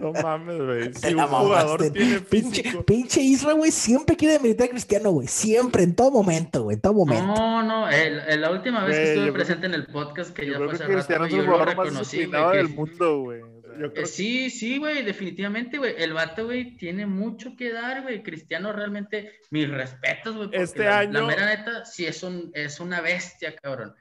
Speaker 3: No mames, güey.
Speaker 1: Te
Speaker 3: Si
Speaker 1: la
Speaker 3: un jugador
Speaker 1: mamaste.
Speaker 3: tiene
Speaker 1: Pinche,
Speaker 3: físico.
Speaker 1: pinche Isra, güey, siempre quiere demeritar a Cristiano, güey. Siempre, en todo momento, güey. En todo momento.
Speaker 2: No, no, el- el- la última vez
Speaker 4: Güey,
Speaker 2: que estuve
Speaker 4: yo creo-
Speaker 2: presente en el podcast, que
Speaker 4: Yo
Speaker 2: ya
Speaker 4: creo
Speaker 2: fue hace
Speaker 4: que
Speaker 2: rato,
Speaker 4: Cristiano
Speaker 2: güey,
Speaker 4: es
Speaker 2: yo
Speaker 4: el
Speaker 2: lo
Speaker 4: jugador más
Speaker 2: reconocí,
Speaker 4: disciplinado
Speaker 2: güey,
Speaker 4: del
Speaker 2: que-
Speaker 4: mundo, güey. O sea,
Speaker 3: Yo
Speaker 2: Eh,
Speaker 3: creo
Speaker 2: Sí, sí, güey, definitivamente, güey. El vato, güey, tiene mucho que dar, güey. Cristiano, realmente, mis respetos, güey. porque
Speaker 3: Este
Speaker 2: la, La
Speaker 3: año-
Speaker 2: mera neta, sí es, un, es una bestia, cabrón.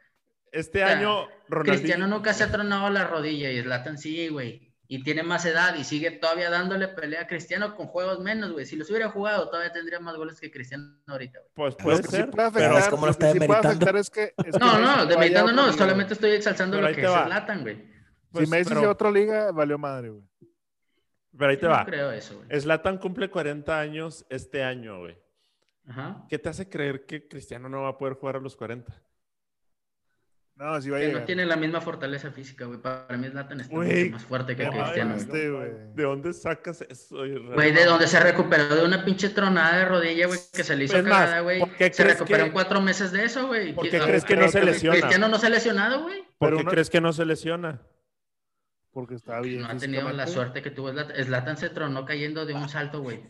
Speaker 3: Este
Speaker 2: O sea,
Speaker 3: año
Speaker 2: Cristiano
Speaker 3: Ronaldinho
Speaker 2: nunca se ha tronado la rodilla y Zlatan sí, güey. Y tiene más edad y sigue todavía dándole pelea a Cristiano con juegos menos, güey. Si los hubiera jugado, todavía tendría más goles que Cristiano ahorita, güey.
Speaker 3: pues
Speaker 4: Lo
Speaker 3: puede
Speaker 4: que sí
Speaker 3: ser,
Speaker 4: puede
Speaker 3: pero
Speaker 4: afectar,
Speaker 1: ¿Cómo lo
Speaker 4: lo
Speaker 1: está
Speaker 4: que sí puede
Speaker 1: demeritando?
Speaker 4: afectar es que... es que
Speaker 2: No,
Speaker 4: Messi
Speaker 2: no,
Speaker 4: vaya
Speaker 2: demeritando
Speaker 4: a
Speaker 2: no,
Speaker 4: otro
Speaker 2: solamente estoy exaltando
Speaker 3: Pero
Speaker 2: lo
Speaker 3: ahí
Speaker 2: que
Speaker 3: te
Speaker 2: es
Speaker 3: va.
Speaker 2: Zlatan, güey.
Speaker 4: nivel.
Speaker 3: pues,
Speaker 4: Si Messi
Speaker 3: pero-
Speaker 4: se va a otra liga, valió madre, güey.
Speaker 3: pero ahí te
Speaker 2: Yo
Speaker 3: va.
Speaker 2: No creo eso, güey.
Speaker 3: Zlatan cumple 40 años este año, güey.
Speaker 2: Ajá.
Speaker 3: ¿Qué te hace creer que Cristiano no va a poder jugar a los 40?
Speaker 4: No, si va a
Speaker 2: Que
Speaker 4: llegar.
Speaker 2: no tiene la misma fortaleza física, güey. Pa- Para mí Zlatan está
Speaker 3: Güey,
Speaker 2: mucho más fuerte que
Speaker 4: no,
Speaker 2: Cristiano.
Speaker 4: mames,
Speaker 2: güey.
Speaker 4: este, güey.
Speaker 3: ¿De dónde sacas eso? Israel?
Speaker 2: Güey, de donde se recuperó de una pinche tronada de rodilla, güey, que se le hizo
Speaker 3: Es más,
Speaker 2: cagada, güey.
Speaker 3: ¿por qué
Speaker 2: Se
Speaker 3: crees
Speaker 2: recuperó
Speaker 3: que-
Speaker 2: en cuatro meses de eso, güey.
Speaker 3: ¿Por
Speaker 2: Que-
Speaker 3: qué
Speaker 2: ah,
Speaker 3: crees que
Speaker 4: creo
Speaker 3: no se
Speaker 4: que-
Speaker 3: lesiona?
Speaker 2: Cristiano no se ha lesionado, güey.
Speaker 3: ¿Por
Speaker 4: Pero
Speaker 3: qué
Speaker 4: no-
Speaker 3: crees que no se lesiona?
Speaker 4: Porque está bien
Speaker 2: No
Speaker 3: pues,
Speaker 2: ha tenido la
Speaker 4: físicamente.
Speaker 2: suerte que tuvo Zlatan. Zlatan se tronó cayendo de un salto, güey.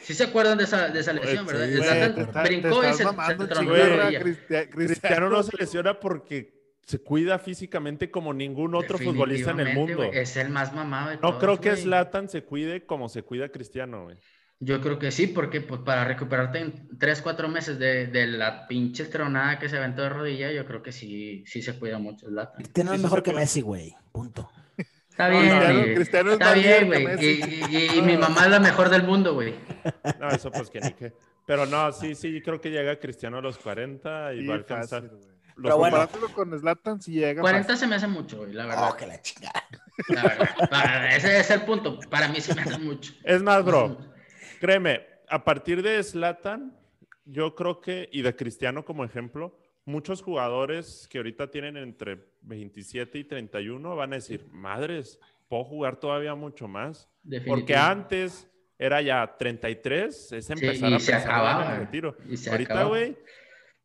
Speaker 2: Sí se acuerdan de esa, de esa lesión,
Speaker 3: Güey,
Speaker 2: ¿verdad?
Speaker 3: Pues sí, güey,
Speaker 2: Zlatan
Speaker 4: te está- te
Speaker 2: brincó y
Speaker 4: estás
Speaker 2: se,
Speaker 4: mamando,
Speaker 2: se tronó
Speaker 3: chingo,
Speaker 2: la
Speaker 3: güey.
Speaker 2: rodilla.
Speaker 4: Cristia-
Speaker 3: Cristiano no se lesiona porque se cuida físicamente como ningún otro futbolista en el
Speaker 2: Definitivamente,
Speaker 3: mundo.
Speaker 2: güey, Es el más mamado de
Speaker 3: No
Speaker 2: todos,
Speaker 3: creo que
Speaker 2: güey.
Speaker 3: Zlatan se cuide como se cuida Cristiano, güey.
Speaker 2: Yo creo que sí, porque pues, para recuperarte en 3, 4 meses de, de la pinche tronada que se aventó de rodilla, yo creo que sí, sí se cuida mucho Zlatan.
Speaker 1: Cristiano es
Speaker 3: Sí, sí
Speaker 1: mejor
Speaker 3: se
Speaker 1: que
Speaker 3: puede.
Speaker 1: Messi, güey. Punto.
Speaker 2: Está
Speaker 4: No,
Speaker 2: bien,
Speaker 4: Cristiano-
Speaker 2: güey.
Speaker 4: Cristiano es
Speaker 2: Está
Speaker 4: más líder
Speaker 2: bien,
Speaker 4: que
Speaker 2: güey.
Speaker 4: Messi.
Speaker 2: Y, y- y- y mi mamá es la mejor del mundo, güey.
Speaker 3: No, eso pues que ni qué. Pero no, sí, sí, creo que llega Cristiano a los 40 y
Speaker 4: Sí,
Speaker 3: va a alcanzar.
Speaker 4: fácil, güey.
Speaker 3: Los
Speaker 1: Pero bueno.
Speaker 4: Comparándolo con Zlatan, si llega.
Speaker 2: 40 se me hace mucho, güey, la verdad.
Speaker 1: Oh, que la chingada.
Speaker 2: La verdad, para- ese es el punto. Para mí se me hace mucho.
Speaker 3: Es más, bro, créeme, a partir de Zlatan, yo creo que, y de Cristiano como ejemplo, muchos jugadores que ahorita tienen entre 27 y 31 van a decir, madres, puedo jugar todavía mucho más. Porque
Speaker 2: Definitivamente.
Speaker 3: antes era ya 33, es empezar
Speaker 2: y
Speaker 3: a
Speaker 2: se
Speaker 3: pensar
Speaker 2: acababa,
Speaker 3: en el
Speaker 2: güey.
Speaker 3: retiro.
Speaker 2: Y se
Speaker 3: Ahorita,
Speaker 2: acababa.
Speaker 3: güey,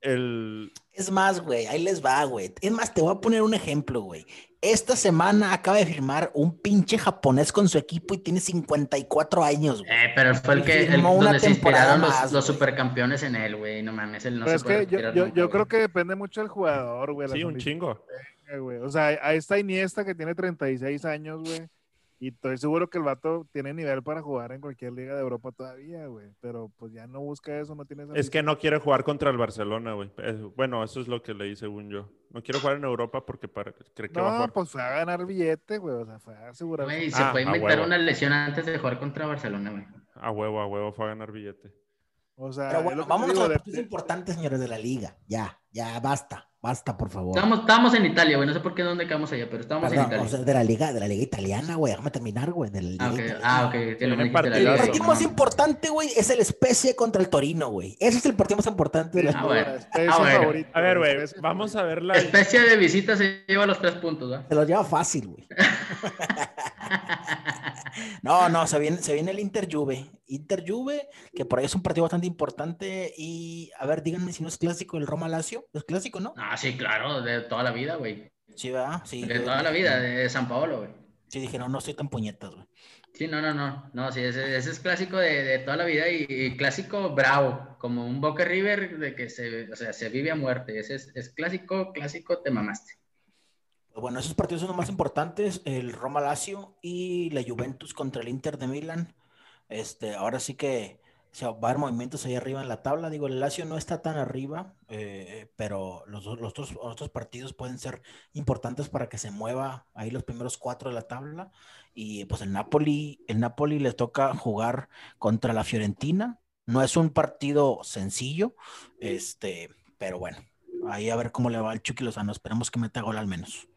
Speaker 3: el...
Speaker 1: Es más, güey, ahí les va, güey. Es más, te voy a poner un ejemplo, güey. Esta semana acaba de firmar un pinche japonés con su equipo y tiene 54 años, güey.
Speaker 3: Ah,
Speaker 2: Eh, pero fue el que el,
Speaker 1: Firmó una
Speaker 2: donde se
Speaker 1: temporada
Speaker 2: inspiraron los,
Speaker 1: más,
Speaker 2: los
Speaker 1: güey.
Speaker 2: supercampeones en él, güey. No mames, él no
Speaker 4: Pero
Speaker 2: se
Speaker 4: es
Speaker 2: puede
Speaker 4: que yo,
Speaker 2: retirar
Speaker 4: yo-
Speaker 2: nunca,
Speaker 4: yo
Speaker 2: güey.
Speaker 4: creo que depende mucho del jugador, güey. la
Speaker 3: Sí, un
Speaker 4: condición.
Speaker 3: chingo.
Speaker 4: Eh, güey. O sea, ahí está Iniesta que tiene 36 años, güey. Y estoy seguro que el vato tiene nivel para jugar en cualquier liga de Europa todavía, güey. Pero pues ya no busca eso, no tiene esa
Speaker 3: Es que no quiere jugar contra el Barcelona, güey. Eh, Bueno, eso es lo que leí según yo. No quiero jugar en Europa porque para... cree que va a
Speaker 4: No,
Speaker 3: jugar.
Speaker 4: pues fue a ganar billete, güey. O sea, fue a asegurar.
Speaker 2: Güey,
Speaker 4: su-
Speaker 2: se
Speaker 3: Ah,
Speaker 2: puede
Speaker 3: a
Speaker 2: inventar
Speaker 3: huevo.
Speaker 2: una lesión antes de jugar contra Barcelona, güey.
Speaker 3: A huevo, a huevo, fue a ganar billete.
Speaker 4: O sea,
Speaker 1: Pero
Speaker 4: es lo
Speaker 1: bueno,
Speaker 4: que te
Speaker 1: vámonos
Speaker 4: digo,
Speaker 1: a los
Speaker 4: de-
Speaker 1: partidos importantes, señores de la liga. Ya, ya, basta. Basta, por favor.
Speaker 2: Estábamos, estábamos en Italia, güey. No sé por qué dónde quedamos allá, pero estábamos en
Speaker 1: Perdón,
Speaker 2: Italia.
Speaker 1: o sea, de la liga, de la liga italiana, güey. Déjame terminar, güey. de la liga
Speaker 2: ah, ok.
Speaker 1: italiana.
Speaker 2: Ah, ok. te lo
Speaker 3: Tienen
Speaker 2: dijiste la
Speaker 3: partido.
Speaker 1: El
Speaker 2: liga,
Speaker 1: partido
Speaker 2: no
Speaker 1: más
Speaker 2: mames.
Speaker 1: importante, güey, es el especie contra el Torino, güey. Ese es el partido más importante de la
Speaker 2: Ah, bueno.
Speaker 4: Especie
Speaker 2: Ah, bueno.
Speaker 4: favorita,
Speaker 3: A ver, güey,
Speaker 4: especie
Speaker 3: vamos a ver la...
Speaker 2: Especie de visita se lleva los tres puntos, ¿verdad?
Speaker 1: Se los lleva fácil, güey. no, no, se viene, se viene el Inter Juve. Inter Juve, que por ahí es un partido bastante importante. Y a ver, díganme si no es clásico el Roma Lazio. Es clásico, ¿no?
Speaker 2: Ah, sí, claro, de toda la vida, güey.
Speaker 1: Sí, ¿verdad? Sí.
Speaker 2: De
Speaker 1: yo-
Speaker 2: toda la vida, de San Paolo, güey.
Speaker 1: Sí, dije, no, no estoy tan puñetas, güey.
Speaker 2: Sí, no, no, no. No, sí, ese, ese es clásico de, de toda la vida y, y clásico bravo, como un Boca River de que se, o sea, se vive a muerte. Ese es, es clásico, clásico, te mamaste.
Speaker 1: Pues Bueno, esos partidos son los más importantes, el Roma Lazio y la Juventus contra el Inter de Milán. Este, ahora sí que se va a haber movimientos ahí arriba en la tabla. Digo, el Lazio no está tan arriba, eh, pero los, dos- los otros, los otros partidos pueden ser importantes para que se mueva ahí los primeros cuatro de la tabla. Y pues el Napoli, el Napoli les toca jugar contra la Fiorentina. No es un partido sencillo, este, pero bueno, ahí a ver cómo le va al Chucky Lozano. Esperemos que meta gol al menos.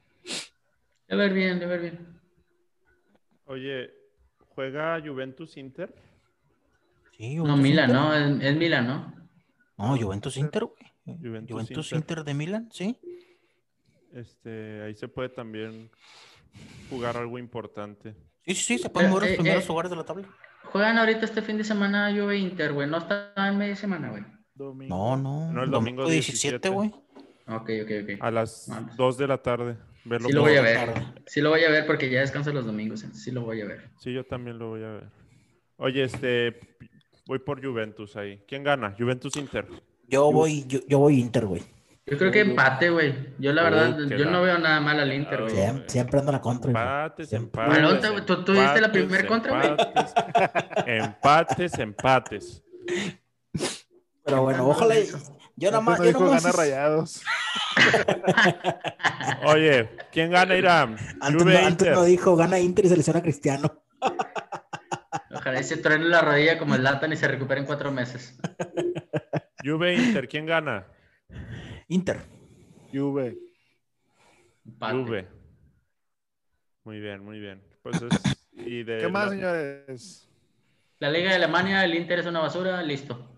Speaker 2: De ver bien, de ver bien.
Speaker 3: Oye, ¿juega Juventus Inter?
Speaker 1: Sí,
Speaker 2: No,
Speaker 1: Juventus
Speaker 2: Milan,
Speaker 1: Inter.
Speaker 2: ¿no? Es, es Milan, ¿no?
Speaker 1: No, Juventus Inter, güey.
Speaker 3: Juventus
Speaker 1: Juventus,
Speaker 3: Inter.
Speaker 1: Inter. de Milan, sí.
Speaker 3: Este, ahí se puede también jugar algo importante.
Speaker 1: Sí, sí, sí, se pueden
Speaker 2: Pero,
Speaker 1: mover los
Speaker 2: eh,
Speaker 1: primeros
Speaker 2: eh.
Speaker 1: lugares de la tabla.
Speaker 2: Juegan ahorita este fin de semana Juve Inter, güey. No está en media semana, güey.
Speaker 3: Domingo.
Speaker 1: No, no.
Speaker 3: No, el domingo 17,
Speaker 1: güey.
Speaker 2: Ok, ok, ok.
Speaker 3: A las
Speaker 2: Ah.
Speaker 3: 2 de la tarde. Verlo
Speaker 2: Sí lo voy a
Speaker 3: por-
Speaker 2: ver.
Speaker 1: tarde.
Speaker 2: Sí lo voy a ver porque ya descanso los domingos. entonces Sí lo voy a ver.
Speaker 3: Sí, yo también lo voy a ver. Oye, este, voy por Juventus ahí. ¿Quién gana? Juventus Inter.
Speaker 1: Yo voy, yo, yo voy Inter, güey.
Speaker 2: Yo creo que empate, güey. Yo la
Speaker 3: Uh,
Speaker 2: verdad,
Speaker 3: qué
Speaker 2: yo
Speaker 3: la-
Speaker 2: no veo nada mal al Inter,
Speaker 3: Ah,
Speaker 2: güey.
Speaker 1: Siem-
Speaker 3: güey.
Speaker 1: siempre ando a la contra. güey.
Speaker 3: Empates,
Speaker 1: Siempre.
Speaker 3: empates.
Speaker 2: Malota, güey. Tú- tú diste la primer
Speaker 3: empates,
Speaker 2: contra, güey.
Speaker 3: empates, Empates, empates.
Speaker 1: Pero bueno,
Speaker 2: Ando
Speaker 1: ojalá.
Speaker 2: eso.
Speaker 1: Yo nada
Speaker 4: Antes
Speaker 1: más.
Speaker 4: no
Speaker 1: yo
Speaker 4: dijo
Speaker 1: nada más
Speaker 4: gana
Speaker 1: es-
Speaker 4: rayados.
Speaker 3: Oye, ¿quién gana, Irán?
Speaker 1: antes
Speaker 3: Juve
Speaker 1: no- antes
Speaker 3: Inter.
Speaker 1: no dijo gana Inter y selecciona a Cristiano.
Speaker 2: Ojalá y se truene la rodilla como el Latan y se recupere en cuatro meses.
Speaker 3: Juve Inter, ¿quién gana?
Speaker 1: Inter.
Speaker 4: Juve.
Speaker 2: Empate.
Speaker 3: Juve. Muy bien, muy bien. Pues es- y de
Speaker 4: ¿Qué más,
Speaker 3: la-
Speaker 4: señores?
Speaker 2: La Liga de Alemania, el Inter es una basura, listo.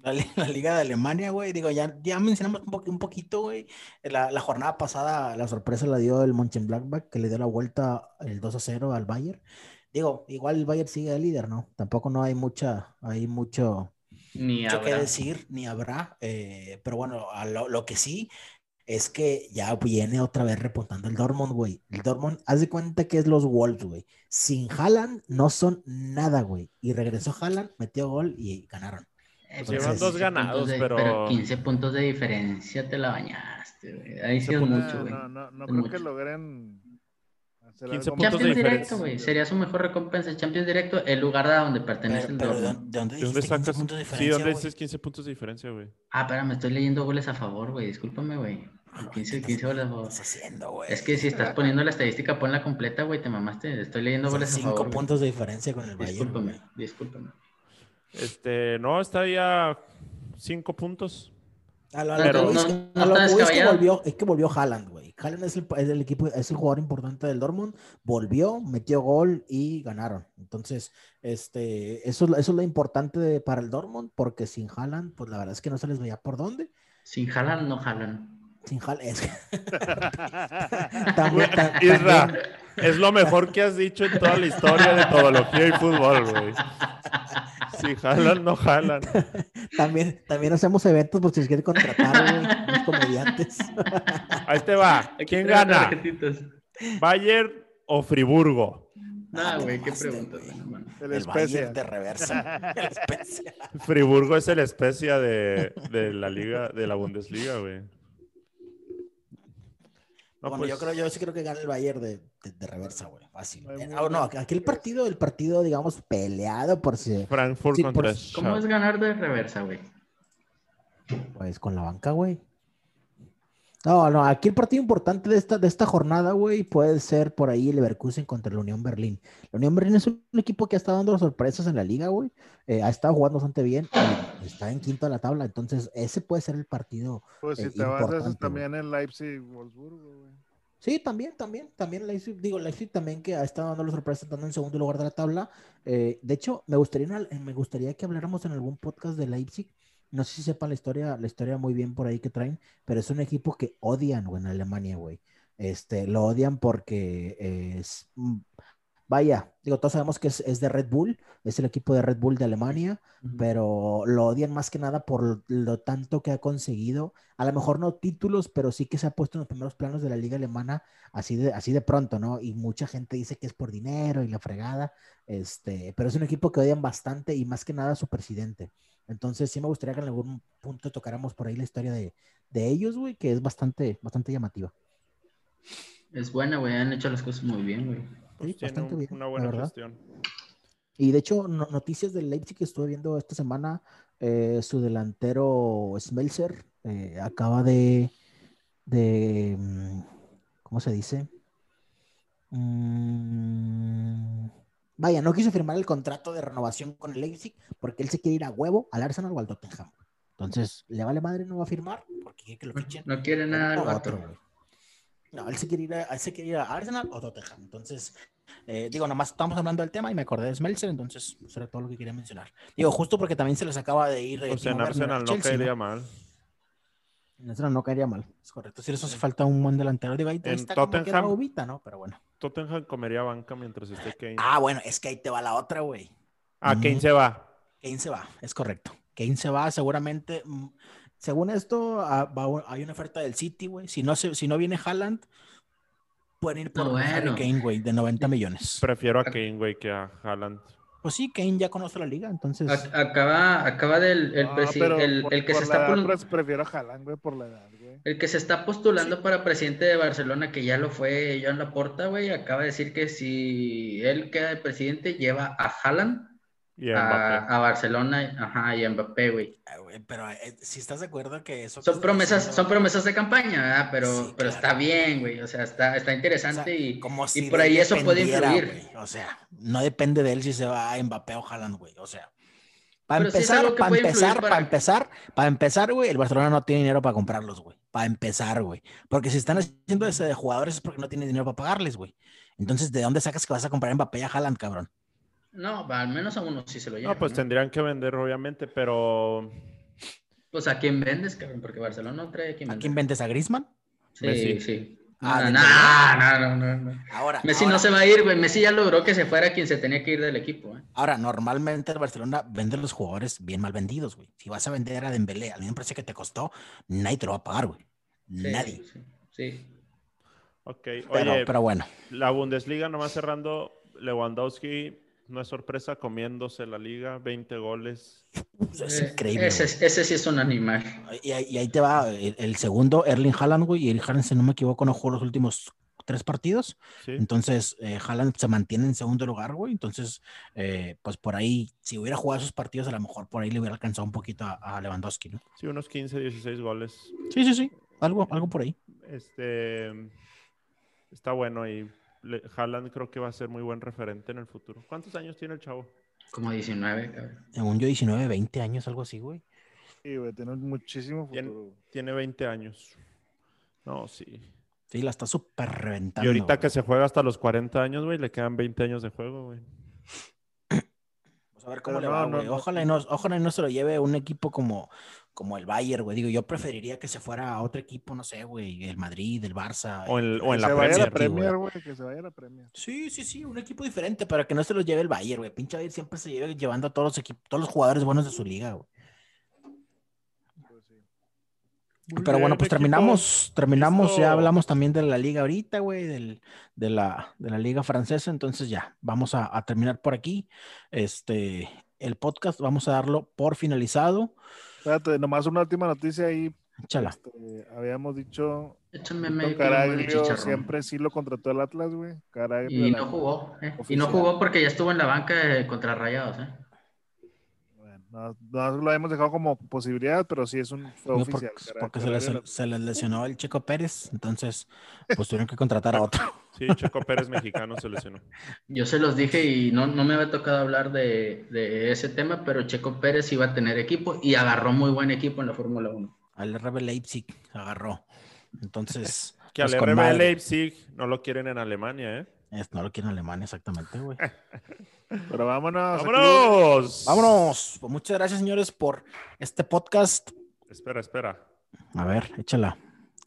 Speaker 1: La, li- la Liga de Alemania, güey. Digo, ya, ya mencionamos un, po- un poquito, güey. eh, La, la jornada pasada, la sorpresa la dio el Mönchengladbach, que le dio la vuelta el 2 a 0 al Bayern. Digo, igual el Bayern sigue de líder, ¿no? Tampoco no hay mucha, hay mucho,
Speaker 2: Ni
Speaker 1: mucho que
Speaker 2: habrá.
Speaker 1: decir, ni habrá. eh, pero bueno, a lo, lo que sí es que ya viene otra vez repuntando el Dortmund, güey. El Dortmund, haz de cuenta que es los Wolves, güey. Sin Haaland no son nada, güey. Y regresó Haaland, metió gol y ganaron.
Speaker 2: Eh,
Speaker 1: Llevan
Speaker 2: pero
Speaker 1: dos
Speaker 2: 15
Speaker 3: ganados,
Speaker 2: puntos de-
Speaker 3: pero-
Speaker 2: 15 puntos de diferencia te la bañaste, güey. Ahí sí es
Speaker 3: puntos-
Speaker 2: mucho, güey.
Speaker 4: no, no, no
Speaker 2: Es
Speaker 4: creo
Speaker 2: mucho.
Speaker 4: que logren hacer
Speaker 3: 15
Speaker 4: algo más.
Speaker 3: puntos de
Speaker 2: Champions directo,
Speaker 3: diferencia.
Speaker 2: güey. Sería su mejor recompensa. Champions directo, el lugar a donde pertenece
Speaker 1: Pero,
Speaker 2: el
Speaker 1: pero ¿de,
Speaker 2: Dortmund.
Speaker 1: dónde- de dónde
Speaker 3: ¿De dónde
Speaker 1: dijiste 15
Speaker 3: sacas?
Speaker 1: puntos de
Speaker 3: Sí,
Speaker 1: diferencia,
Speaker 3: ¿dónde
Speaker 1: güey?
Speaker 3: dices 15 puntos de diferencia, güey?
Speaker 2: Ah, pero me estoy leyendo goles a favor, güey. Discúlpame, güey.
Speaker 1: Ah,
Speaker 2: 15, 15 goles a
Speaker 1: ¿Qué
Speaker 2: favor.
Speaker 1: estás haciendo, güey?
Speaker 2: Es que si estás poniendo la estadística, ponla completa, güey. Te mamaste. Estoy leyendo
Speaker 1: Son
Speaker 2: goles a
Speaker 1: cinco
Speaker 2: favor. güey.
Speaker 1: puntos de diferencia con el Bayern.
Speaker 2: Discúlpame,
Speaker 1: güey.
Speaker 2: discúlpame.
Speaker 3: Este, no, está ya 5 puntos.
Speaker 1: A lo, a lo
Speaker 3: Pero-
Speaker 1: que voy es
Speaker 2: No,
Speaker 1: que-
Speaker 2: no,
Speaker 1: a lo que
Speaker 2: no está
Speaker 1: voy es que
Speaker 2: descabellado.
Speaker 1: volvió, es que volvió Haaland, güey. Haaland es el, es el equipo, es el jugador importante del Dortmund. Volvió, metió gol y ganaron. Entonces, este, eso, es lo- eso es lo importante de- para el Dortmund, porque sin Haaland, pues la verdad es que no se les veía por dónde.
Speaker 2: Sin jalan, no jalan.
Speaker 1: Sin Haaland, es que también- ta-
Speaker 3: Isra,
Speaker 1: también-
Speaker 3: es lo mejor que has dicho en toda la historia de todología y fútbol, güey. Si jalan, no jalan.
Speaker 1: también, también hacemos eventos por si les quiere contratar, güey, unos comediantes.
Speaker 3: Ahí te va. ¿Quién gana? ¿Bayern o Friburgo?
Speaker 1: Ah,
Speaker 2: No,
Speaker 1: te
Speaker 2: güey, qué
Speaker 1: mamaste,
Speaker 2: pregunta.
Speaker 1: güey.
Speaker 2: no mames.
Speaker 4: El
Speaker 1: El
Speaker 4: especia.
Speaker 1: Bayern de reversa. güey. El especia.
Speaker 3: Friburgo es el especia de, de la liga, de la Bundesliga, güey. No,
Speaker 1: bueno,
Speaker 3: pues,
Speaker 1: yo creo, yo sí creo que gana el Bayern de, de- de reversa, güey. Fácil.
Speaker 4: Ay,
Speaker 1: Eh,
Speaker 4: muy
Speaker 1: ah, no,
Speaker 4: bien.
Speaker 1: aquí el partido, el partido, digamos, peleado por si
Speaker 3: Frankfurt
Speaker 1: Sí, por-
Speaker 3: contra
Speaker 2: ¿Cómo es
Speaker 3: Schalke.
Speaker 2: ganar de reversa, güey?
Speaker 1: pues con la banca, güey. No, no, aquí el partido importante de esta, de esta jornada, güey, puede ser por ahí el Leverkusen contra la Unión Berlín. La Unión Berlín es un equipo que ha estado dando sorpresas en la liga, güey. Eh, ha estado jugando bastante bien, y está en quinto de la tabla, entonces ese puede ser el partido.
Speaker 4: Pues si
Speaker 1: eh,
Speaker 4: te vas a
Speaker 1: importante,
Speaker 4: esos también en Leipzig, Wolfsburgo, güey.
Speaker 1: Sí, también, también, también Leipzig, digo, Leipzig también que ha estado dando la sorpresa, estando en segundo lugar de la tabla. Eh, de hecho, me gustaría, una- eh, me gustaría que habláramos en algún podcast de Leipzig. No sé si sepa la historia, la historia muy bien por ahí que traen, pero es un equipo que odian, güey, en Alemania, güey. Este, lo odian porque eh, es, mm, vaya, digo, todos sabemos que es, es de Red Bull, es el equipo de Red Bull de Alemania, pero lo odian más que nada por lo tanto que ha conseguido. A lo mejor no títulos, pero sí que se ha puesto en los primeros planos de la liga alemana así de, así de pronto, ¿no? Y mucha gente dice que es por dinero y la fregada, este, pero es un equipo que odian bastante y más que nada a su presidente. Entonces sí me gustaría que en algún punto tocáramos por ahí la historia de, de ellos, güey, que es bastante, bastante llamativa.
Speaker 2: Es buena, güey. Han hecho las cosas muy bien, güey.
Speaker 3: Pues
Speaker 1: Sí,
Speaker 3: tiene
Speaker 1: bastante
Speaker 3: un-
Speaker 1: bien,
Speaker 3: una
Speaker 1: la
Speaker 3: buena
Speaker 1: verdad.
Speaker 3: gestión.
Speaker 1: Y de hecho, no- noticias del Leipzig que estuve viendo esta semana, eh, su delantero Smelser eh, acaba de, de, mm, ¿cómo se dice? Mm, vaya, no quiso firmar el contrato de renovación con el Leipzig porque él se quiere ir a huevo al Arsenal o al Tottenham. Entonces, le vale madre, no va a firmar porque quiere que lo fichen.
Speaker 2: No quiere nada el
Speaker 1: O
Speaker 2: vato.
Speaker 1: otro, güey. No, él se quiere ir a, él se quiere ir a Arsenal o Tottenham. Entonces, eh, digo, nomás estamos hablando del tema y me acordé de Smeltzer, entonces eso era todo lo que quería mencionar. Digo, justo porque también se les acaba de ir. eh,
Speaker 3: O sea, Pues
Speaker 1: Timo
Speaker 3: en
Speaker 1: Werner
Speaker 3: Arsenal
Speaker 1: al
Speaker 3: no
Speaker 1: Chelsea,
Speaker 3: caería mal.
Speaker 1: En Arsenal no caería mal. Es correcto. Si les hace falta un buen delantero, digo, ahí
Speaker 3: En
Speaker 1: está como que era
Speaker 3: Tottenham-
Speaker 1: bobita, ¿no? Pero bueno.
Speaker 3: Tottenham comería banca mientras esté Kane.
Speaker 1: Ah, bueno, es que ahí te va la otra, güey.
Speaker 3: Ah, Kane se va.
Speaker 1: Kane se va, es correcto. Kane se va, seguramente. mm, Según esto, ah, va un- hay una oferta del City, güey. Si no, se- si no viene Haaland, pueden ir por
Speaker 2: No,
Speaker 1: Harry
Speaker 2: Ah, bueno.
Speaker 1: Kane, güey, de 90 millones.
Speaker 3: Prefiero a Kane, güey, que a Haaland.
Speaker 1: Pues sí, Kane ya conoce la liga, entonces.
Speaker 2: Ac- Acaba, acaba del el,
Speaker 4: Ah,
Speaker 2: presi-
Speaker 4: pero
Speaker 2: el-
Speaker 4: por-
Speaker 2: el que se
Speaker 4: por la
Speaker 2: está
Speaker 4: edad,
Speaker 2: pol-
Speaker 4: pues, prefiero a Haaland, güey, por la edad, güey.
Speaker 2: El que se está postulando para presidente de Barcelona, que ya lo fue Joan Laporta, güey, acaba de decir que si él queda de presidente, lleva a Haaland
Speaker 3: Y a Mbappé.
Speaker 2: a, a Barcelona ajá, y a Mbappé, güey.
Speaker 1: Ah, güey, Pero eh, si estás de acuerdo que eso. que
Speaker 2: Son
Speaker 1: estás
Speaker 2: promesas,
Speaker 1: diciendo,
Speaker 2: son promesas de campaña, ¿verdad? Pero,
Speaker 1: Sí, claro.
Speaker 2: pero está bien, güey. O sea, está, está
Speaker 1: o sea,
Speaker 2: interesante y,
Speaker 1: como si
Speaker 2: por
Speaker 1: de
Speaker 2: ahí
Speaker 1: él
Speaker 2: eso puede
Speaker 1: dependiera,
Speaker 2: influir.
Speaker 1: güey. O sea, no depende de él si se va a Mbappé o Haaland, güey. O sea, para
Speaker 2: Pero sí es
Speaker 1: empezar,
Speaker 2: algo que
Speaker 1: para
Speaker 2: puede influir
Speaker 1: empezar,
Speaker 2: para-
Speaker 1: para empezar, para empezar, güey, el Barcelona no tiene dinero para comprarlos, güey. Para empezar, güey. Porque si están haciendo ese de jugadores es porque no tienen dinero para pagarles, güey. Entonces, ¿de dónde sacas que vas a comprar a Mbappé y a Haaland, cabrón?
Speaker 2: no, va, al menos a uno sí se lo lleva.
Speaker 3: No, pues
Speaker 2: ¿no?
Speaker 3: tendrían que vender, obviamente, pero
Speaker 2: Pues a quién vendes, cabrón, porque Barcelona no trae a quién
Speaker 1: ¿A
Speaker 2: vender.
Speaker 1: quién vendes a Griezmann?
Speaker 2: Sí,
Speaker 3: Messi.
Speaker 2: sí.
Speaker 1: Ah,
Speaker 2: No,
Speaker 1: de
Speaker 2: no, no, no, no, no.
Speaker 1: Ahora.
Speaker 2: Messi
Speaker 1: ahora-
Speaker 2: no se va a ir, güey. Messi ya logró que se fuera quien se tenía que ir del equipo. ¿eh?
Speaker 1: Ahora, normalmente el Barcelona vende los jugadores bien mal vendidos, güey. Si vas a vender a Dembélé al mismo precio que te costó, nadie te lo va a pagar, güey.
Speaker 2: Sí,
Speaker 1: Nadie.
Speaker 2: Sí, sí.
Speaker 3: ok.
Speaker 1: Pero,
Speaker 3: Oye,
Speaker 1: pero bueno,
Speaker 3: la Bundesliga nomás cerrando, Lewandowski no es sorpresa comiéndose la liga, 20 goles.
Speaker 1: pues, es
Speaker 2: Eh,
Speaker 1: increíble.
Speaker 2: Ese,
Speaker 1: güey.
Speaker 2: ese sí es un animal.
Speaker 1: Y, ahí- y ahí te va el, el segundo, Erling Haaland, güey. Y el Haaland, si no me equivoco, no jugó los últimos tres partidos.
Speaker 3: ¿sí?
Speaker 1: Entonces, eh, Haaland se mantiene en segundo lugar, güey. Entonces, eh, pues por ahí, si hubiera jugado esos partidos, a lo mejor por ahí le hubiera alcanzado un poquito a, a Lewandowski, ¿no?
Speaker 3: Sí, unos 15, 16 goles.
Speaker 1: Sí, sí, sí. Algo, algo por ahí.
Speaker 3: Este está bueno y le- Haaland creo que va a ser muy buen referente en el futuro. ¿Cuántos años tiene el chavo?
Speaker 2: Como 19, cabrón.
Speaker 1: Según yo, 19, 20 años, algo así, güey.
Speaker 4: Sí, güey, tiene muchísimo
Speaker 3: Bien.
Speaker 4: futuro, güey.
Speaker 3: Tiene 20 años. No, sí.
Speaker 1: Sí, la está súper reventando.
Speaker 3: Y ahorita
Speaker 1: güey.
Speaker 3: que se juega hasta los 40 años, güey, le quedan 20 años de juego, güey.
Speaker 1: Vamos a ver cómo
Speaker 4: Pero
Speaker 1: le va,
Speaker 4: no, no,
Speaker 1: güey.
Speaker 4: no.
Speaker 1: Ojalá, y no, ojalá y no se lo lleve un equipo como, como el Bayern, güey. Digo, yo preferiría que se fuera a otro equipo, no sé, güey. El Madrid, el Barça.
Speaker 3: O en, o en
Speaker 4: Que
Speaker 3: la
Speaker 4: se vaya
Speaker 3: Premier.
Speaker 4: a la Premier, güey, que se vaya a la Premier.
Speaker 1: Sí, sí, sí. Un equipo diferente para que no se lo lleve el Bayern, güey. Pinche Bayern siempre se lleva llevando a todos los equipos, todos los jugadores buenos de su liga, güey.
Speaker 4: Pues sí.
Speaker 3: Muy
Speaker 1: Pero
Speaker 3: bien,
Speaker 1: bueno, pues
Speaker 3: equipo.
Speaker 1: terminamos, terminamos,
Speaker 3: Listo.
Speaker 1: ya hablamos también de la liga ahorita, güey, del, de la, de la liga francesa, entonces ya, vamos a, a terminar por aquí. Este, el podcast vamos a darlo por finalizado.
Speaker 4: Espérate, nomás una última noticia ahí.
Speaker 1: Échala.
Speaker 4: Este, habíamos dicho
Speaker 2: Échame
Speaker 4: Con
Speaker 2: medio
Speaker 4: Caraglio
Speaker 2: chicharrón.
Speaker 4: siempre sí lo contrató el Atlas, güey. Caraglio.
Speaker 2: Y
Speaker 4: la-
Speaker 2: no jugó. ¿eh? Y
Speaker 4: Oficial.
Speaker 2: no jugó porque ya estuvo en la banca eh, contra Rayados. ¿eh?
Speaker 4: Bueno, No, no lo hemos dejado como posibilidad, pero sí es un fue
Speaker 1: No,
Speaker 4: oficial.
Speaker 1: porque,
Speaker 4: caray,
Speaker 1: porque se,
Speaker 4: caray,
Speaker 1: les,
Speaker 4: la-
Speaker 1: se les lesionó el Checo Pérez, entonces pues tuvieron que contratar a otro.
Speaker 3: Sí, Checo Pérez mexicano se lesionó.
Speaker 2: Yo se los dije y no, no me había tocado hablar de, de ese tema, pero Checo Pérez iba a tener equipo y agarró muy buen equipo en la Fórmula 1.
Speaker 1: Al RB Leipzig agarró. Entonces,
Speaker 3: Que
Speaker 1: Pues
Speaker 3: al
Speaker 1: con
Speaker 3: RB
Speaker 1: madre.
Speaker 3: Leipzig no lo quieren en Alemania, ¿eh?
Speaker 1: es- no lo quieren Alemania exactamente, güey.
Speaker 4: Pero vámonos. a clubes.
Speaker 3: ¡Vámonos!
Speaker 1: Vámonos. Pues muchas gracias, señores, por este podcast.
Speaker 3: Espera, espera.
Speaker 1: A ver, échala.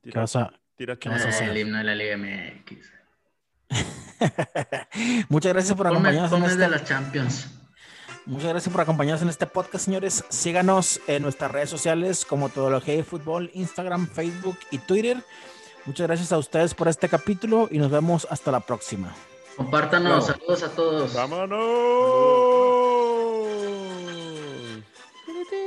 Speaker 1: ¿Qué
Speaker 3: Tira,
Speaker 1: vas a-
Speaker 3: tira
Speaker 1: ¿Qué vas a
Speaker 2: Ah,
Speaker 1: hacer?
Speaker 2: El himno de la Liga MX.
Speaker 1: muchas gracias por
Speaker 2: Ponme,
Speaker 1: acompañarnos en
Speaker 2: ponme el de
Speaker 1: este.
Speaker 2: las Champions.
Speaker 1: Muchas gracias por acompañarnos en este podcast, señores. Síganos en nuestras redes sociales como Todología y Fútbol, Instagram, Facebook y Twitter. Muchas gracias a ustedes por este capítulo y nos vemos hasta la próxima.
Speaker 2: Compártanos.
Speaker 3: Bravo.
Speaker 2: Saludos a todos.
Speaker 3: ¡Vámonos!